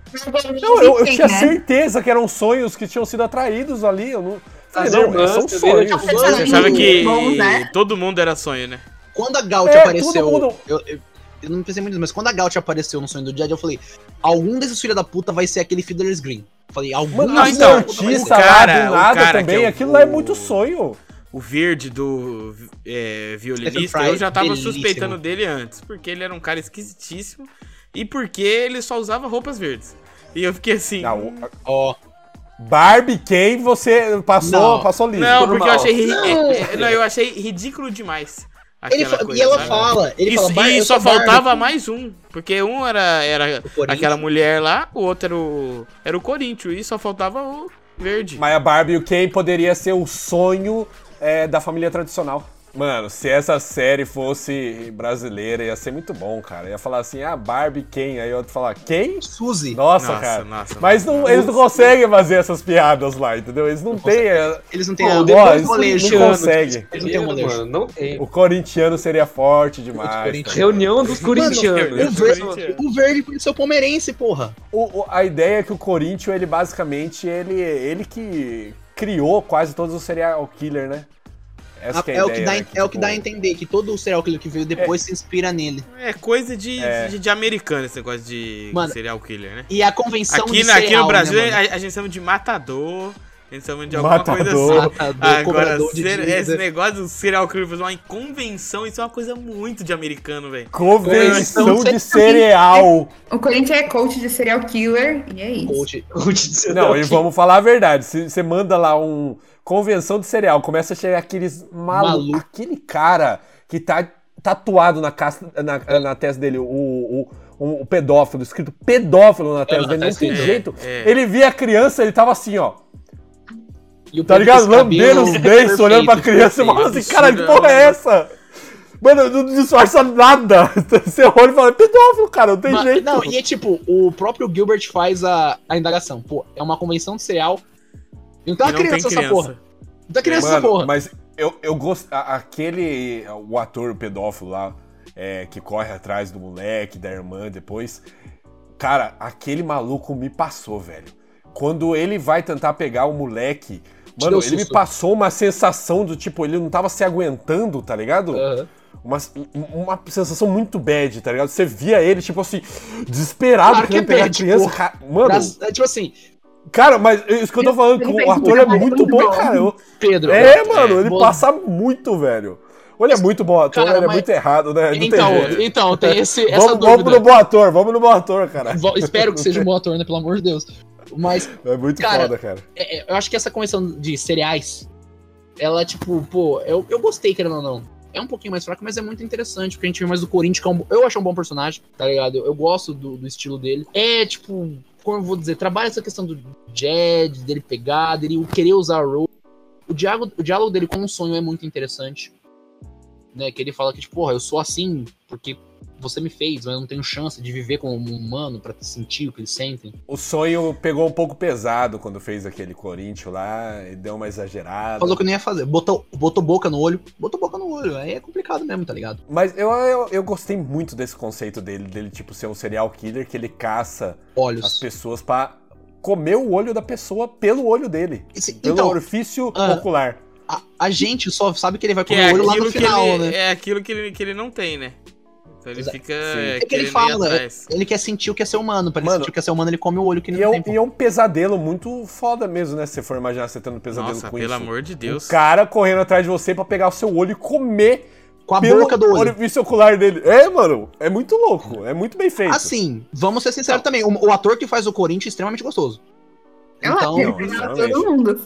[SPEAKER 5] Não, eu, eu tinha
[SPEAKER 6] Né?
[SPEAKER 5] certeza que eram sonhos que tinham sido atraídos ali. Eu não. Falei,
[SPEAKER 3] As
[SPEAKER 5] não, é,
[SPEAKER 3] irmãs
[SPEAKER 5] são
[SPEAKER 3] também, né?
[SPEAKER 5] sonhos.
[SPEAKER 6] Você
[SPEAKER 1] Você achava que
[SPEAKER 6] Bom, né?
[SPEAKER 1] todo mundo era sonho, né?
[SPEAKER 4] Quando a Gaut
[SPEAKER 5] É,
[SPEAKER 4] apareceu.
[SPEAKER 5] todo mundo-
[SPEAKER 4] Eu, eu- eu não pensei muito nisso, mas quando a Gaut apareceu no sonho do Jedi, eu falei: algum desses filhos da puta vai ser aquele Fiddler's Green. Falei, algum
[SPEAKER 5] Mano,
[SPEAKER 1] Não,
[SPEAKER 5] não,
[SPEAKER 1] então,
[SPEAKER 5] então,
[SPEAKER 1] o
[SPEAKER 5] artista
[SPEAKER 1] cara-
[SPEAKER 5] lá
[SPEAKER 1] o
[SPEAKER 5] do nada
[SPEAKER 1] cara que
[SPEAKER 5] também,
[SPEAKER 1] é o-
[SPEAKER 5] aquilo lá é muito sonho.
[SPEAKER 1] O verde do é, violinista,
[SPEAKER 4] Stephen Fry,
[SPEAKER 1] eu já tava
[SPEAKER 4] belíssimo.
[SPEAKER 1] suspeitando dele antes, porque ele era um cara esquisitíssimo e porque ele só usava roupas verdes. E eu fiquei assim. Não,
[SPEAKER 5] Não,
[SPEAKER 4] Ó,
[SPEAKER 5] Barbie Ken, você passou,
[SPEAKER 4] Não.
[SPEAKER 5] passou livre.
[SPEAKER 1] porque eu achei, ri-
[SPEAKER 4] Não.
[SPEAKER 1] é, é, não, eu achei ridículo demais.
[SPEAKER 4] ele
[SPEAKER 1] aquela
[SPEAKER 4] fa-
[SPEAKER 1] coisa,
[SPEAKER 4] e ela
[SPEAKER 1] sabe?
[SPEAKER 4] fala, ele
[SPEAKER 1] Isso-
[SPEAKER 4] fala, "Bar-
[SPEAKER 1] e
[SPEAKER 4] eu
[SPEAKER 1] só
[SPEAKER 4] sou Barbie".
[SPEAKER 1] faltava mais um, porque um era, era
[SPEAKER 4] O Corinthians.
[SPEAKER 1] aquela mulher lá, o outro era o, era o Corinthians, e só faltava o verde.
[SPEAKER 5] Mas a Barbie e o Ken poderia ser o sonho é, da família tradicional. Mano, se essa série fosse brasileira, ia ser muito bom, cara. Ia falar assim, ah, Barbie Ken. Aí o outro falar, quem?
[SPEAKER 4] Suzy.
[SPEAKER 5] Nossa,
[SPEAKER 1] Nossa,
[SPEAKER 5] cara.
[SPEAKER 1] nossa,
[SPEAKER 5] Mas
[SPEAKER 1] nossa,
[SPEAKER 5] não-
[SPEAKER 1] nossa.
[SPEAKER 5] eles não conseguem fazer essas piadas lá, entendeu? Eles não, têm. é,
[SPEAKER 4] Eles não têm
[SPEAKER 3] Pô,
[SPEAKER 4] a-
[SPEAKER 5] depois
[SPEAKER 4] o
[SPEAKER 5] eles não-
[SPEAKER 4] molejo.
[SPEAKER 5] não conseguem.
[SPEAKER 4] Eles não têm um molejo.
[SPEAKER 3] mano, não tem.
[SPEAKER 5] O corintiano seria forte demais.
[SPEAKER 4] Corinthians.
[SPEAKER 5] cara.
[SPEAKER 3] Reunião dos
[SPEAKER 4] O
[SPEAKER 3] corintianos.
[SPEAKER 4] verde, o verde podia ser o palmeirense, porra.
[SPEAKER 5] O- o- a ideia é que o Corinthians, ele basicamente, ele, ele que criou quase todos os serial killer, né? Essa que
[SPEAKER 4] É,
[SPEAKER 5] é, a
[SPEAKER 4] o que
[SPEAKER 5] ideia,
[SPEAKER 4] dá,
[SPEAKER 5] né?
[SPEAKER 4] é
[SPEAKER 5] Que,
[SPEAKER 4] o que
[SPEAKER 5] tipo,
[SPEAKER 4] dá a entender, que todo o serial killer que veio depois se inspira nele.
[SPEAKER 1] É coisa de,
[SPEAKER 5] É.
[SPEAKER 1] de, de americano esse negócio de
[SPEAKER 4] Mano,
[SPEAKER 1] serial killer, né?
[SPEAKER 4] E a convenção
[SPEAKER 1] Aqui,
[SPEAKER 4] de
[SPEAKER 1] na- aqui
[SPEAKER 4] cereal,
[SPEAKER 1] no Brasil é
[SPEAKER 4] né, mano?
[SPEAKER 1] a, a gente chama de matador, a gente chama de alguma
[SPEAKER 5] Matador.
[SPEAKER 1] coisa assim.
[SPEAKER 4] Matador,
[SPEAKER 1] Agora,
[SPEAKER 4] cobrador de né,
[SPEAKER 1] ser- esse
[SPEAKER 4] dívida.
[SPEAKER 1] negócio do serial killer fazer uma convenção, isso é uma coisa muito de americano, velho.
[SPEAKER 5] Convenção
[SPEAKER 4] Convenção
[SPEAKER 5] de cereal.
[SPEAKER 6] O Corinthians é coach de serial killer, e é isso.
[SPEAKER 4] Coach. É
[SPEAKER 5] Não, e vamos falar a verdade. Se você manda lá um convenção de cereal, começa a chegar aqueles malucos.
[SPEAKER 4] Maluco.
[SPEAKER 5] Aquele cara que tá tatuado na, casa, na, na testa dele, o, o, um, o- o pedófilo, escrito pedófilo na testa
[SPEAKER 4] É, na
[SPEAKER 5] dele, não
[SPEAKER 4] testa
[SPEAKER 5] tem
[SPEAKER 1] dele.
[SPEAKER 5] jeito.
[SPEAKER 1] É, é.
[SPEAKER 5] Ele via a criança, ele tava assim, ó.
[SPEAKER 4] E o
[SPEAKER 5] Tá ligado?
[SPEAKER 4] Pedro com esse
[SPEAKER 5] Lambendo os
[SPEAKER 4] cabelo
[SPEAKER 5] dentes, olhando pra
[SPEAKER 4] perfeito,
[SPEAKER 5] criança e
[SPEAKER 4] perfeito.
[SPEAKER 5] falando assim, cara, que
[SPEAKER 1] absurdo,
[SPEAKER 5] porra é
[SPEAKER 1] né?
[SPEAKER 5] essa? Mano, não disfarça nada. Você olha e fala, pedófilo, cara, não tem
[SPEAKER 4] Ma-
[SPEAKER 5] jeito.
[SPEAKER 4] Não, e é tipo, o próprio Gilbert faz a, a indagação. Pô, é uma convenção de cereal. Não
[SPEAKER 1] E
[SPEAKER 4] tá uma
[SPEAKER 1] não tem
[SPEAKER 4] criança essa porra. Não tá criança essa
[SPEAKER 5] Mano,
[SPEAKER 4] porra.
[SPEAKER 5] Mas eu, eu gosto. a- Aquele. O ator pedófilo lá, é, que corre atrás do moleque, da irmã depois. Cara, aquele maluco me passou, velho. Quando ele vai tentar pegar o moleque. Mano,
[SPEAKER 4] deu
[SPEAKER 5] ele me
[SPEAKER 4] susto.
[SPEAKER 5] passou uma sensação do tipo, ele não tava se aguentando, tá ligado?
[SPEAKER 4] Aham.
[SPEAKER 5] Uma, uma sensação muito bad, tá ligado? Você via ele, tipo assim, desesperado
[SPEAKER 4] Claro que
[SPEAKER 5] querendo
[SPEAKER 4] é
[SPEAKER 5] pegar
[SPEAKER 4] bad,
[SPEAKER 5] a criança.
[SPEAKER 4] porra.
[SPEAKER 5] Ca- Mano,
[SPEAKER 4] Mas, é tipo assim,
[SPEAKER 5] cara, mas é isso que eu tô falando,
[SPEAKER 6] Ele
[SPEAKER 5] que
[SPEAKER 6] fez
[SPEAKER 5] o
[SPEAKER 6] um
[SPEAKER 5] ator é
[SPEAKER 6] trabalho
[SPEAKER 5] muito
[SPEAKER 6] muito
[SPEAKER 5] bom,
[SPEAKER 6] bom.
[SPEAKER 5] cara. Eu,
[SPEAKER 4] Pedro.
[SPEAKER 5] é, mano, ele
[SPEAKER 4] Bom.
[SPEAKER 5] passa muito, velho. Ou ele é muito bom ator,
[SPEAKER 4] Cara,
[SPEAKER 5] ou ele é
[SPEAKER 4] mas-
[SPEAKER 5] muito errado, né? Não tem
[SPEAKER 4] então,
[SPEAKER 5] jeito.
[SPEAKER 4] então, tem esse, essa
[SPEAKER 5] Vamos, vamos no
[SPEAKER 4] dúvida.
[SPEAKER 5] bom ator, vamos no bom ator, cara.
[SPEAKER 4] Vo- Espero que seja um bom ator, né? Pelo amor de Deus. Mas
[SPEAKER 5] É muito
[SPEAKER 4] Cara,
[SPEAKER 5] foda, cara.
[SPEAKER 4] é, é, eu acho que essa convenção de cereais, ela, tipo, pô, eu, eu gostei, querendo ou não. É um pouquinho mais fraco, mas é muito interessante, porque a gente vê mais do Corinthians, que é um, bo- eu acho um bom personagem, tá ligado? Eu, eu gosto do, do estilo dele. É, tipo, como eu vou dizer, trabalha essa questão do Jed, dele pegar, dele querer usar a Rose. O diálogo, o diálogo dele com o sonho é muito interessante, né? Que ele fala que, tipo, porra, eu sou assim, porque você me fez, mas eu não tenho chance de viver como um humano pra sentir o que eles sentem.
[SPEAKER 5] O sonho pegou um pouco pesado quando fez aquele Corinthians lá, e deu uma exagerada.
[SPEAKER 4] Falou que não ia fazer. Botou, botou boca no olho. Botou boca no olho. Aí é complicado mesmo, tá ligado?
[SPEAKER 5] Mas eu, eu, eu gostei muito desse conceito dele, dele tipo ser um serial killer que ele caça as
[SPEAKER 4] Olhos.
[SPEAKER 5] pessoas pra comer o olho da pessoa pelo olho dele.
[SPEAKER 4] Esse-
[SPEAKER 5] Pelo
[SPEAKER 4] então,
[SPEAKER 5] orifício
[SPEAKER 4] ah.
[SPEAKER 5] ocular.
[SPEAKER 4] a, a gente só sabe que ele vai
[SPEAKER 1] Que
[SPEAKER 4] comer
[SPEAKER 1] é
[SPEAKER 4] o olho lá no
[SPEAKER 1] aquilo, que
[SPEAKER 4] final,
[SPEAKER 1] ele,
[SPEAKER 4] né?
[SPEAKER 1] é aquilo que ele, que ele não tem, né? Então ele
[SPEAKER 4] Exato.
[SPEAKER 1] fica é,
[SPEAKER 5] Sim.
[SPEAKER 4] É que ele
[SPEAKER 1] querendo ir
[SPEAKER 4] fala, né?
[SPEAKER 1] atrás.
[SPEAKER 4] Ele quer sentir o que é ser humano. Pra ele
[SPEAKER 5] Mano,
[SPEAKER 4] sentir o que é ser humano, ele come o olho que ele
[SPEAKER 5] E é,
[SPEAKER 4] não
[SPEAKER 5] um,
[SPEAKER 4] tem. pô.
[SPEAKER 5] e é um pesadelo muito foda mesmo, né? Se você for imaginar você tendo um pesadelo
[SPEAKER 1] Nossa,
[SPEAKER 5] com
[SPEAKER 1] pelo
[SPEAKER 5] isso.
[SPEAKER 1] amor de Deus.
[SPEAKER 5] O cara correndo atrás de você pra pegar o seu olho e comer
[SPEAKER 4] Com a
[SPEAKER 5] pelo
[SPEAKER 4] boca do olho.
[SPEAKER 5] orifício ocular dele. É, mano, é muito louco, é muito bem feito.
[SPEAKER 4] Assim, vamos ser sinceros também. O, o ator que faz o Corinthians é extremamente gostoso.
[SPEAKER 6] É lá,
[SPEAKER 4] Então,
[SPEAKER 6] ele
[SPEAKER 5] Não,
[SPEAKER 6] pegava
[SPEAKER 5] exatamente.
[SPEAKER 6] todo mundo.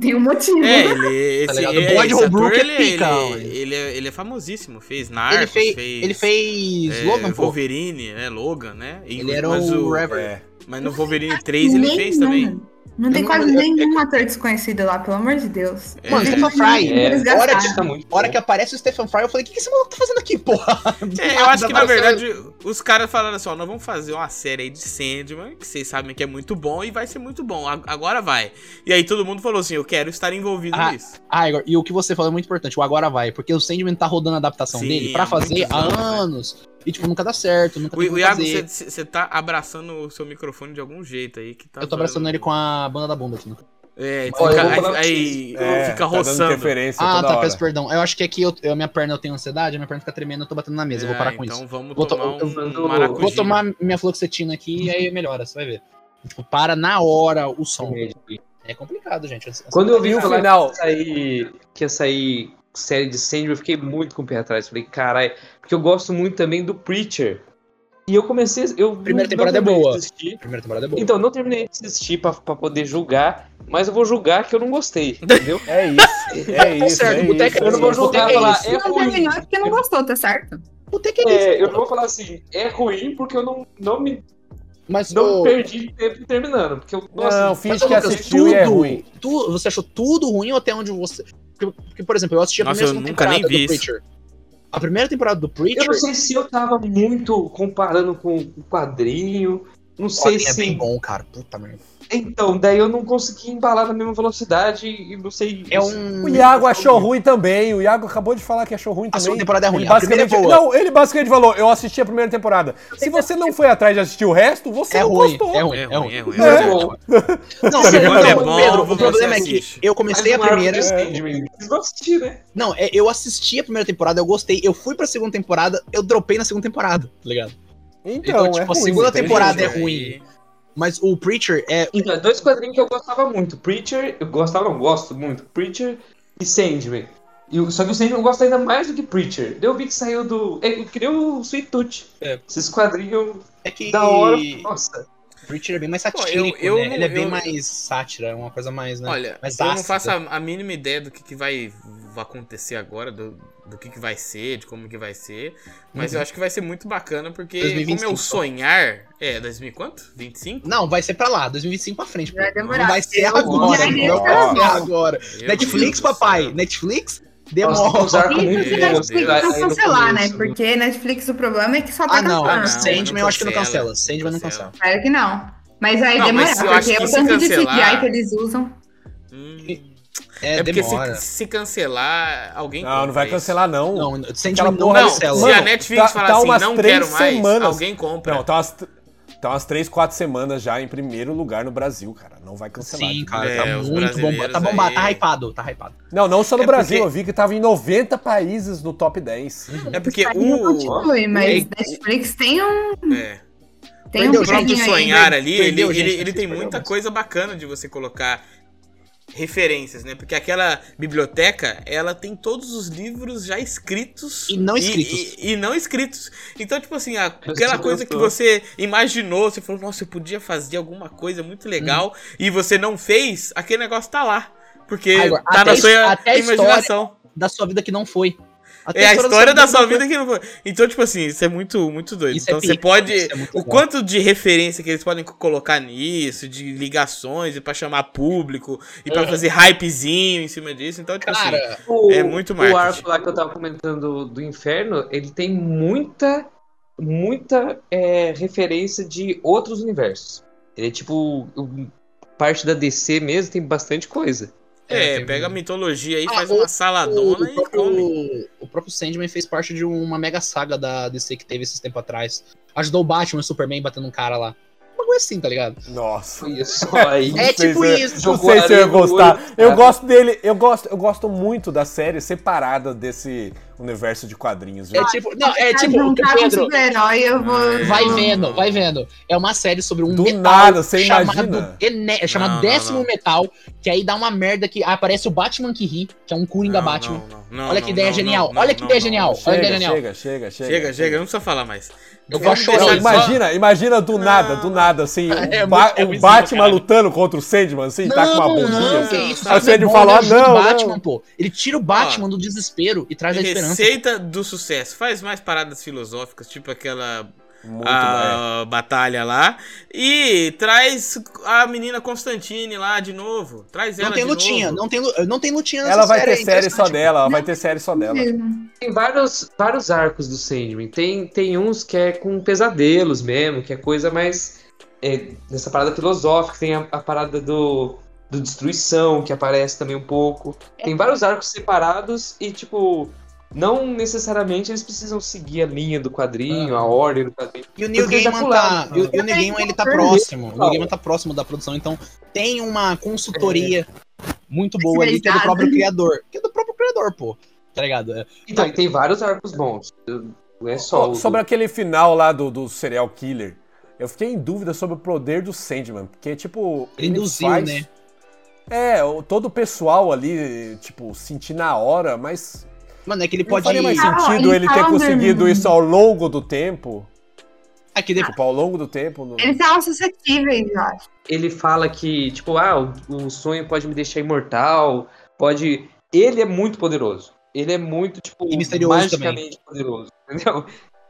[SPEAKER 6] Tem um motivo.
[SPEAKER 1] É, ele,
[SPEAKER 4] Tá
[SPEAKER 1] esse, é,
[SPEAKER 4] ligado? O Boyd
[SPEAKER 1] esse
[SPEAKER 4] Holbrook
[SPEAKER 1] ator,
[SPEAKER 4] é
[SPEAKER 1] ele,
[SPEAKER 4] pica,
[SPEAKER 1] ele-
[SPEAKER 4] velho.
[SPEAKER 1] ele é, ele é famosível, fez
[SPEAKER 4] ele
[SPEAKER 1] Narcos,
[SPEAKER 4] fez.
[SPEAKER 1] fez,
[SPEAKER 4] Ele fez
[SPEAKER 1] é,
[SPEAKER 4] Logan, pô.
[SPEAKER 1] Wolverine, né, Logan, né?
[SPEAKER 4] Ele era
[SPEAKER 1] mas
[SPEAKER 4] o Reverend.
[SPEAKER 5] É.
[SPEAKER 1] Mas no Wolverine 3 ele
[SPEAKER 6] Nem
[SPEAKER 1] fez
[SPEAKER 6] nada.
[SPEAKER 1] também.
[SPEAKER 6] Não tem
[SPEAKER 4] Eu não-
[SPEAKER 6] quase
[SPEAKER 4] eu-
[SPEAKER 6] nenhum ator desconhecido lá, pelo amor de Deus.
[SPEAKER 1] É.
[SPEAKER 4] Mano,
[SPEAKER 1] É.
[SPEAKER 4] Stephen Fry.
[SPEAKER 6] É.
[SPEAKER 4] na hora, que,
[SPEAKER 3] Tá muito
[SPEAKER 4] na hora que aparece o Stephen Fry, eu falei, o que, que esse maluco tá fazendo aqui, porra? Do
[SPEAKER 1] É, eu
[SPEAKER 4] nada
[SPEAKER 1] acho que na
[SPEAKER 4] apareceu.
[SPEAKER 1] verdade os caras falaram assim: ó, nós vamos fazer uma série aí de Sandman, que vocês sabem que é muito bom e vai ser muito bom, a- agora vai. E aí todo mundo falou assim: eu quero estar envolvido
[SPEAKER 4] Ah,
[SPEAKER 1] nisso.
[SPEAKER 4] Ah, Igor, e o que você falou é muito importante, o agora vai, porque o Sandman tá rodando a adaptação
[SPEAKER 1] Sim,
[SPEAKER 4] dele pra
[SPEAKER 1] há
[SPEAKER 4] fazer
[SPEAKER 1] muitos
[SPEAKER 4] há
[SPEAKER 1] anos,
[SPEAKER 4] anos.
[SPEAKER 1] né?
[SPEAKER 4] E, tipo, nunca dá certo, nunca
[SPEAKER 1] O,
[SPEAKER 4] tem
[SPEAKER 1] o
[SPEAKER 4] como
[SPEAKER 1] Iago,
[SPEAKER 4] fazer.
[SPEAKER 1] você tá abraçando o seu microfone de algum jeito aí que tá.
[SPEAKER 4] Eu tô abraçando
[SPEAKER 1] fazendo-
[SPEAKER 4] ele com a banda da bomba aqui. né?
[SPEAKER 1] É, fica-
[SPEAKER 4] Ó, eu vou
[SPEAKER 3] falar pra
[SPEAKER 1] aí, aí
[SPEAKER 5] É,
[SPEAKER 1] fica
[SPEAKER 5] tá Dando
[SPEAKER 1] roçando.
[SPEAKER 5] interferência
[SPEAKER 4] Ah,
[SPEAKER 5] toda
[SPEAKER 4] tá,
[SPEAKER 5] hora.
[SPEAKER 4] peço perdão. Eu acho que aqui eu, eu- minha perna eu tenho ansiedade, minha perna fica tremendo, eu tô batendo na mesa, eu vou
[SPEAKER 1] É,
[SPEAKER 4] parar com
[SPEAKER 1] então
[SPEAKER 4] isso.
[SPEAKER 1] vamos
[SPEAKER 4] Vou to-
[SPEAKER 1] tomar
[SPEAKER 4] eu-
[SPEAKER 1] um
[SPEAKER 3] eu-
[SPEAKER 1] maracujá.
[SPEAKER 4] Vou tomar minha fluoxetina aqui e aí melhora, você vai ver. Tipo, para na hora o som.
[SPEAKER 3] médico.
[SPEAKER 4] É complicado, gente. ansi-
[SPEAKER 3] Quando eu vi o
[SPEAKER 5] No
[SPEAKER 3] falar
[SPEAKER 5] final,
[SPEAKER 3] que ia sair, que ia sair série de Sandman, eu fiquei muito com o pé atrás. Falei, caralho, porque eu gosto muito também do Preacher. E eu comecei. Eu
[SPEAKER 4] Primeira
[SPEAKER 3] não
[SPEAKER 4] temporada é
[SPEAKER 3] terminei de
[SPEAKER 4] boa.
[SPEAKER 3] assistir.
[SPEAKER 4] Primeira temporada é boa.
[SPEAKER 3] Então, não terminei de assistir pra, pra poder julgar, mas eu vou julgar que eu não gostei, entendeu?
[SPEAKER 5] é isso. É
[SPEAKER 4] Tá
[SPEAKER 5] isso.
[SPEAKER 4] certo,
[SPEAKER 5] é
[SPEAKER 4] boteco-
[SPEAKER 5] isso,
[SPEAKER 4] eu não vou
[SPEAKER 5] é isso.
[SPEAKER 4] julgar,
[SPEAKER 3] Boteco
[SPEAKER 4] falar,
[SPEAKER 3] isso.
[SPEAKER 6] Você não terminou porque não gostou, tá certo?
[SPEAKER 4] Puta que é
[SPEAKER 3] É,
[SPEAKER 4] isso.
[SPEAKER 3] eu não vou falar assim, é ruim porque eu não, não me
[SPEAKER 4] Mas
[SPEAKER 3] não
[SPEAKER 4] ô,
[SPEAKER 3] perdi tempo terminando. Porque eu, assim. nossa,
[SPEAKER 5] Não,
[SPEAKER 4] mas,
[SPEAKER 5] finge
[SPEAKER 4] ô,
[SPEAKER 5] que
[SPEAKER 4] Lucas,
[SPEAKER 5] assistiu e é ruim.
[SPEAKER 4] tu- você achou tudo ruim ou até onde você. Porque, porque, por exemplo, eu assisti a
[SPEAKER 1] Nossa,
[SPEAKER 4] primeira
[SPEAKER 1] eu nunca
[SPEAKER 4] temporada
[SPEAKER 1] nem vi
[SPEAKER 4] do
[SPEAKER 1] isso.
[SPEAKER 4] Preacher. A primeira temporada do
[SPEAKER 3] eu
[SPEAKER 4] Preacher.
[SPEAKER 3] não sei se eu tava muito comparando com o quadrinho. Não sei
[SPEAKER 4] é
[SPEAKER 3] se
[SPEAKER 4] bem bom, cara. Puta merda.
[SPEAKER 3] Então, daí eu não consegui embalar na mesma velocidade e não sei.
[SPEAKER 4] É um.
[SPEAKER 5] O Iago achou ruim também. O Iago acabou de falar que achou ruim
[SPEAKER 4] A segunda
[SPEAKER 5] também.
[SPEAKER 4] temporada é ruim.
[SPEAKER 5] Ele
[SPEAKER 4] A primeira é
[SPEAKER 5] basicamente,
[SPEAKER 4] boa.
[SPEAKER 5] não, ele basicamente falou, eu assisti a primeira temporada. Se você não foi atrás de assistir o resto, você
[SPEAKER 4] É
[SPEAKER 5] não
[SPEAKER 4] ruim,
[SPEAKER 5] gostou.
[SPEAKER 4] é ruim,
[SPEAKER 1] É
[SPEAKER 4] é ruim.
[SPEAKER 1] ruim, é ruim.
[SPEAKER 5] Não,
[SPEAKER 1] é
[SPEAKER 3] bom.
[SPEAKER 1] ruim.
[SPEAKER 4] Não,
[SPEAKER 1] Você
[SPEAKER 4] sério,
[SPEAKER 1] quando é
[SPEAKER 4] não,
[SPEAKER 1] bom,
[SPEAKER 4] Pedro, o
[SPEAKER 1] você
[SPEAKER 4] problema é que
[SPEAKER 1] assiste.
[SPEAKER 4] eu comecei a
[SPEAKER 3] Mas assim não era
[SPEAKER 4] primeira.
[SPEAKER 3] o Sandman. Vocês vão assistir, né?
[SPEAKER 4] Não, é, eu assisti a primeira temporada, eu gostei. Eu fui pra segunda temporada, eu dropei na segunda temporada, tá ligado?
[SPEAKER 5] Então,
[SPEAKER 4] Então, tipo,
[SPEAKER 5] é ruim,
[SPEAKER 4] a segunda
[SPEAKER 5] entende?
[SPEAKER 4] temporada é
[SPEAKER 1] Aí-
[SPEAKER 4] ruim. Mas o Preacher é.
[SPEAKER 3] Então, é dois quadrinhos que eu gostava muito. Preacher, eu gostava, não gosto muito. Preacher e Sandman. E, o- só que o Sandman eu gosto ainda mais do que Preacher. Daí Eu vi que saiu do. É, eu queria o Sweet Tooth.
[SPEAKER 4] É.
[SPEAKER 3] Esses quadrinhos
[SPEAKER 4] É que.
[SPEAKER 3] da hora. Nossa.
[SPEAKER 4] Preacher é bem mais
[SPEAKER 1] Pô, eu-
[SPEAKER 4] satírico,
[SPEAKER 1] eu
[SPEAKER 4] né?
[SPEAKER 1] não-
[SPEAKER 4] Ele é bem
[SPEAKER 1] eu-
[SPEAKER 4] mais sátira, é uma coisa mais, né?
[SPEAKER 1] Olha,
[SPEAKER 4] Mas
[SPEAKER 1] eu não
[SPEAKER 4] ácida.
[SPEAKER 1] faço a, a mínima ideia do que, que vai vai acontecer agora, do, do que, que vai ser, de como que vai ser. Mas
[SPEAKER 4] Uhum.
[SPEAKER 1] eu acho que vai ser muito bacana, porque
[SPEAKER 4] 2025,
[SPEAKER 1] como eu sonhar. É, 2000 quanto? 25?
[SPEAKER 4] Não, vai ser pra lá, 2025 pra frente. pô.
[SPEAKER 6] Vai demorar.
[SPEAKER 4] Não vai ser
[SPEAKER 6] Eu vou
[SPEAKER 4] agora, né?
[SPEAKER 6] viajar
[SPEAKER 3] tá
[SPEAKER 4] não
[SPEAKER 5] agora.
[SPEAKER 4] vai ser agora.
[SPEAKER 1] Meu
[SPEAKER 4] Netflix,
[SPEAKER 1] Deus do
[SPEAKER 4] papai,
[SPEAKER 1] céu.
[SPEAKER 4] Netflix,
[SPEAKER 3] Nossa, tem
[SPEAKER 4] demora.
[SPEAKER 3] que usar com
[SPEAKER 6] E
[SPEAKER 3] muito
[SPEAKER 1] Deus,
[SPEAKER 6] porque
[SPEAKER 3] Deus,
[SPEAKER 6] Netflix
[SPEAKER 1] Deus.
[SPEAKER 3] aí
[SPEAKER 6] não
[SPEAKER 3] no
[SPEAKER 6] cancelar, né?
[SPEAKER 3] começo.
[SPEAKER 6] Porque Netflix o problema é que só tá
[SPEAKER 4] Ah, não,
[SPEAKER 1] Ah,
[SPEAKER 4] ah,
[SPEAKER 1] não,
[SPEAKER 6] cancelando.
[SPEAKER 1] mas
[SPEAKER 4] Sandman
[SPEAKER 1] não
[SPEAKER 4] eu acho que não
[SPEAKER 1] cancela,
[SPEAKER 4] cancela. Sandman não
[SPEAKER 1] cancela.
[SPEAKER 4] cancela.
[SPEAKER 6] Espero que não. Mas vai
[SPEAKER 1] Não,
[SPEAKER 6] demorar,
[SPEAKER 1] mas eu acho
[SPEAKER 6] porque é
[SPEAKER 1] que
[SPEAKER 6] o
[SPEAKER 1] se
[SPEAKER 6] tanto de
[SPEAKER 1] cancelar-
[SPEAKER 6] CGI que eles usam.
[SPEAKER 1] Hum,
[SPEAKER 4] É,
[SPEAKER 1] é, porque
[SPEAKER 4] demora.
[SPEAKER 1] se, se cancelar, alguém.
[SPEAKER 5] Não, não
[SPEAKER 1] compra
[SPEAKER 5] vai
[SPEAKER 1] isso.
[SPEAKER 5] cancelar, não.
[SPEAKER 4] Não, Sandman
[SPEAKER 5] Aquela
[SPEAKER 4] não
[SPEAKER 5] porra-
[SPEAKER 1] Não,
[SPEAKER 4] cancela.
[SPEAKER 1] se a
[SPEAKER 5] Mano,
[SPEAKER 1] Netflix
[SPEAKER 5] tá-
[SPEAKER 1] falar
[SPEAKER 5] tá
[SPEAKER 1] assim,
[SPEAKER 5] umas
[SPEAKER 1] não
[SPEAKER 5] três
[SPEAKER 1] quero mais,
[SPEAKER 5] semanas.
[SPEAKER 1] alguém compra.
[SPEAKER 5] Não, tá umas, tá umas três, quatro semanas já em primeiro lugar no Brasil, cara. Não vai cancelar.
[SPEAKER 4] Sim, cara,
[SPEAKER 1] É,
[SPEAKER 4] tá
[SPEAKER 1] os
[SPEAKER 4] muito bombado. Tá
[SPEAKER 1] brasileiros
[SPEAKER 4] bombado, tá
[SPEAKER 1] aí.
[SPEAKER 4] hypado, tá hypado.
[SPEAKER 5] Não, não só no
[SPEAKER 1] É
[SPEAKER 5] Brasil.
[SPEAKER 1] porque-
[SPEAKER 5] Eu vi que tava em 90 países no top 10.
[SPEAKER 1] É porque
[SPEAKER 6] Aí não
[SPEAKER 1] o.
[SPEAKER 6] continue, mas
[SPEAKER 1] o-
[SPEAKER 6] Netflix tem um,
[SPEAKER 1] É.
[SPEAKER 6] tem
[SPEAKER 4] Perdeu
[SPEAKER 6] um
[SPEAKER 1] o próprio
[SPEAKER 6] bocadinho
[SPEAKER 4] né?
[SPEAKER 6] aí.
[SPEAKER 1] sonhar ali, ele,
[SPEAKER 4] Perdeu, gente,
[SPEAKER 1] ele,
[SPEAKER 4] nesses
[SPEAKER 1] ele tem muita
[SPEAKER 4] programas.
[SPEAKER 1] coisa bacana de você colocar referências, né? Porque aquela biblioteca, ela tem todos os livros já escritos
[SPEAKER 4] E não escritos.
[SPEAKER 1] E, e não escritos. Então, tipo assim, a-
[SPEAKER 3] Eu
[SPEAKER 1] aquela
[SPEAKER 3] sei,
[SPEAKER 1] coisa
[SPEAKER 3] eu
[SPEAKER 1] que
[SPEAKER 3] tô.
[SPEAKER 1] você imaginou, você falou, nossa, eu podia fazer alguma coisa muito legal
[SPEAKER 4] Hum.
[SPEAKER 1] e você não fez, aquele negócio tá lá. Porque
[SPEAKER 4] Agora,
[SPEAKER 1] tá
[SPEAKER 4] até
[SPEAKER 1] na
[SPEAKER 4] a his-
[SPEAKER 1] sua
[SPEAKER 4] até a história-
[SPEAKER 1] imaginação.
[SPEAKER 4] Da sua vida que não foi. Até
[SPEAKER 1] É a história da sua
[SPEAKER 4] não foi.
[SPEAKER 1] vida que não foi. Então, tipo assim, isso é muito, muito doido.
[SPEAKER 4] Isso é
[SPEAKER 1] então você
[SPEAKER 4] pica,
[SPEAKER 1] pode.
[SPEAKER 4] isso é muito
[SPEAKER 1] O
[SPEAKER 4] bom.
[SPEAKER 1] quanto de referência que eles podem co- colocar nisso, de ligações e pra chamar público e pra fazer hypezinho em cima disso. Então, tipo assim,
[SPEAKER 4] Uhum. Cara,
[SPEAKER 3] O,
[SPEAKER 1] É muito
[SPEAKER 3] O
[SPEAKER 1] marketing.
[SPEAKER 3] arco lá que eu tava comentando do, do inferno, ele tem muita, muita é, referência de outros universos. Ele é tipo. um- Parte da DC mesmo tem bastante coisa.
[SPEAKER 1] é,
[SPEAKER 4] tem-
[SPEAKER 1] pega a mitologia aí,
[SPEAKER 4] Ah,
[SPEAKER 1] faz
[SPEAKER 4] o-
[SPEAKER 1] uma
[SPEAKER 4] o,
[SPEAKER 1] saladona
[SPEAKER 4] o
[SPEAKER 1] e come.
[SPEAKER 4] próprio, o próprio Sandman fez parte de uma mega saga da DC que teve esses tempo atrás. Ajudou o Batman e o Superman batendo um cara lá. Uma coisa assim, tá ligado?
[SPEAKER 5] Nossa.
[SPEAKER 3] Foi isso aí.
[SPEAKER 5] Não
[SPEAKER 4] É
[SPEAKER 5] sei
[SPEAKER 4] tipo
[SPEAKER 5] se eu-
[SPEAKER 4] isso.
[SPEAKER 5] Então, Não
[SPEAKER 3] Jogou
[SPEAKER 5] sei se eu ia
[SPEAKER 3] areia no
[SPEAKER 5] gostar.
[SPEAKER 3] olho. É.
[SPEAKER 5] Eu gosto dele, eu gosto, eu gosto muito da série separada desse universo de quadrinhos. viu?
[SPEAKER 4] É tipo. Não, é
[SPEAKER 6] Se
[SPEAKER 4] tipo. o
[SPEAKER 6] juntar com
[SPEAKER 4] Pedro, É.
[SPEAKER 6] super-herói, eu vou.
[SPEAKER 4] vai vendo, vai vendo. É uma série sobre um
[SPEAKER 5] Do
[SPEAKER 4] metal
[SPEAKER 5] nada, você imagina.
[SPEAKER 4] chamado, Ene- é chamado
[SPEAKER 1] Não, não,
[SPEAKER 4] Décimo
[SPEAKER 1] não.
[SPEAKER 4] Metal, que aí dá uma merda que aparece o Batman que ri, que é um Coringa
[SPEAKER 1] Não,
[SPEAKER 4] Batman.
[SPEAKER 1] não, não, não,
[SPEAKER 4] Olha que
[SPEAKER 1] não,
[SPEAKER 4] ideia
[SPEAKER 1] não,
[SPEAKER 4] genial,
[SPEAKER 1] não,
[SPEAKER 4] olha que
[SPEAKER 1] não,
[SPEAKER 4] ideia
[SPEAKER 1] não.
[SPEAKER 4] genial. Olha,
[SPEAKER 5] Chega,
[SPEAKER 4] Daniel.
[SPEAKER 5] chega, chega, chega.
[SPEAKER 1] Chega, chega, não precisa falar mais.
[SPEAKER 4] Eu vou
[SPEAKER 1] Vamos
[SPEAKER 4] chorar.
[SPEAKER 1] deixar
[SPEAKER 5] Não,
[SPEAKER 1] só-
[SPEAKER 5] imagina, imagina do
[SPEAKER 1] Não.
[SPEAKER 5] nada, do nada, assim,
[SPEAKER 4] É
[SPEAKER 5] o, Ba-
[SPEAKER 4] muito- é
[SPEAKER 5] o
[SPEAKER 4] muito
[SPEAKER 5] Batman
[SPEAKER 4] caralho.
[SPEAKER 5] lutando contra o Sandman, assim, tá com uma bundinha.
[SPEAKER 4] não, que isso.
[SPEAKER 1] Aí
[SPEAKER 4] Sabe,
[SPEAKER 5] você
[SPEAKER 4] é bom,
[SPEAKER 5] fala,
[SPEAKER 4] ele ajuda
[SPEAKER 5] "Ah,
[SPEAKER 4] o
[SPEAKER 5] não,
[SPEAKER 4] Batman,
[SPEAKER 5] não."
[SPEAKER 4] pô. Ele tira
[SPEAKER 1] Ah.
[SPEAKER 4] o Batman do desespero e traz a é esperança.
[SPEAKER 1] Receita do sucesso. Faz mais paradas filosóficas, tipo aquela
[SPEAKER 5] Muito bem.
[SPEAKER 1] a batalha lá. E traz a menina Constantine lá de novo. Traz ela
[SPEAKER 4] Não tem
[SPEAKER 1] de
[SPEAKER 4] lutinha,
[SPEAKER 1] novo.
[SPEAKER 4] não tem, lu- não tem lutinha nessa
[SPEAKER 5] Ela vai
[SPEAKER 4] série,
[SPEAKER 5] ter
[SPEAKER 4] é
[SPEAKER 5] série só
[SPEAKER 4] interessante.
[SPEAKER 5] dela, ela vai ter série só dela.
[SPEAKER 3] Tem vários, vários arcos do Sandman. Tem, tem uns que é com pesadelos mesmo, que é coisa mais. é, nessa parada filosófica, tem a, a parada do, do destruição, que aparece também um pouco. Tem vários arcos separados e, tipo, não necessariamente eles precisam seguir a linha do quadrinho, a ordem do quadrinho.
[SPEAKER 4] E o Neil
[SPEAKER 3] Porque já
[SPEAKER 4] Gaiman tá,
[SPEAKER 3] pularam,
[SPEAKER 4] e o-
[SPEAKER 3] né?
[SPEAKER 4] e o Neil Gaiman, ele tá
[SPEAKER 3] Perdeu,
[SPEAKER 4] próximo. O Neil
[SPEAKER 3] fala.
[SPEAKER 4] Gaiman tá próximo da produção, então tem uma consultoria muito boa ali, que é do
[SPEAKER 6] Especializada.
[SPEAKER 4] próprio criador. Que é do próprio criador, pô. Tá ligado? É.
[SPEAKER 3] Então, e tem vários arcos bons. Não é só.
[SPEAKER 5] Oh,
[SPEAKER 3] o-
[SPEAKER 5] sobre aquele final lá do, do serial killer, eu fiquei em dúvida sobre o poder do Sandman, porque, tipo.
[SPEAKER 4] Ele induziu, né?
[SPEAKER 5] É, o- todo o pessoal ali, tipo, sentir na hora, mas.
[SPEAKER 4] Mano, é que ele
[SPEAKER 5] Não
[SPEAKER 4] pode.
[SPEAKER 5] faria mais
[SPEAKER 6] Ah,
[SPEAKER 5] sentido ele ter
[SPEAKER 6] então,
[SPEAKER 5] conseguido
[SPEAKER 6] Bruno.
[SPEAKER 5] isso ao longo do tempo.
[SPEAKER 4] É que depois.
[SPEAKER 5] Tipo, ao longo do tempo. no-
[SPEAKER 6] Eles estavam suscetíveis, eu acho.
[SPEAKER 3] ele fala que, tipo, ah, o, o sonho pode me deixar imortal, pode. Ele é muito poderoso. Ele é muito, tipo,
[SPEAKER 4] E misterioso
[SPEAKER 3] magicamente poderoso, entendeu?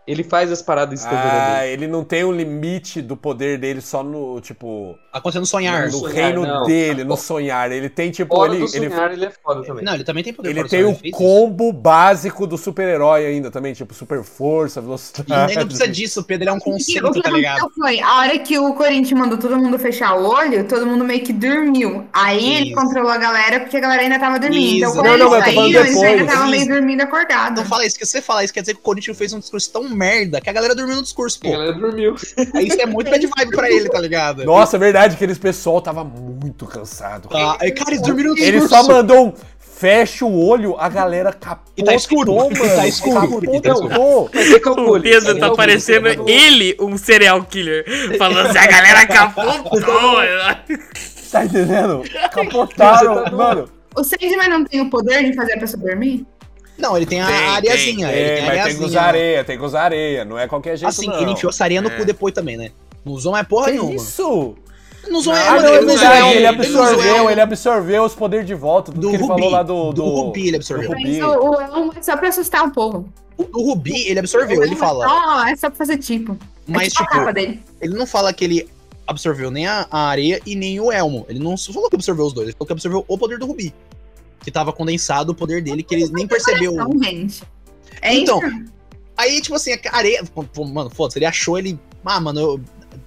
[SPEAKER 3] Ele faz as
[SPEAKER 5] Ah,
[SPEAKER 3] paradas instantaneamente.
[SPEAKER 5] ele não tem um limite do poder dele só no, tipo,
[SPEAKER 4] Acontecendo sonhar.
[SPEAKER 5] no
[SPEAKER 3] sonhar,
[SPEAKER 5] reino
[SPEAKER 3] não.
[SPEAKER 5] dele, no sonhar. Ele tem, tipo,
[SPEAKER 3] Fora
[SPEAKER 5] ele,
[SPEAKER 3] do
[SPEAKER 5] ele,
[SPEAKER 3] sonhar, ele é foda também.
[SPEAKER 4] Não, ele também tem poder
[SPEAKER 5] ele
[SPEAKER 4] fora do
[SPEAKER 5] tem
[SPEAKER 4] sonhar,
[SPEAKER 5] o
[SPEAKER 4] fez isso.
[SPEAKER 5] combo básico do super-herói ainda também, tipo, super força, velocidade.
[SPEAKER 4] Ele não precisa disso, Pedro. Ele é um
[SPEAKER 6] o que
[SPEAKER 4] conceito, tá ligado?
[SPEAKER 6] aconteceu foi, a hora que o Corinthians mandou todo mundo fechar o olho, todo mundo meio que dormiu. Aí ele
[SPEAKER 4] Isso.
[SPEAKER 6] controlou a galera porque a galera ainda tava dormindo. Então
[SPEAKER 4] Isso.
[SPEAKER 6] quando
[SPEAKER 4] Não,
[SPEAKER 6] eles
[SPEAKER 4] não, mas eu tô falando
[SPEAKER 6] saíram, eles ainda
[SPEAKER 5] depois.
[SPEAKER 6] estavam meio
[SPEAKER 4] Isso.
[SPEAKER 6] dormindo acordado.
[SPEAKER 4] Não fala isso, que se você falar isso, quer dizer que o Corinthians fez um discurso tão merda que a galera dormiu no discurso,
[SPEAKER 3] A
[SPEAKER 4] pô.
[SPEAKER 3] galera dormiu.
[SPEAKER 4] Isso é muito bad vibe pra ele, tá ligado?
[SPEAKER 5] Nossa, é verdade que eles pessoal tava muito cansado.
[SPEAKER 4] Tá, aí, Cara, eles dormiram no discurso.
[SPEAKER 5] Ele só mandou um fecha o olho, a galera capotou,
[SPEAKER 4] E tá escuro,
[SPEAKER 5] mano.
[SPEAKER 4] e tá escuro, e tá escuro.
[SPEAKER 5] Capotou.
[SPEAKER 3] Mas ele calcula,
[SPEAKER 1] O Pedro
[SPEAKER 3] ele
[SPEAKER 1] tá
[SPEAKER 3] calcula,
[SPEAKER 1] parecendo
[SPEAKER 3] ele calcula.
[SPEAKER 1] ele um serial killer. Falando assim, a galera capotou.
[SPEAKER 5] Tá entendendo? Capotaram, mano.
[SPEAKER 6] O Sandman não tem o poder de fazer a pessoa dormir?
[SPEAKER 4] Não, ele tem a
[SPEAKER 1] Tem,
[SPEAKER 4] areazinha. ele
[SPEAKER 5] É,
[SPEAKER 4] tem
[SPEAKER 5] mas tem
[SPEAKER 4] a
[SPEAKER 5] que
[SPEAKER 4] areazinha.
[SPEAKER 5] usar areia, tem que usar areia. Não é qualquer jeito,
[SPEAKER 4] Assim,
[SPEAKER 5] não.
[SPEAKER 4] ele enfiou essa areia no cu depois também, né? Não usou mais porra
[SPEAKER 5] Que
[SPEAKER 4] nenhuma.
[SPEAKER 5] isso?
[SPEAKER 4] Não usou
[SPEAKER 1] Não,
[SPEAKER 4] é,
[SPEAKER 5] Ah,
[SPEAKER 4] mano,
[SPEAKER 5] não, ele,
[SPEAKER 4] ele
[SPEAKER 5] não
[SPEAKER 4] não
[SPEAKER 5] usou areia,
[SPEAKER 1] areia,
[SPEAKER 5] ele
[SPEAKER 1] ele não usou
[SPEAKER 5] absorveu,
[SPEAKER 1] areia.
[SPEAKER 5] ele absorveu os poderes de volta. Tudo
[SPEAKER 4] é um- Do
[SPEAKER 5] que ele
[SPEAKER 4] Rubi.
[SPEAKER 5] falou lá do...
[SPEAKER 4] do Rubi ele absorveu.
[SPEAKER 5] Rubi.
[SPEAKER 6] Mas o, o elmo é só pra assustar o povo.
[SPEAKER 4] O do Rubi ele absorveu, ele fala.
[SPEAKER 6] Ó, é só pra fazer tipo. é
[SPEAKER 4] Mas,
[SPEAKER 6] tipo, a
[SPEAKER 4] tipo,
[SPEAKER 6] capa dele.
[SPEAKER 4] ele não fala que ele absorveu nem a, a areia e nem o elmo. Ele não falou que absorveu os dois, ele falou que absorveu o poder do Rubi. Que tava condensado o poder dele, que ele nem percebeu.
[SPEAKER 6] Não, gente. É
[SPEAKER 4] Então,
[SPEAKER 6] isso.
[SPEAKER 4] Aí, tipo assim, a areia. pô, pô, Mano, foda-se, ele achou ele. Ah, mano, eu.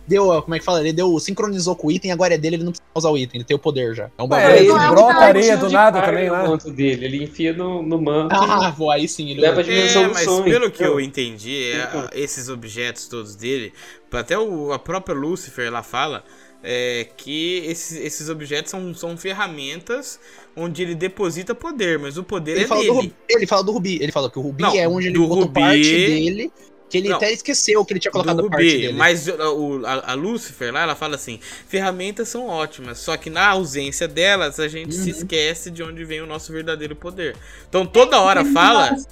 [SPEAKER 4] Deu, como é que fala? Ele deu, sincronizou com o item, agora é dele, ele não precisa usar o item, ele tem o poder já. É um
[SPEAKER 5] É, ele
[SPEAKER 3] Não é um
[SPEAKER 5] brota
[SPEAKER 6] cara,
[SPEAKER 5] areia do
[SPEAKER 3] de
[SPEAKER 5] nada
[SPEAKER 3] cara
[SPEAKER 5] também
[SPEAKER 3] no
[SPEAKER 5] lá.
[SPEAKER 3] manto dele, ele enfia no, no manto.
[SPEAKER 4] Ah, vou, aí sim, ele. um
[SPEAKER 3] Leva de-
[SPEAKER 1] É, mas
[SPEAKER 3] Sonho.
[SPEAKER 1] pelo que eu
[SPEAKER 3] Eu-
[SPEAKER 1] entendi, é,
[SPEAKER 3] Então.
[SPEAKER 1] esses objetos todos dele, até o- a própria Lucifer lá fala, é, que esses, esses objetos são, são ferramentas onde ele deposita poder, mas o poder
[SPEAKER 4] Ele
[SPEAKER 1] é
[SPEAKER 4] fala, do
[SPEAKER 1] dele.
[SPEAKER 4] Rubi, ele fala do Rubi. Ele fala que o Rubi
[SPEAKER 1] Não,
[SPEAKER 4] é onde ele
[SPEAKER 1] do
[SPEAKER 4] botou
[SPEAKER 1] Rubi-
[SPEAKER 4] parte dele. Que ele
[SPEAKER 1] Não.
[SPEAKER 4] até esqueceu que ele tinha colocado
[SPEAKER 1] do
[SPEAKER 4] a parte
[SPEAKER 1] Rubi,
[SPEAKER 4] dele.
[SPEAKER 1] mas o- a, a Lucifer lá, ela fala assim, ferramentas são ótimas, só que na ausência delas, a gente
[SPEAKER 4] Uhum.
[SPEAKER 1] se esquece de onde vem o nosso verdadeiro poder. Então toda hora fala,
[SPEAKER 6] assim,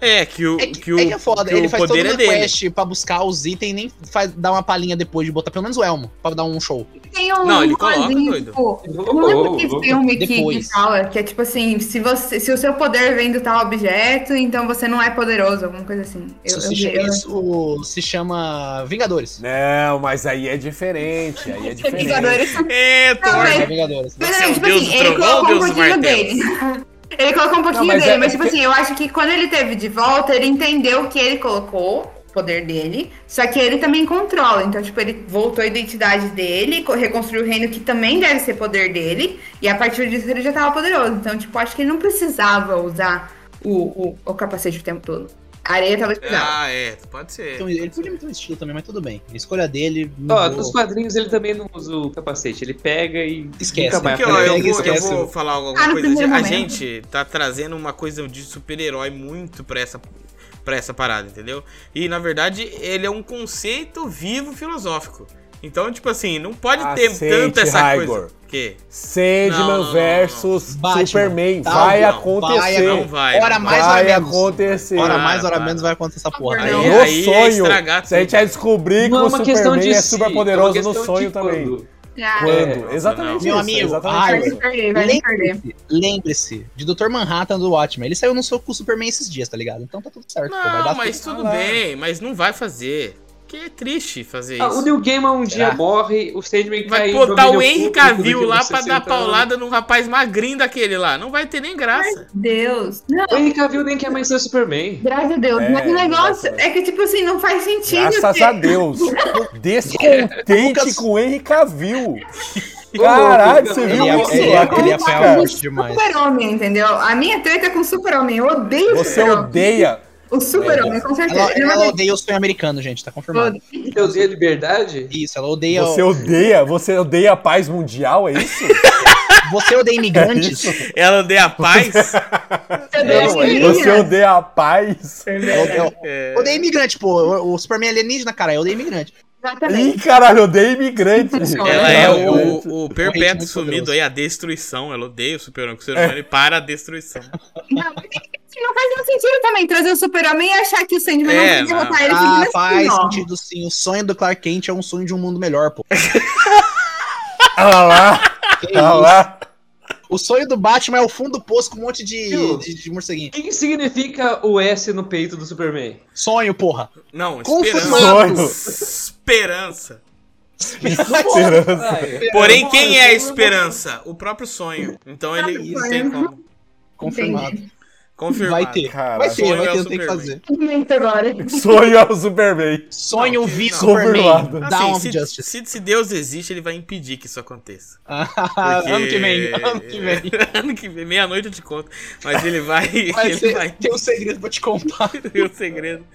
[SPEAKER 1] é, que o,
[SPEAKER 4] Uhum. É
[SPEAKER 1] que,
[SPEAKER 4] que,
[SPEAKER 1] o,
[SPEAKER 4] é que é foda,
[SPEAKER 1] que
[SPEAKER 4] ele
[SPEAKER 1] o
[SPEAKER 4] faz toda
[SPEAKER 1] poder é
[SPEAKER 4] uma
[SPEAKER 1] dele.
[SPEAKER 4] quest pra buscar os itens e nem faz, dá uma palhinha depois de botar pelo menos o elmo, pra dar um show.
[SPEAKER 6] Tem um
[SPEAKER 1] Não, ele coloca,
[SPEAKER 6] rosinho,
[SPEAKER 1] doido.
[SPEAKER 6] tipo,
[SPEAKER 3] Ô,
[SPEAKER 6] Não
[SPEAKER 3] ô,
[SPEAKER 6] lembro que um
[SPEAKER 3] ô,
[SPEAKER 6] filme que, que
[SPEAKER 4] Depois.
[SPEAKER 6] fala que é tipo assim, se, você, se o seu poder vem do tal objeto, então você não é poderoso, alguma coisa assim.
[SPEAKER 4] isso,
[SPEAKER 6] Eu, eu-
[SPEAKER 4] se chama,
[SPEAKER 6] eu-
[SPEAKER 4] isso se chama Vingadores.
[SPEAKER 5] Não, mas aí é diferente, aí é diferente.
[SPEAKER 6] Vingadores-
[SPEAKER 1] É, Thor,
[SPEAKER 6] mas-
[SPEAKER 4] É Vingadores.
[SPEAKER 6] Mas,
[SPEAKER 1] Você é o
[SPEAKER 6] tipo
[SPEAKER 1] deus
[SPEAKER 6] assim,
[SPEAKER 1] do
[SPEAKER 6] ele
[SPEAKER 1] trovão,
[SPEAKER 6] colocou um
[SPEAKER 1] deus do
[SPEAKER 6] pouquinho
[SPEAKER 1] martelo.
[SPEAKER 6] dele. Ele colocou um pouquinho
[SPEAKER 5] Não, mas
[SPEAKER 6] dele,
[SPEAKER 5] é-
[SPEAKER 6] mas
[SPEAKER 5] é
[SPEAKER 6] tipo assim, eu acho que quando ele teve de volta, ele entendeu que ele colocou o poder dele, só que ele também controla. Então, tipo, ele voltou à identidade dele, co- reconstruiu o reino que também deve ser poder dele, e a partir disso ele já tava poderoso. Então, tipo, acho que ele não precisava usar o, o, o capacete o tempo todo. A areia talvez precisava.
[SPEAKER 1] Ah, é, pode ser.
[SPEAKER 4] Então, ele podia meter um estilo também, mas tudo bem. A escolha dele.
[SPEAKER 3] Ó,
[SPEAKER 4] mudou.
[SPEAKER 3] nos quadrinhos ele também não usa o capacete, ele pega e
[SPEAKER 4] Esquece.
[SPEAKER 3] nunca mais
[SPEAKER 1] Porque, ó,
[SPEAKER 4] Pega,
[SPEAKER 1] eu,
[SPEAKER 3] aparece.
[SPEAKER 1] vou, eu
[SPEAKER 4] esquece.
[SPEAKER 1] vou falar alguma
[SPEAKER 3] Tá
[SPEAKER 6] Ah, no
[SPEAKER 1] coisa.
[SPEAKER 6] primeiro
[SPEAKER 1] A
[SPEAKER 6] momento.
[SPEAKER 1] gente tá trazendo uma coisa de super-herói muito pra essa, pra essa parada, entendeu? E, na verdade, ele é um conceito vivo filosófico. Então, tipo assim, não pode ter
[SPEAKER 5] Aceite,
[SPEAKER 1] tanto essa
[SPEAKER 5] Raigor.
[SPEAKER 1] coisa. Que?
[SPEAKER 5] Sandman
[SPEAKER 1] Não, não, não,
[SPEAKER 5] versus
[SPEAKER 4] Batman.
[SPEAKER 5] Superman.
[SPEAKER 4] Tá,
[SPEAKER 5] vai
[SPEAKER 4] não,
[SPEAKER 5] acontecer.
[SPEAKER 1] Não vai.
[SPEAKER 4] Hora
[SPEAKER 1] não
[SPEAKER 4] mais,
[SPEAKER 1] vai.
[SPEAKER 5] vai
[SPEAKER 4] hora menos.
[SPEAKER 5] acontecer.
[SPEAKER 4] Hora
[SPEAKER 1] Para,
[SPEAKER 4] mais, hora
[SPEAKER 1] para.
[SPEAKER 4] menos vai acontecer essa porra.
[SPEAKER 1] Aí- é
[SPEAKER 5] No
[SPEAKER 4] Aí,
[SPEAKER 1] aí ia
[SPEAKER 5] sonho.
[SPEAKER 1] estragar
[SPEAKER 5] Se a gente
[SPEAKER 1] tudo.
[SPEAKER 5] vai descobrir que
[SPEAKER 3] Não, é
[SPEAKER 5] o
[SPEAKER 3] uma questão
[SPEAKER 5] Superman
[SPEAKER 3] de
[SPEAKER 5] é
[SPEAKER 3] si,
[SPEAKER 5] super
[SPEAKER 3] é uma
[SPEAKER 5] poderoso no
[SPEAKER 3] questão de
[SPEAKER 5] sonho também.
[SPEAKER 3] quando.
[SPEAKER 6] Ah,
[SPEAKER 5] Quando?
[SPEAKER 1] É, não.
[SPEAKER 5] exatamente
[SPEAKER 4] Meu
[SPEAKER 5] isso,
[SPEAKER 4] amigo,
[SPEAKER 5] exatamente
[SPEAKER 6] Vai
[SPEAKER 4] ai,
[SPEAKER 5] isso.
[SPEAKER 6] se perder, vai se perder.
[SPEAKER 4] Lembre-se, lembre-se de Dr. Manhattan do Watchmen. Ele saiu no soco com o Superman esses dias, tá ligado? Então tá tudo certo. pô, vai
[SPEAKER 1] Não,
[SPEAKER 4] dar
[SPEAKER 1] mas
[SPEAKER 4] tudo-
[SPEAKER 1] tudo
[SPEAKER 5] falar.
[SPEAKER 1] bem, mas não vai fazer. Porque é triste fazer
[SPEAKER 3] Ah,
[SPEAKER 1] isso.
[SPEAKER 3] o Neil Gaiman um dia
[SPEAKER 5] Ah.
[SPEAKER 4] Será?
[SPEAKER 3] morre, o Sandman
[SPEAKER 1] Vai
[SPEAKER 3] cai
[SPEAKER 1] botar
[SPEAKER 3] domina
[SPEAKER 1] o
[SPEAKER 3] público
[SPEAKER 1] Henry
[SPEAKER 3] do um.
[SPEAKER 1] Cavill
[SPEAKER 3] que
[SPEAKER 1] lá
[SPEAKER 3] nos
[SPEAKER 1] pra dar
[SPEAKER 3] 60
[SPEAKER 1] paulada num rapaz magrinho daquele lá. Não vai ter nem graça.
[SPEAKER 6] Deus. Não,
[SPEAKER 3] anos. O Henry Cavill nem quer mais ser o Superman.
[SPEAKER 6] graças a Deus.
[SPEAKER 5] É,
[SPEAKER 6] Mas o negócio
[SPEAKER 5] graças a-
[SPEAKER 6] é que, tipo assim, não faz sentido.
[SPEAKER 5] Graças
[SPEAKER 6] ter-
[SPEAKER 5] a Deus. Descontente
[SPEAKER 4] Lucas-
[SPEAKER 5] com o Henry Cavill.
[SPEAKER 3] Ô,
[SPEAKER 5] Caralho,
[SPEAKER 3] louco,
[SPEAKER 5] você
[SPEAKER 4] Ele
[SPEAKER 5] viu
[SPEAKER 4] ia-
[SPEAKER 5] isso? Eu
[SPEAKER 4] ele ia-
[SPEAKER 5] acredito,
[SPEAKER 4] ele é ia apanhar
[SPEAKER 5] cara.
[SPEAKER 4] muito demais.
[SPEAKER 6] Super-Homem, entendeu? A minha treta é com o Super-Homem. Eu odeio o
[SPEAKER 5] Você
[SPEAKER 6] Super-Homem.
[SPEAKER 5] odeia.
[SPEAKER 6] O Super-Homem, com certeza.
[SPEAKER 4] Ela,
[SPEAKER 6] Ele é uma
[SPEAKER 4] ela
[SPEAKER 6] vez-
[SPEAKER 4] odeia o sonho americano, gente, tá confirmado.
[SPEAKER 3] Eu dei a é liberdade?
[SPEAKER 4] Isso, ela odeia.
[SPEAKER 5] Você
[SPEAKER 4] Você,
[SPEAKER 5] odeia? Você odeia a paz mundial, é isso?
[SPEAKER 4] você odeia imigrantes?
[SPEAKER 1] Ela odeia a paz.
[SPEAKER 6] Eu odeio
[SPEAKER 4] Não,
[SPEAKER 6] as
[SPEAKER 5] Você
[SPEAKER 6] meninas.
[SPEAKER 5] odeia a paz?
[SPEAKER 4] Eu odeio-
[SPEAKER 1] É.
[SPEAKER 4] eu odeio imigrante, pô. O, o Superman é alienígena, cara, eu odeio imigrante.
[SPEAKER 6] Exatamente.
[SPEAKER 5] Ih, caralho, eu odeio imigrante.
[SPEAKER 1] Ela
[SPEAKER 4] É,
[SPEAKER 1] é
[SPEAKER 5] Realmente.
[SPEAKER 1] o, o
[SPEAKER 4] ritmo
[SPEAKER 1] perpétuo
[SPEAKER 4] muito
[SPEAKER 1] sumido
[SPEAKER 4] poderoso. É.
[SPEAKER 1] aí, a destruição. Ela odeia o super-homem que o ser humano e para a destruição.
[SPEAKER 6] Não, mas é que não faz nenhum sentido também trazer o Super-Homem e achar que o Sandman
[SPEAKER 1] É,
[SPEAKER 6] não vai derrotar ele.
[SPEAKER 4] Ah, faz
[SPEAKER 6] não.
[SPEAKER 4] sentido sim. O sonho do Clark Kent é um sonho de um mundo melhor, pô.
[SPEAKER 5] Ah lá,
[SPEAKER 4] Que
[SPEAKER 5] ah
[SPEAKER 4] isso?
[SPEAKER 5] lá.
[SPEAKER 4] O sonho do Batman é o fundo do poço com um monte de,
[SPEAKER 3] Viu?
[SPEAKER 4] de, de morceguinho.
[SPEAKER 3] O que, que significa o S no peito do Superman?
[SPEAKER 4] Sonho, porra.
[SPEAKER 1] Não, esperança.
[SPEAKER 4] Confusão.
[SPEAKER 5] Sonho.
[SPEAKER 1] Esperança.
[SPEAKER 5] Esperança.
[SPEAKER 1] Porém, quem é a esperança? O próprio sonho. Então ele não tem como.
[SPEAKER 4] Confirmado.
[SPEAKER 1] Confirmado.
[SPEAKER 4] Vai ter.
[SPEAKER 5] Cara,
[SPEAKER 4] vai ter,
[SPEAKER 1] sonho
[SPEAKER 4] vai
[SPEAKER 1] é
[SPEAKER 4] ter,
[SPEAKER 1] o
[SPEAKER 4] eu tenho que
[SPEAKER 1] Superman.
[SPEAKER 4] fazer.
[SPEAKER 6] Muito agora.
[SPEAKER 5] Sonho é o Superman.
[SPEAKER 4] Sonho
[SPEAKER 1] Não,
[SPEAKER 4] vi
[SPEAKER 1] não.
[SPEAKER 4] Superman.
[SPEAKER 5] Confirmado.
[SPEAKER 4] Down
[SPEAKER 1] Assim,
[SPEAKER 4] of
[SPEAKER 1] se,
[SPEAKER 4] um Justice.
[SPEAKER 1] se, se Deus existe, ele vai impedir que isso aconteça. Porque-
[SPEAKER 4] Ah, ano que vem, ano que vem.
[SPEAKER 1] ano que vem, meia-noite eu te conto. Mas ele vai.
[SPEAKER 4] Vai
[SPEAKER 1] ele
[SPEAKER 4] ter,
[SPEAKER 1] vai
[SPEAKER 4] tem um segredo pra te contar.
[SPEAKER 1] ter o segredo.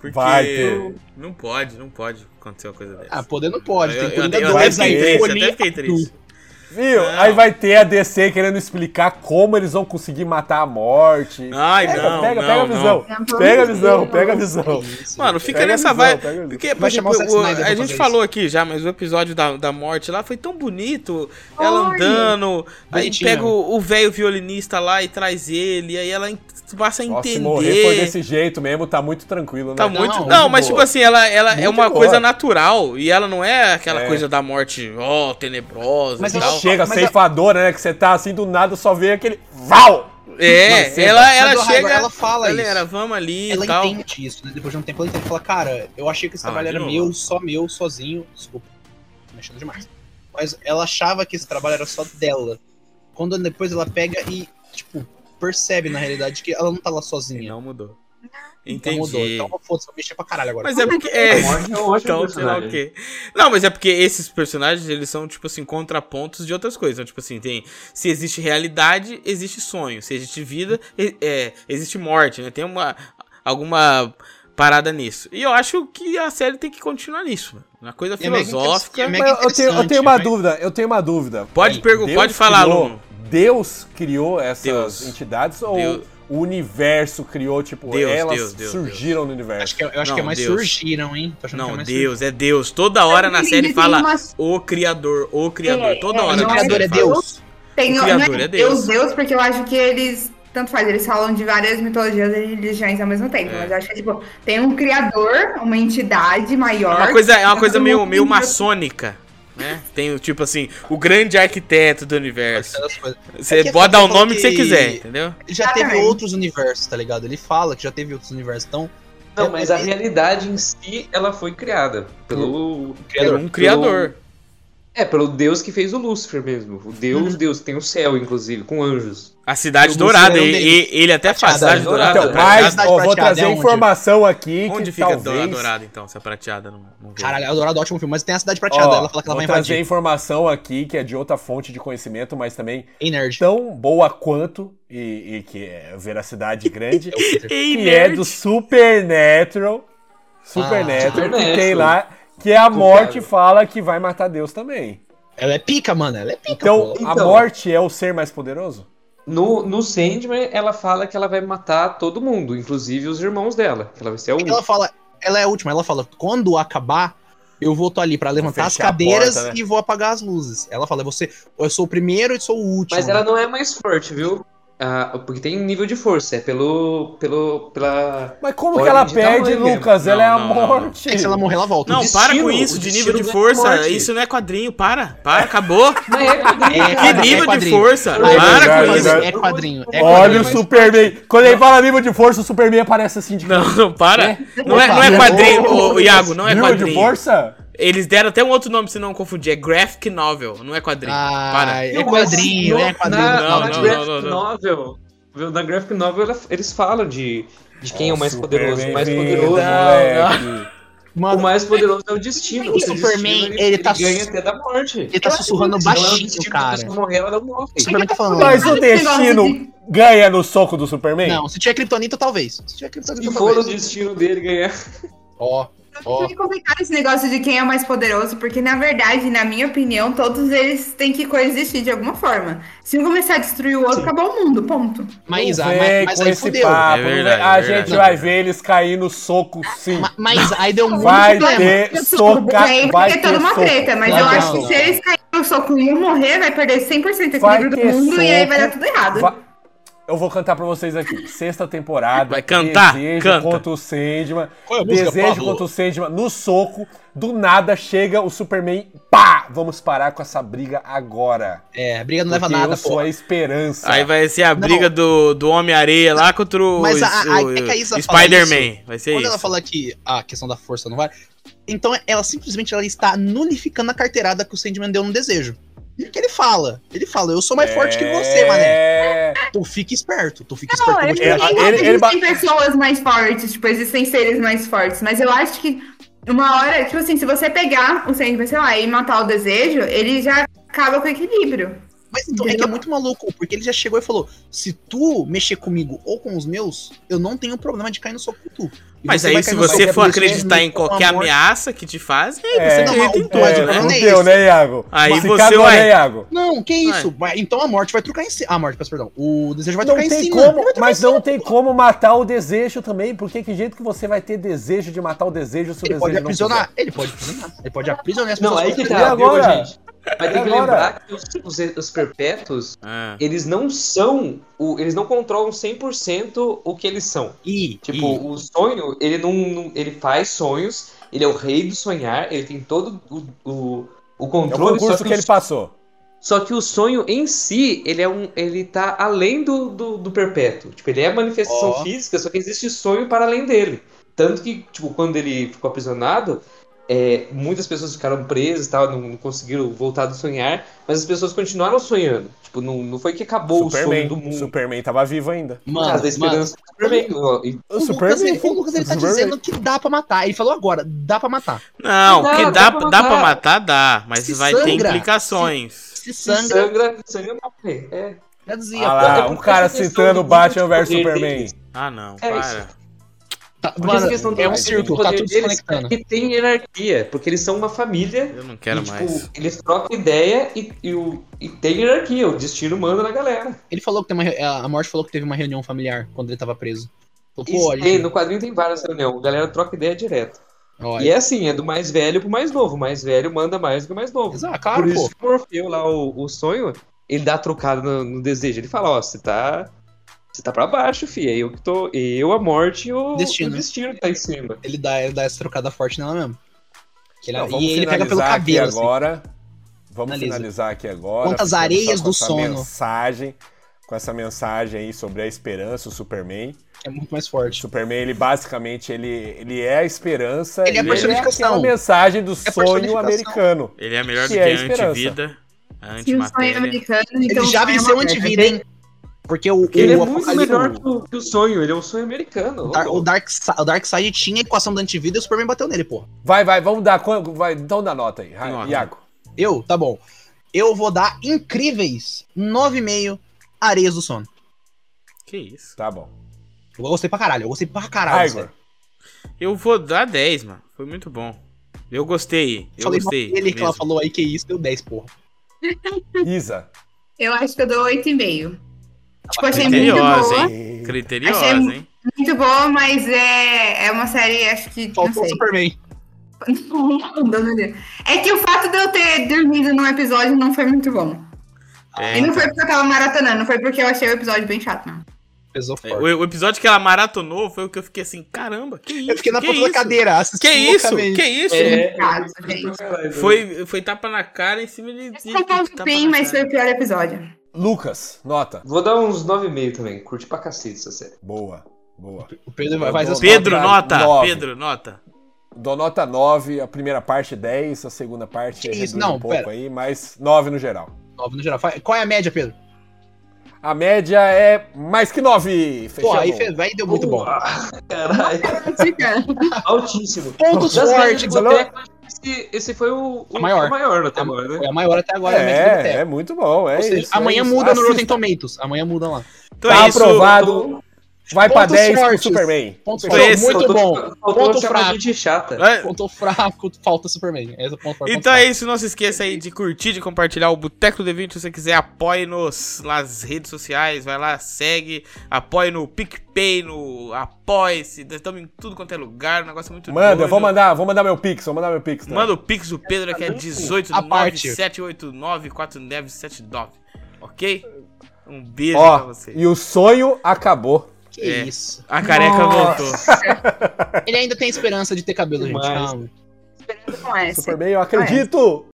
[SPEAKER 1] Porque
[SPEAKER 5] Vai ter.
[SPEAKER 1] não pode, não pode acontecer uma coisa dessa.
[SPEAKER 4] Ah, poder não pode.
[SPEAKER 1] eu, eu,
[SPEAKER 4] Tem Coringa
[SPEAKER 1] até, eu
[SPEAKER 4] 2
[SPEAKER 1] até
[SPEAKER 4] aí.
[SPEAKER 1] fiquei
[SPEAKER 5] tem
[SPEAKER 4] tem
[SPEAKER 1] triste, eu
[SPEAKER 4] Coringa
[SPEAKER 1] até fiquei triste.
[SPEAKER 5] Viu?
[SPEAKER 1] Não.
[SPEAKER 5] Aí vai ter a DC querendo explicar como eles vão conseguir matar a morte.
[SPEAKER 1] Ai,
[SPEAKER 5] Pega,
[SPEAKER 1] não,
[SPEAKER 5] pega,
[SPEAKER 1] não,
[SPEAKER 5] pega a
[SPEAKER 1] não.
[SPEAKER 5] visão. Pega a visão, pega a visão.
[SPEAKER 1] Mano, fica
[SPEAKER 5] Pega a
[SPEAKER 1] nessa
[SPEAKER 5] visão,
[SPEAKER 1] vibe.
[SPEAKER 5] pega a visão.
[SPEAKER 1] Porque, por
[SPEAKER 4] Vai chamar
[SPEAKER 1] exemplo,
[SPEAKER 4] o Zack
[SPEAKER 1] o-
[SPEAKER 4] Snyder pra
[SPEAKER 1] a
[SPEAKER 4] fazer
[SPEAKER 1] gente
[SPEAKER 4] isso.
[SPEAKER 1] falou aqui já, mas o episódio da, da morte lá foi tão bonito. Ela
[SPEAKER 6] Foi.
[SPEAKER 1] andando, aí
[SPEAKER 4] Bonitinho.
[SPEAKER 1] pega o o velho violinista lá e traz ele, aí ela en- passa a
[SPEAKER 5] Nossa, se
[SPEAKER 1] entender.
[SPEAKER 5] morrer foi desse jeito mesmo, tá muito tranquilo, né?
[SPEAKER 1] Tá
[SPEAKER 4] Não,
[SPEAKER 1] muito. Não,
[SPEAKER 4] muito
[SPEAKER 1] mas
[SPEAKER 5] boa.
[SPEAKER 1] tipo assim, ela, ela é
[SPEAKER 5] Muito
[SPEAKER 1] uma
[SPEAKER 5] boa.
[SPEAKER 1] coisa natural. E ela não é aquela
[SPEAKER 5] É.
[SPEAKER 1] coisa da morte, ó, tenebrosa
[SPEAKER 4] Mas
[SPEAKER 1] e
[SPEAKER 4] ela
[SPEAKER 1] tal.
[SPEAKER 5] Chega,
[SPEAKER 4] Mas a-
[SPEAKER 5] ceifadora, né? Que você tá assim do nada, só vê aquele. VAU!
[SPEAKER 1] É,
[SPEAKER 5] Mas
[SPEAKER 1] ela, ela
[SPEAKER 4] Mas, ô,
[SPEAKER 1] chega.
[SPEAKER 4] Raigor, ela fala isso.
[SPEAKER 1] Galera, vamos ali
[SPEAKER 4] Ela
[SPEAKER 1] e tal.
[SPEAKER 4] entende isso, né? Depois de um tempo ela entende. Fala, cara, eu achei que esse
[SPEAKER 1] Ah,
[SPEAKER 4] trabalho
[SPEAKER 1] de
[SPEAKER 4] era
[SPEAKER 1] novo.
[SPEAKER 4] meu, só meu, sozinho. Desculpa, tô mexendo demais. Mas ela achava que esse trabalho era só dela. Quando depois ela pega e, tipo, percebe na realidade que ela não tá lá
[SPEAKER 1] E
[SPEAKER 4] sozinha.
[SPEAKER 1] não mudou.
[SPEAKER 4] Então
[SPEAKER 1] Entendi.
[SPEAKER 4] mudou. Então foda-se, eu mexer pra caralho agora.
[SPEAKER 1] Mas é porque.
[SPEAKER 3] A
[SPEAKER 1] É,
[SPEAKER 3] morte é um ótimo
[SPEAKER 1] então, sei lá o
[SPEAKER 3] personagem.
[SPEAKER 1] quê. Não, mas é porque esses personagens, eles são, tipo assim, contrapontos de outras coisas. Então, tipo assim, tem. Se existe realidade, existe sonho. Se existe vida, e- é, existe morte, né? Tem uma. alguma parada nisso. E eu acho que a série tem que continuar nisso, mano. Uma coisa
[SPEAKER 4] É mega
[SPEAKER 1] filosófica.
[SPEAKER 4] interessante, é mega
[SPEAKER 5] Mas eu, tenho, eu tenho uma
[SPEAKER 4] interessante, mas-
[SPEAKER 5] dúvida, eu tenho uma dúvida.
[SPEAKER 1] né? Pode,
[SPEAKER 4] Aí,
[SPEAKER 1] pergun-
[SPEAKER 5] Deus
[SPEAKER 1] pode falar,
[SPEAKER 5] criou-
[SPEAKER 1] aluno.
[SPEAKER 5] Deus criou essas
[SPEAKER 1] Deus.
[SPEAKER 5] entidades ou
[SPEAKER 1] Deus.
[SPEAKER 5] o universo criou, tipo,
[SPEAKER 1] Deus,
[SPEAKER 5] elas
[SPEAKER 1] Deus, Deus,
[SPEAKER 5] surgiram no universo?
[SPEAKER 4] Acho que, eu acho
[SPEAKER 1] Não,
[SPEAKER 4] que é mais
[SPEAKER 1] Deus.
[SPEAKER 4] surgiram, hein? Tô achando que é
[SPEAKER 1] Não,
[SPEAKER 4] mais
[SPEAKER 1] Deus, é Deus. Toda hora na série fala o Criador, o Criador.
[SPEAKER 6] É,
[SPEAKER 1] Toda
[SPEAKER 6] é,
[SPEAKER 1] hora.
[SPEAKER 4] surgiram. Mas
[SPEAKER 1] na
[SPEAKER 4] o
[SPEAKER 6] Não,
[SPEAKER 4] criador
[SPEAKER 1] série
[SPEAKER 4] é
[SPEAKER 1] fala.
[SPEAKER 4] Deus?
[SPEAKER 6] Tem,
[SPEAKER 1] O
[SPEAKER 6] não
[SPEAKER 1] criador é
[SPEAKER 6] é
[SPEAKER 1] Deus.
[SPEAKER 6] Deus, Deus, porque eu acho que eles. Tanto faz, eles falam de várias mitologias e religiões ao mesmo tempo.
[SPEAKER 1] É.
[SPEAKER 6] Mas eu acho que, tipo, tem um criador, uma entidade maior.
[SPEAKER 1] É uma coisa, é uma
[SPEAKER 6] Todo
[SPEAKER 1] coisa meio,
[SPEAKER 6] mundo
[SPEAKER 1] meio
[SPEAKER 6] tem Deus.
[SPEAKER 1] maçônica. Né? Tem o tipo assim, o grande arquiteto do universo.
[SPEAKER 4] Essas coisas.
[SPEAKER 1] Você
[SPEAKER 4] É que
[SPEAKER 1] pode dar o
[SPEAKER 4] você falou
[SPEAKER 1] nome que você
[SPEAKER 4] que- um
[SPEAKER 1] quiser, entendeu?
[SPEAKER 4] Ele já teve
[SPEAKER 6] Exatamente.
[SPEAKER 4] outros universos, tá ligado? Ele fala que já teve outros universos. Então,
[SPEAKER 3] Não, mas a realidade em si, ela foi criada pelo
[SPEAKER 1] Por
[SPEAKER 3] criador.
[SPEAKER 1] um criador.
[SPEAKER 3] Pelo- é, pelo Deus que fez o Lúcifer mesmo. O Deus, Deus que tem o céu, inclusive, com anjos.
[SPEAKER 1] A Cidade
[SPEAKER 4] Eu
[SPEAKER 1] Dourada.
[SPEAKER 4] não
[SPEAKER 1] e-
[SPEAKER 4] sei o nome
[SPEAKER 1] e- ele até faz.
[SPEAKER 4] Prateada.
[SPEAKER 1] Cidade Dourada. né?
[SPEAKER 5] Então,
[SPEAKER 4] Prateada.
[SPEAKER 5] mas
[SPEAKER 4] é Prateada
[SPEAKER 5] ó, vou
[SPEAKER 4] prateada
[SPEAKER 5] trazer
[SPEAKER 4] é onde?
[SPEAKER 5] informação aqui
[SPEAKER 1] Onde
[SPEAKER 5] que
[SPEAKER 1] fica a
[SPEAKER 5] talvez...
[SPEAKER 1] Dourada, então, se a prateada não, não veio?
[SPEAKER 4] caralho, eu adoro ótimo filme, mas tem a Cidade Prateada.
[SPEAKER 5] Ó,
[SPEAKER 4] ela fala que ela
[SPEAKER 5] vou
[SPEAKER 4] vai
[SPEAKER 5] trazer
[SPEAKER 4] invadir.
[SPEAKER 5] informação aqui que é de outra fonte de conhecimento, mas também
[SPEAKER 4] Ei, nerd.
[SPEAKER 5] tão boa quanto e, e que é veracidade grande,
[SPEAKER 4] É o Peter.
[SPEAKER 1] Ei,
[SPEAKER 5] que é
[SPEAKER 1] nerd.
[SPEAKER 5] do Supernatural,
[SPEAKER 4] Ah,
[SPEAKER 5] Supernatural, que
[SPEAKER 3] Supernatural.
[SPEAKER 5] tem lá, que a morte fala que vai matar Deus também.
[SPEAKER 4] Ela é pica, mano. Ela é pica.
[SPEAKER 5] Então,
[SPEAKER 4] pô.
[SPEAKER 5] a
[SPEAKER 3] Então.
[SPEAKER 5] morte é o ser mais poderoso?
[SPEAKER 3] No, no Sandman, ela fala que ela vai matar todo mundo, inclusive os irmãos dela. Que ela vai ser a última.
[SPEAKER 4] ela fala, ela é a última. Ela fala, quando acabar, eu vou tô ali pra levantar as
[SPEAKER 5] fechar a
[SPEAKER 4] cadeiras
[SPEAKER 5] porta, né?
[SPEAKER 4] e vou apagar as luzes. Ela fala, você, eu sou o primeiro e sou o último.
[SPEAKER 3] Mas ela não é mais forte, viu? Ah, porque tem nível de força, é pelo. pelo pela.
[SPEAKER 5] Mas como
[SPEAKER 3] Olha,
[SPEAKER 5] que ela
[SPEAKER 3] de
[SPEAKER 5] perde,
[SPEAKER 3] tamanho mesmo.
[SPEAKER 5] Lucas? ela é a
[SPEAKER 1] Não, não, não, não.
[SPEAKER 5] morte.
[SPEAKER 4] um É que se ela morrer, ela volta.
[SPEAKER 1] Não,
[SPEAKER 3] destino,
[SPEAKER 1] para com
[SPEAKER 3] o
[SPEAKER 1] isso, de nível
[SPEAKER 3] destino
[SPEAKER 1] de
[SPEAKER 3] ganha
[SPEAKER 1] força.
[SPEAKER 3] morte.
[SPEAKER 1] Isso não é quadrinho, para, para, acabou.
[SPEAKER 3] Mas é quadrinho,
[SPEAKER 4] É,
[SPEAKER 1] Que
[SPEAKER 3] cara.
[SPEAKER 4] cara,
[SPEAKER 1] nível de
[SPEAKER 4] quadrinho.
[SPEAKER 1] força,
[SPEAKER 3] Ai,
[SPEAKER 1] para
[SPEAKER 5] cara,
[SPEAKER 1] com
[SPEAKER 5] mas
[SPEAKER 1] isso.
[SPEAKER 5] é-
[SPEAKER 4] É quadrinho. É
[SPEAKER 5] Olha o
[SPEAKER 4] quadrinho.
[SPEAKER 5] Superman. Quando ele fala nível de força, o Superman aparece assim de
[SPEAKER 1] Não, não, para. Não é, não
[SPEAKER 4] Opa,
[SPEAKER 1] é quadrinho,
[SPEAKER 4] Iago.
[SPEAKER 1] ô, ô, Iago, não é
[SPEAKER 5] nível de
[SPEAKER 1] quadrinho.
[SPEAKER 5] força?
[SPEAKER 1] Eles deram até um outro nome pra você não confundir. É graphic novel, não é quadrinho.
[SPEAKER 4] Ah,
[SPEAKER 1] Para.
[SPEAKER 4] é quadrinho, é quadrinho.
[SPEAKER 3] Na,
[SPEAKER 1] Não,
[SPEAKER 3] na
[SPEAKER 1] não,
[SPEAKER 3] graphic
[SPEAKER 1] não, não, não.
[SPEAKER 3] novel, viu, na graphic novel ela- eles falam de, de quem é o mais poderoso. O mais
[SPEAKER 5] Superman,
[SPEAKER 3] poderoso,
[SPEAKER 5] moleque.
[SPEAKER 3] o
[SPEAKER 4] Mano,
[SPEAKER 3] mais poderoso é o destino.
[SPEAKER 4] Mas
[SPEAKER 3] o seu
[SPEAKER 4] Superman,
[SPEAKER 3] destino,
[SPEAKER 4] ele tá
[SPEAKER 3] ganha
[SPEAKER 4] su-
[SPEAKER 3] até da morte.
[SPEAKER 4] ele tá sussurrando
[SPEAKER 3] Se não é o
[SPEAKER 4] baixinho,
[SPEAKER 3] destino, Se
[SPEAKER 4] cara.
[SPEAKER 3] ela morrer, ela não morre.
[SPEAKER 4] O Superman tá falando.
[SPEAKER 5] Mas o
[SPEAKER 6] Sabe esse negócio
[SPEAKER 5] destino
[SPEAKER 6] de-
[SPEAKER 5] ganha no soco do Superman?
[SPEAKER 4] Não, se tiver Kryptonita, talvez. Se tiver
[SPEAKER 3] Se
[SPEAKER 4] Kryptonita,
[SPEAKER 3] for o
[SPEAKER 4] talvez.
[SPEAKER 3] destino dele ganhar.
[SPEAKER 4] Ó, ó.
[SPEAKER 6] É complicado esse negócio de quem é o mais poderoso, porque na verdade, na minha opinião, todos eles têm que coexistir de alguma forma. Se um começar a destruir o outro, acabou o mundo, ponto.
[SPEAKER 4] Mas, ah,
[SPEAKER 5] Não
[SPEAKER 4] mas,
[SPEAKER 5] vem
[SPEAKER 4] mas
[SPEAKER 5] com
[SPEAKER 4] aí
[SPEAKER 5] esse
[SPEAKER 4] fudeu.
[SPEAKER 5] papo.
[SPEAKER 1] É
[SPEAKER 5] não vem-
[SPEAKER 1] verdade,
[SPEAKER 5] a
[SPEAKER 1] é verdade.
[SPEAKER 5] gente vai ver eles cair no soco, sim.
[SPEAKER 4] Ma- Ah, Mas aí deu muito
[SPEAKER 5] Vai
[SPEAKER 4] problema.
[SPEAKER 5] ter soca,
[SPEAKER 6] E aí
[SPEAKER 5] vai
[SPEAKER 6] vai ter
[SPEAKER 5] ter
[SPEAKER 6] é toda uma
[SPEAKER 5] soco.
[SPEAKER 6] treta, mas
[SPEAKER 4] Vai
[SPEAKER 6] eu
[SPEAKER 4] ter
[SPEAKER 6] acho que
[SPEAKER 4] soco.
[SPEAKER 6] se eles caírem no soco e um morrer, vai perder 100% do
[SPEAKER 5] Vai
[SPEAKER 6] equilíbrio do
[SPEAKER 5] ter
[SPEAKER 6] mundo e aí vai
[SPEAKER 5] soco,
[SPEAKER 6] dar tudo errado.
[SPEAKER 5] Va- Eu vou cantar pra vocês aqui. Sexta temporada.
[SPEAKER 1] Vai cantar?
[SPEAKER 5] Desejo
[SPEAKER 1] Canta.
[SPEAKER 5] contra o Sandman.
[SPEAKER 4] Qual é a música,
[SPEAKER 5] Desejo
[SPEAKER 4] Pablo?
[SPEAKER 5] contra o Sandman. No soco, do nada chega o Superman. Pá! Vamos parar com essa briga agora.
[SPEAKER 4] É, a briga não leva
[SPEAKER 5] porque
[SPEAKER 4] nada,
[SPEAKER 5] eu sou
[SPEAKER 4] pô.
[SPEAKER 5] a esperança.
[SPEAKER 1] Aí vai ser a
[SPEAKER 4] Não.
[SPEAKER 1] briga do, do Homem-Areia lá contra o,
[SPEAKER 4] Mas a- a-
[SPEAKER 1] o-
[SPEAKER 4] é que a Isa fala
[SPEAKER 1] Spider-Man. Vai ser
[SPEAKER 4] Quando ela
[SPEAKER 1] isso.
[SPEAKER 4] fala que a questão da força não vai. Então ela simplesmente ela está nulificando a carteirada que o Sandman deu no desejo. Porque ele fala, ele fala, eu
[SPEAKER 1] É.
[SPEAKER 4] sou é mais forte que você, mané.
[SPEAKER 5] É...
[SPEAKER 4] Tu fica esperto, tu fica
[SPEAKER 6] Não,
[SPEAKER 4] esperto. eu vou te
[SPEAKER 5] é-
[SPEAKER 6] ninguém
[SPEAKER 5] ele-
[SPEAKER 4] pegar.
[SPEAKER 6] gosta de
[SPEAKER 5] ele ba-
[SPEAKER 6] existem pessoas mais fortes, tipo, existem seres mais fortes, mas eu acho que uma hora, tipo assim, se você pegar o Sandman, sei lá, e matar o desejo, ele já acaba com o equilíbrio.
[SPEAKER 4] Mas então, é que é muito maluco, porque ele já chegou e falou: se tu mexer comigo ou com os meus, eu não tenho problema de cair no soco com tu. E
[SPEAKER 1] Mas
[SPEAKER 4] vai
[SPEAKER 1] aí,
[SPEAKER 4] cair
[SPEAKER 1] se
[SPEAKER 4] no soco
[SPEAKER 1] você
[SPEAKER 4] com
[SPEAKER 1] for
[SPEAKER 4] a
[SPEAKER 1] acreditar em
[SPEAKER 4] pessoa, com
[SPEAKER 1] qualquer
[SPEAKER 4] amor.
[SPEAKER 1] ameaça que te faz, aí
[SPEAKER 5] É.
[SPEAKER 1] você
[SPEAKER 4] Não,
[SPEAKER 1] acredita em
[SPEAKER 4] mas o
[SPEAKER 1] tudo,
[SPEAKER 4] problema
[SPEAKER 1] né?
[SPEAKER 5] não
[SPEAKER 4] é
[SPEAKER 5] deu,
[SPEAKER 4] esse.
[SPEAKER 5] né, Iago?
[SPEAKER 1] Aí
[SPEAKER 5] Se
[SPEAKER 1] você
[SPEAKER 5] cagou,
[SPEAKER 1] vai-
[SPEAKER 5] né, Iago?
[SPEAKER 4] Não, que isso? Vai- Então a morte vai trocar em cima. A morte, peço perdão. O desejo vai
[SPEAKER 5] Não
[SPEAKER 4] trocar em
[SPEAKER 5] tem
[SPEAKER 4] cima.
[SPEAKER 5] como, mas não tem como matar o desejo também, porque que jeito que você vai ter desejo de matar o desejo se o
[SPEAKER 4] Ele
[SPEAKER 5] desejo
[SPEAKER 4] pode
[SPEAKER 5] não quiser?
[SPEAKER 4] aprisionar. Ele pode aprisionar. Ele pode aprisionar as
[SPEAKER 3] Não,
[SPEAKER 4] pessoas.
[SPEAKER 3] aí que
[SPEAKER 5] E
[SPEAKER 3] tá,
[SPEAKER 5] agora?
[SPEAKER 3] viu, gente? Mas tem
[SPEAKER 5] E
[SPEAKER 3] que
[SPEAKER 5] agora?
[SPEAKER 3] lembrar que os, os, os perpétuos,
[SPEAKER 4] né?
[SPEAKER 1] Ah.
[SPEAKER 3] eles não são, o, eles não controlam 100% o que eles são.
[SPEAKER 4] E,
[SPEAKER 3] Tipo, o sonho, ele não, não- Ele faz sonhos, ele é o rei do sonhar, ele tem todo o, o, o
[SPEAKER 5] É o
[SPEAKER 3] controle. só,
[SPEAKER 5] concurso
[SPEAKER 3] que
[SPEAKER 5] que ele
[SPEAKER 3] o,
[SPEAKER 5] passou.
[SPEAKER 3] só que o sonho em si, ele é um. ele tá além do, do, do perpétuo. Tipo, ele é a manifestação
[SPEAKER 4] Ó.
[SPEAKER 3] física, só que existe sonho para além dele. Tanto que, tipo, quando ele ficou aprisionado, é, muitas pessoas ficaram presas e tal, não, não conseguiram voltar do sonhar, mas as pessoas continuaram sonhando. Tipo, não, não foi que acabou o sonho
[SPEAKER 5] Superman.
[SPEAKER 3] do mundo.
[SPEAKER 5] Superman tava vivo ainda.
[SPEAKER 3] Por causa
[SPEAKER 4] mano,
[SPEAKER 3] da
[SPEAKER 4] mano,
[SPEAKER 3] esperança do Superman. ó, e-
[SPEAKER 5] O
[SPEAKER 4] o, Lucas,
[SPEAKER 5] Superman.
[SPEAKER 4] o Lucas ele tá
[SPEAKER 5] O Superman.
[SPEAKER 4] dizendo que dá pra matar. Ele falou agora, dá pra matar.
[SPEAKER 1] Não,
[SPEAKER 3] Dá,
[SPEAKER 1] que
[SPEAKER 3] dá
[SPEAKER 1] dá,
[SPEAKER 3] pra
[SPEAKER 1] dá pra
[SPEAKER 3] matar.
[SPEAKER 1] matar, dá. Mas
[SPEAKER 4] Se
[SPEAKER 1] vai ter
[SPEAKER 4] sangra,
[SPEAKER 1] implicações.
[SPEAKER 3] Se
[SPEAKER 4] Se
[SPEAKER 3] sangra,
[SPEAKER 4] sangra,
[SPEAKER 3] sangra morre. É.
[SPEAKER 4] já dizia.
[SPEAKER 5] Ah
[SPEAKER 4] pô.
[SPEAKER 5] lá,
[SPEAKER 3] porque
[SPEAKER 5] um cara
[SPEAKER 3] essa questão
[SPEAKER 5] citando
[SPEAKER 3] do
[SPEAKER 5] Batman
[SPEAKER 3] poder
[SPEAKER 5] vs Superman.
[SPEAKER 3] deles.
[SPEAKER 1] Ah, não,
[SPEAKER 3] É
[SPEAKER 1] para.
[SPEAKER 4] Tá,
[SPEAKER 5] Porque
[SPEAKER 4] mano,
[SPEAKER 5] essa questão do
[SPEAKER 4] é um
[SPEAKER 5] poder
[SPEAKER 4] círculo, tá tudo desconectando.
[SPEAKER 3] Que tem hierarquia, porque eles são uma família.
[SPEAKER 1] Eu não quero
[SPEAKER 3] e, tipo,
[SPEAKER 1] mais.
[SPEAKER 3] Eles trocam ideia e, e, o, e tem hierarquia. O destino manda na galera.
[SPEAKER 4] Ele falou que tem uma. re- A morte falou que teve uma reunião familiar quando ele tava preso. Falou,
[SPEAKER 3] E
[SPEAKER 4] Pô, a
[SPEAKER 3] tem,
[SPEAKER 4] gente,
[SPEAKER 3] no quadrinho tem várias reuniões. A galera troca ideia direto.
[SPEAKER 4] ó,
[SPEAKER 3] E é assim, é do mais velho pro mais novo. O mais velho manda mais do que o mais novo.
[SPEAKER 4] Exato, claro,
[SPEAKER 3] Por
[SPEAKER 4] pô.
[SPEAKER 3] isso que o Morfeu lá, o, o sonho, ele dá trocada no, no desejo. Ele fala, ó, você tá. Você tá pra baixo, fi. É eu que tô. Eu, a morte e o
[SPEAKER 4] Destino.
[SPEAKER 3] o destino tá em cima.
[SPEAKER 4] Ele dá, ele dá essa trocada forte nela mesmo. Que ele-
[SPEAKER 5] Não, vamos
[SPEAKER 4] e ele pega pelo
[SPEAKER 5] finalizar aqui
[SPEAKER 4] cabelo. assim.
[SPEAKER 5] agora. Vamos
[SPEAKER 4] Finaliza.
[SPEAKER 5] finalizar aqui agora.
[SPEAKER 4] Quantas
[SPEAKER 5] finalizar
[SPEAKER 4] areias
[SPEAKER 5] com
[SPEAKER 4] do
[SPEAKER 5] essa
[SPEAKER 4] sono.
[SPEAKER 5] Mensagem, com essa mensagem aí sobre a esperança, o Superman.
[SPEAKER 4] É muito mais
[SPEAKER 5] O
[SPEAKER 4] forte.
[SPEAKER 5] Superman, ele basicamente, ele, ele é a esperança.
[SPEAKER 4] Ele é a personificação. É
[SPEAKER 5] aquela mensagem do sonho
[SPEAKER 4] personificação.
[SPEAKER 5] americano.
[SPEAKER 1] Ele é melhor do
[SPEAKER 5] Que
[SPEAKER 1] que
[SPEAKER 5] é
[SPEAKER 1] a
[SPEAKER 5] a esperança.
[SPEAKER 1] antivida, a
[SPEAKER 6] Se o sonho é
[SPEAKER 1] antimatéria.
[SPEAKER 6] americano, então.
[SPEAKER 4] ele já
[SPEAKER 6] o sonho é
[SPEAKER 4] venceu
[SPEAKER 6] uma
[SPEAKER 4] o
[SPEAKER 6] merda.
[SPEAKER 4] antivida, hein? Porque o,
[SPEAKER 3] Ele é
[SPEAKER 4] o
[SPEAKER 3] muito
[SPEAKER 4] Apocalipse-
[SPEAKER 3] melhor que o, que o sonho, ele é um sonho americano.
[SPEAKER 4] o Dar-
[SPEAKER 3] louco.
[SPEAKER 4] o Dark, Sa- o Dark Side tinha a equação da antivida e o Superman bateu nele, porra.
[SPEAKER 5] Vai, vai, vamos dar. quan- Vai, então dá nota aí, vai,
[SPEAKER 1] Nota.
[SPEAKER 5] Iago.
[SPEAKER 4] Eu, tá bom. Eu vou dar incríveis 9,5 Areias do Sono.
[SPEAKER 1] Que isso.
[SPEAKER 5] Tá bom.
[SPEAKER 4] Eu gostei pra caralho, eu gostei pra caralho.
[SPEAKER 5] Igor,
[SPEAKER 4] sério.
[SPEAKER 1] Eu vou dar 10, mano. Foi muito bom. Eu gostei, eu
[SPEAKER 4] Falei
[SPEAKER 1] gostei.
[SPEAKER 4] mal dele que ela
[SPEAKER 1] mesmo.
[SPEAKER 4] falou aí que isso deu 10, porra.
[SPEAKER 5] Isa.
[SPEAKER 6] Eu acho que eu dou 8,5. Tipo, achei muito
[SPEAKER 1] Criteriosa,
[SPEAKER 6] boa.
[SPEAKER 1] é hein?
[SPEAKER 6] Achei
[SPEAKER 1] Criteriosa,
[SPEAKER 6] mu-
[SPEAKER 1] hein?
[SPEAKER 6] Muito boa, mas é, é uma série, acho que. Não
[SPEAKER 4] Faltou o
[SPEAKER 6] sei.
[SPEAKER 4] Superman.
[SPEAKER 6] É que o fato de eu ter dormido num episódio não foi muito bom.
[SPEAKER 1] É,
[SPEAKER 6] E não foi porque eu tava maratonando, não foi porque eu achei o episódio bem chato, não.
[SPEAKER 4] Pesou
[SPEAKER 1] é,
[SPEAKER 4] forte.
[SPEAKER 1] o, o episódio que ela maratonou foi o que eu fiquei assim, caramba, que isso?
[SPEAKER 4] Eu fiquei na
[SPEAKER 1] que
[SPEAKER 4] ponta
[SPEAKER 1] isso?
[SPEAKER 4] da cadeira. assisti
[SPEAKER 1] Que isso?
[SPEAKER 4] loucamente.
[SPEAKER 1] Que isso?
[SPEAKER 3] É,
[SPEAKER 6] Caso, gente.
[SPEAKER 1] Foi, foi tapa na cara em cima de.
[SPEAKER 6] Esse
[SPEAKER 1] de-
[SPEAKER 6] foi tão
[SPEAKER 1] de tapa
[SPEAKER 6] bem,
[SPEAKER 1] na
[SPEAKER 6] mas foi
[SPEAKER 1] cara.
[SPEAKER 6] o pior episódio.
[SPEAKER 5] Lucas, nota.
[SPEAKER 3] Vou dar uns 9,5 também. Curti pra cacete essa série.
[SPEAKER 5] Boa, boa.
[SPEAKER 4] O Pedro vai
[SPEAKER 1] Tá
[SPEAKER 4] assim, fazer as
[SPEAKER 1] Pedro,
[SPEAKER 5] Nove.
[SPEAKER 1] nota!
[SPEAKER 5] Nove.
[SPEAKER 1] Pedro, nota.
[SPEAKER 5] Dou nota 9, a primeira parte 10, a segunda parte
[SPEAKER 4] Que isso,
[SPEAKER 5] reduz
[SPEAKER 4] não,
[SPEAKER 5] um pouco
[SPEAKER 4] pera.
[SPEAKER 5] aí, mas 9 no geral.
[SPEAKER 4] nove no geral. Fa- Qual é a média, Pedro?
[SPEAKER 5] A média é mais que 9.
[SPEAKER 4] Pô, aí, um fe- aí deu muito bom.
[SPEAKER 3] Ah, Caralho, altíssimo.
[SPEAKER 4] Pontos
[SPEAKER 3] Das séries
[SPEAKER 4] fortes,
[SPEAKER 3] de boteco, acho que Esse, esse foi o, o
[SPEAKER 4] A maior.
[SPEAKER 3] o maior até agora, né?
[SPEAKER 4] É a maior até agora, a média do
[SPEAKER 5] É,
[SPEAKER 4] Boteco.
[SPEAKER 5] é muito bom, é
[SPEAKER 4] Ou seja,
[SPEAKER 5] isso. é
[SPEAKER 4] amanhã
[SPEAKER 5] isso.
[SPEAKER 4] muda no
[SPEAKER 5] Assista.
[SPEAKER 4] Rotten Tomatoes. Amanhã muda lá.
[SPEAKER 1] Então
[SPEAKER 5] Tá
[SPEAKER 1] é isso.
[SPEAKER 5] aprovado. Vai pra
[SPEAKER 4] Pontos
[SPEAKER 5] 10 pro
[SPEAKER 4] fortes.
[SPEAKER 5] Superman.
[SPEAKER 4] Ponto
[SPEAKER 1] Foi
[SPEAKER 4] forte,
[SPEAKER 1] esse.
[SPEAKER 4] muito
[SPEAKER 3] Faltou-
[SPEAKER 4] bom.
[SPEAKER 3] Faltou
[SPEAKER 4] Ponto
[SPEAKER 3] chamar
[SPEAKER 4] fraco.
[SPEAKER 3] gente chata.
[SPEAKER 1] É,
[SPEAKER 4] Ponto fraco, falta Superman. Esse é o ponto fraco.
[SPEAKER 1] Então é isso, não se esqueça aí de curtir, de compartilhar o Boteco do D20 se você quiser, apoie-nos nas redes sociais, vai lá, segue, apoie no PicPay, no Apoie-se, nós estamos em tudo quanto é lugar, um negócio muito
[SPEAKER 5] Manda, eu
[SPEAKER 1] doido.
[SPEAKER 5] vou mandar, vou mandar meu pix, vou mandar meu pix. né?
[SPEAKER 1] Manda um o Pix do Pedro aqui é
[SPEAKER 4] parte.
[SPEAKER 1] 18978947979, ok? Um beijo
[SPEAKER 5] Ó,
[SPEAKER 1] pra você.
[SPEAKER 5] e o sonho acabou.
[SPEAKER 4] Que
[SPEAKER 1] É.
[SPEAKER 4] isso.
[SPEAKER 1] A careca
[SPEAKER 6] Nossa.
[SPEAKER 1] voltou.
[SPEAKER 4] Ele ainda tem esperança de ter cabelo, gente.
[SPEAKER 3] Demais.
[SPEAKER 4] Calma.
[SPEAKER 6] Esperando com essa.
[SPEAKER 4] é- Ah,
[SPEAKER 5] Superman, eu acredito!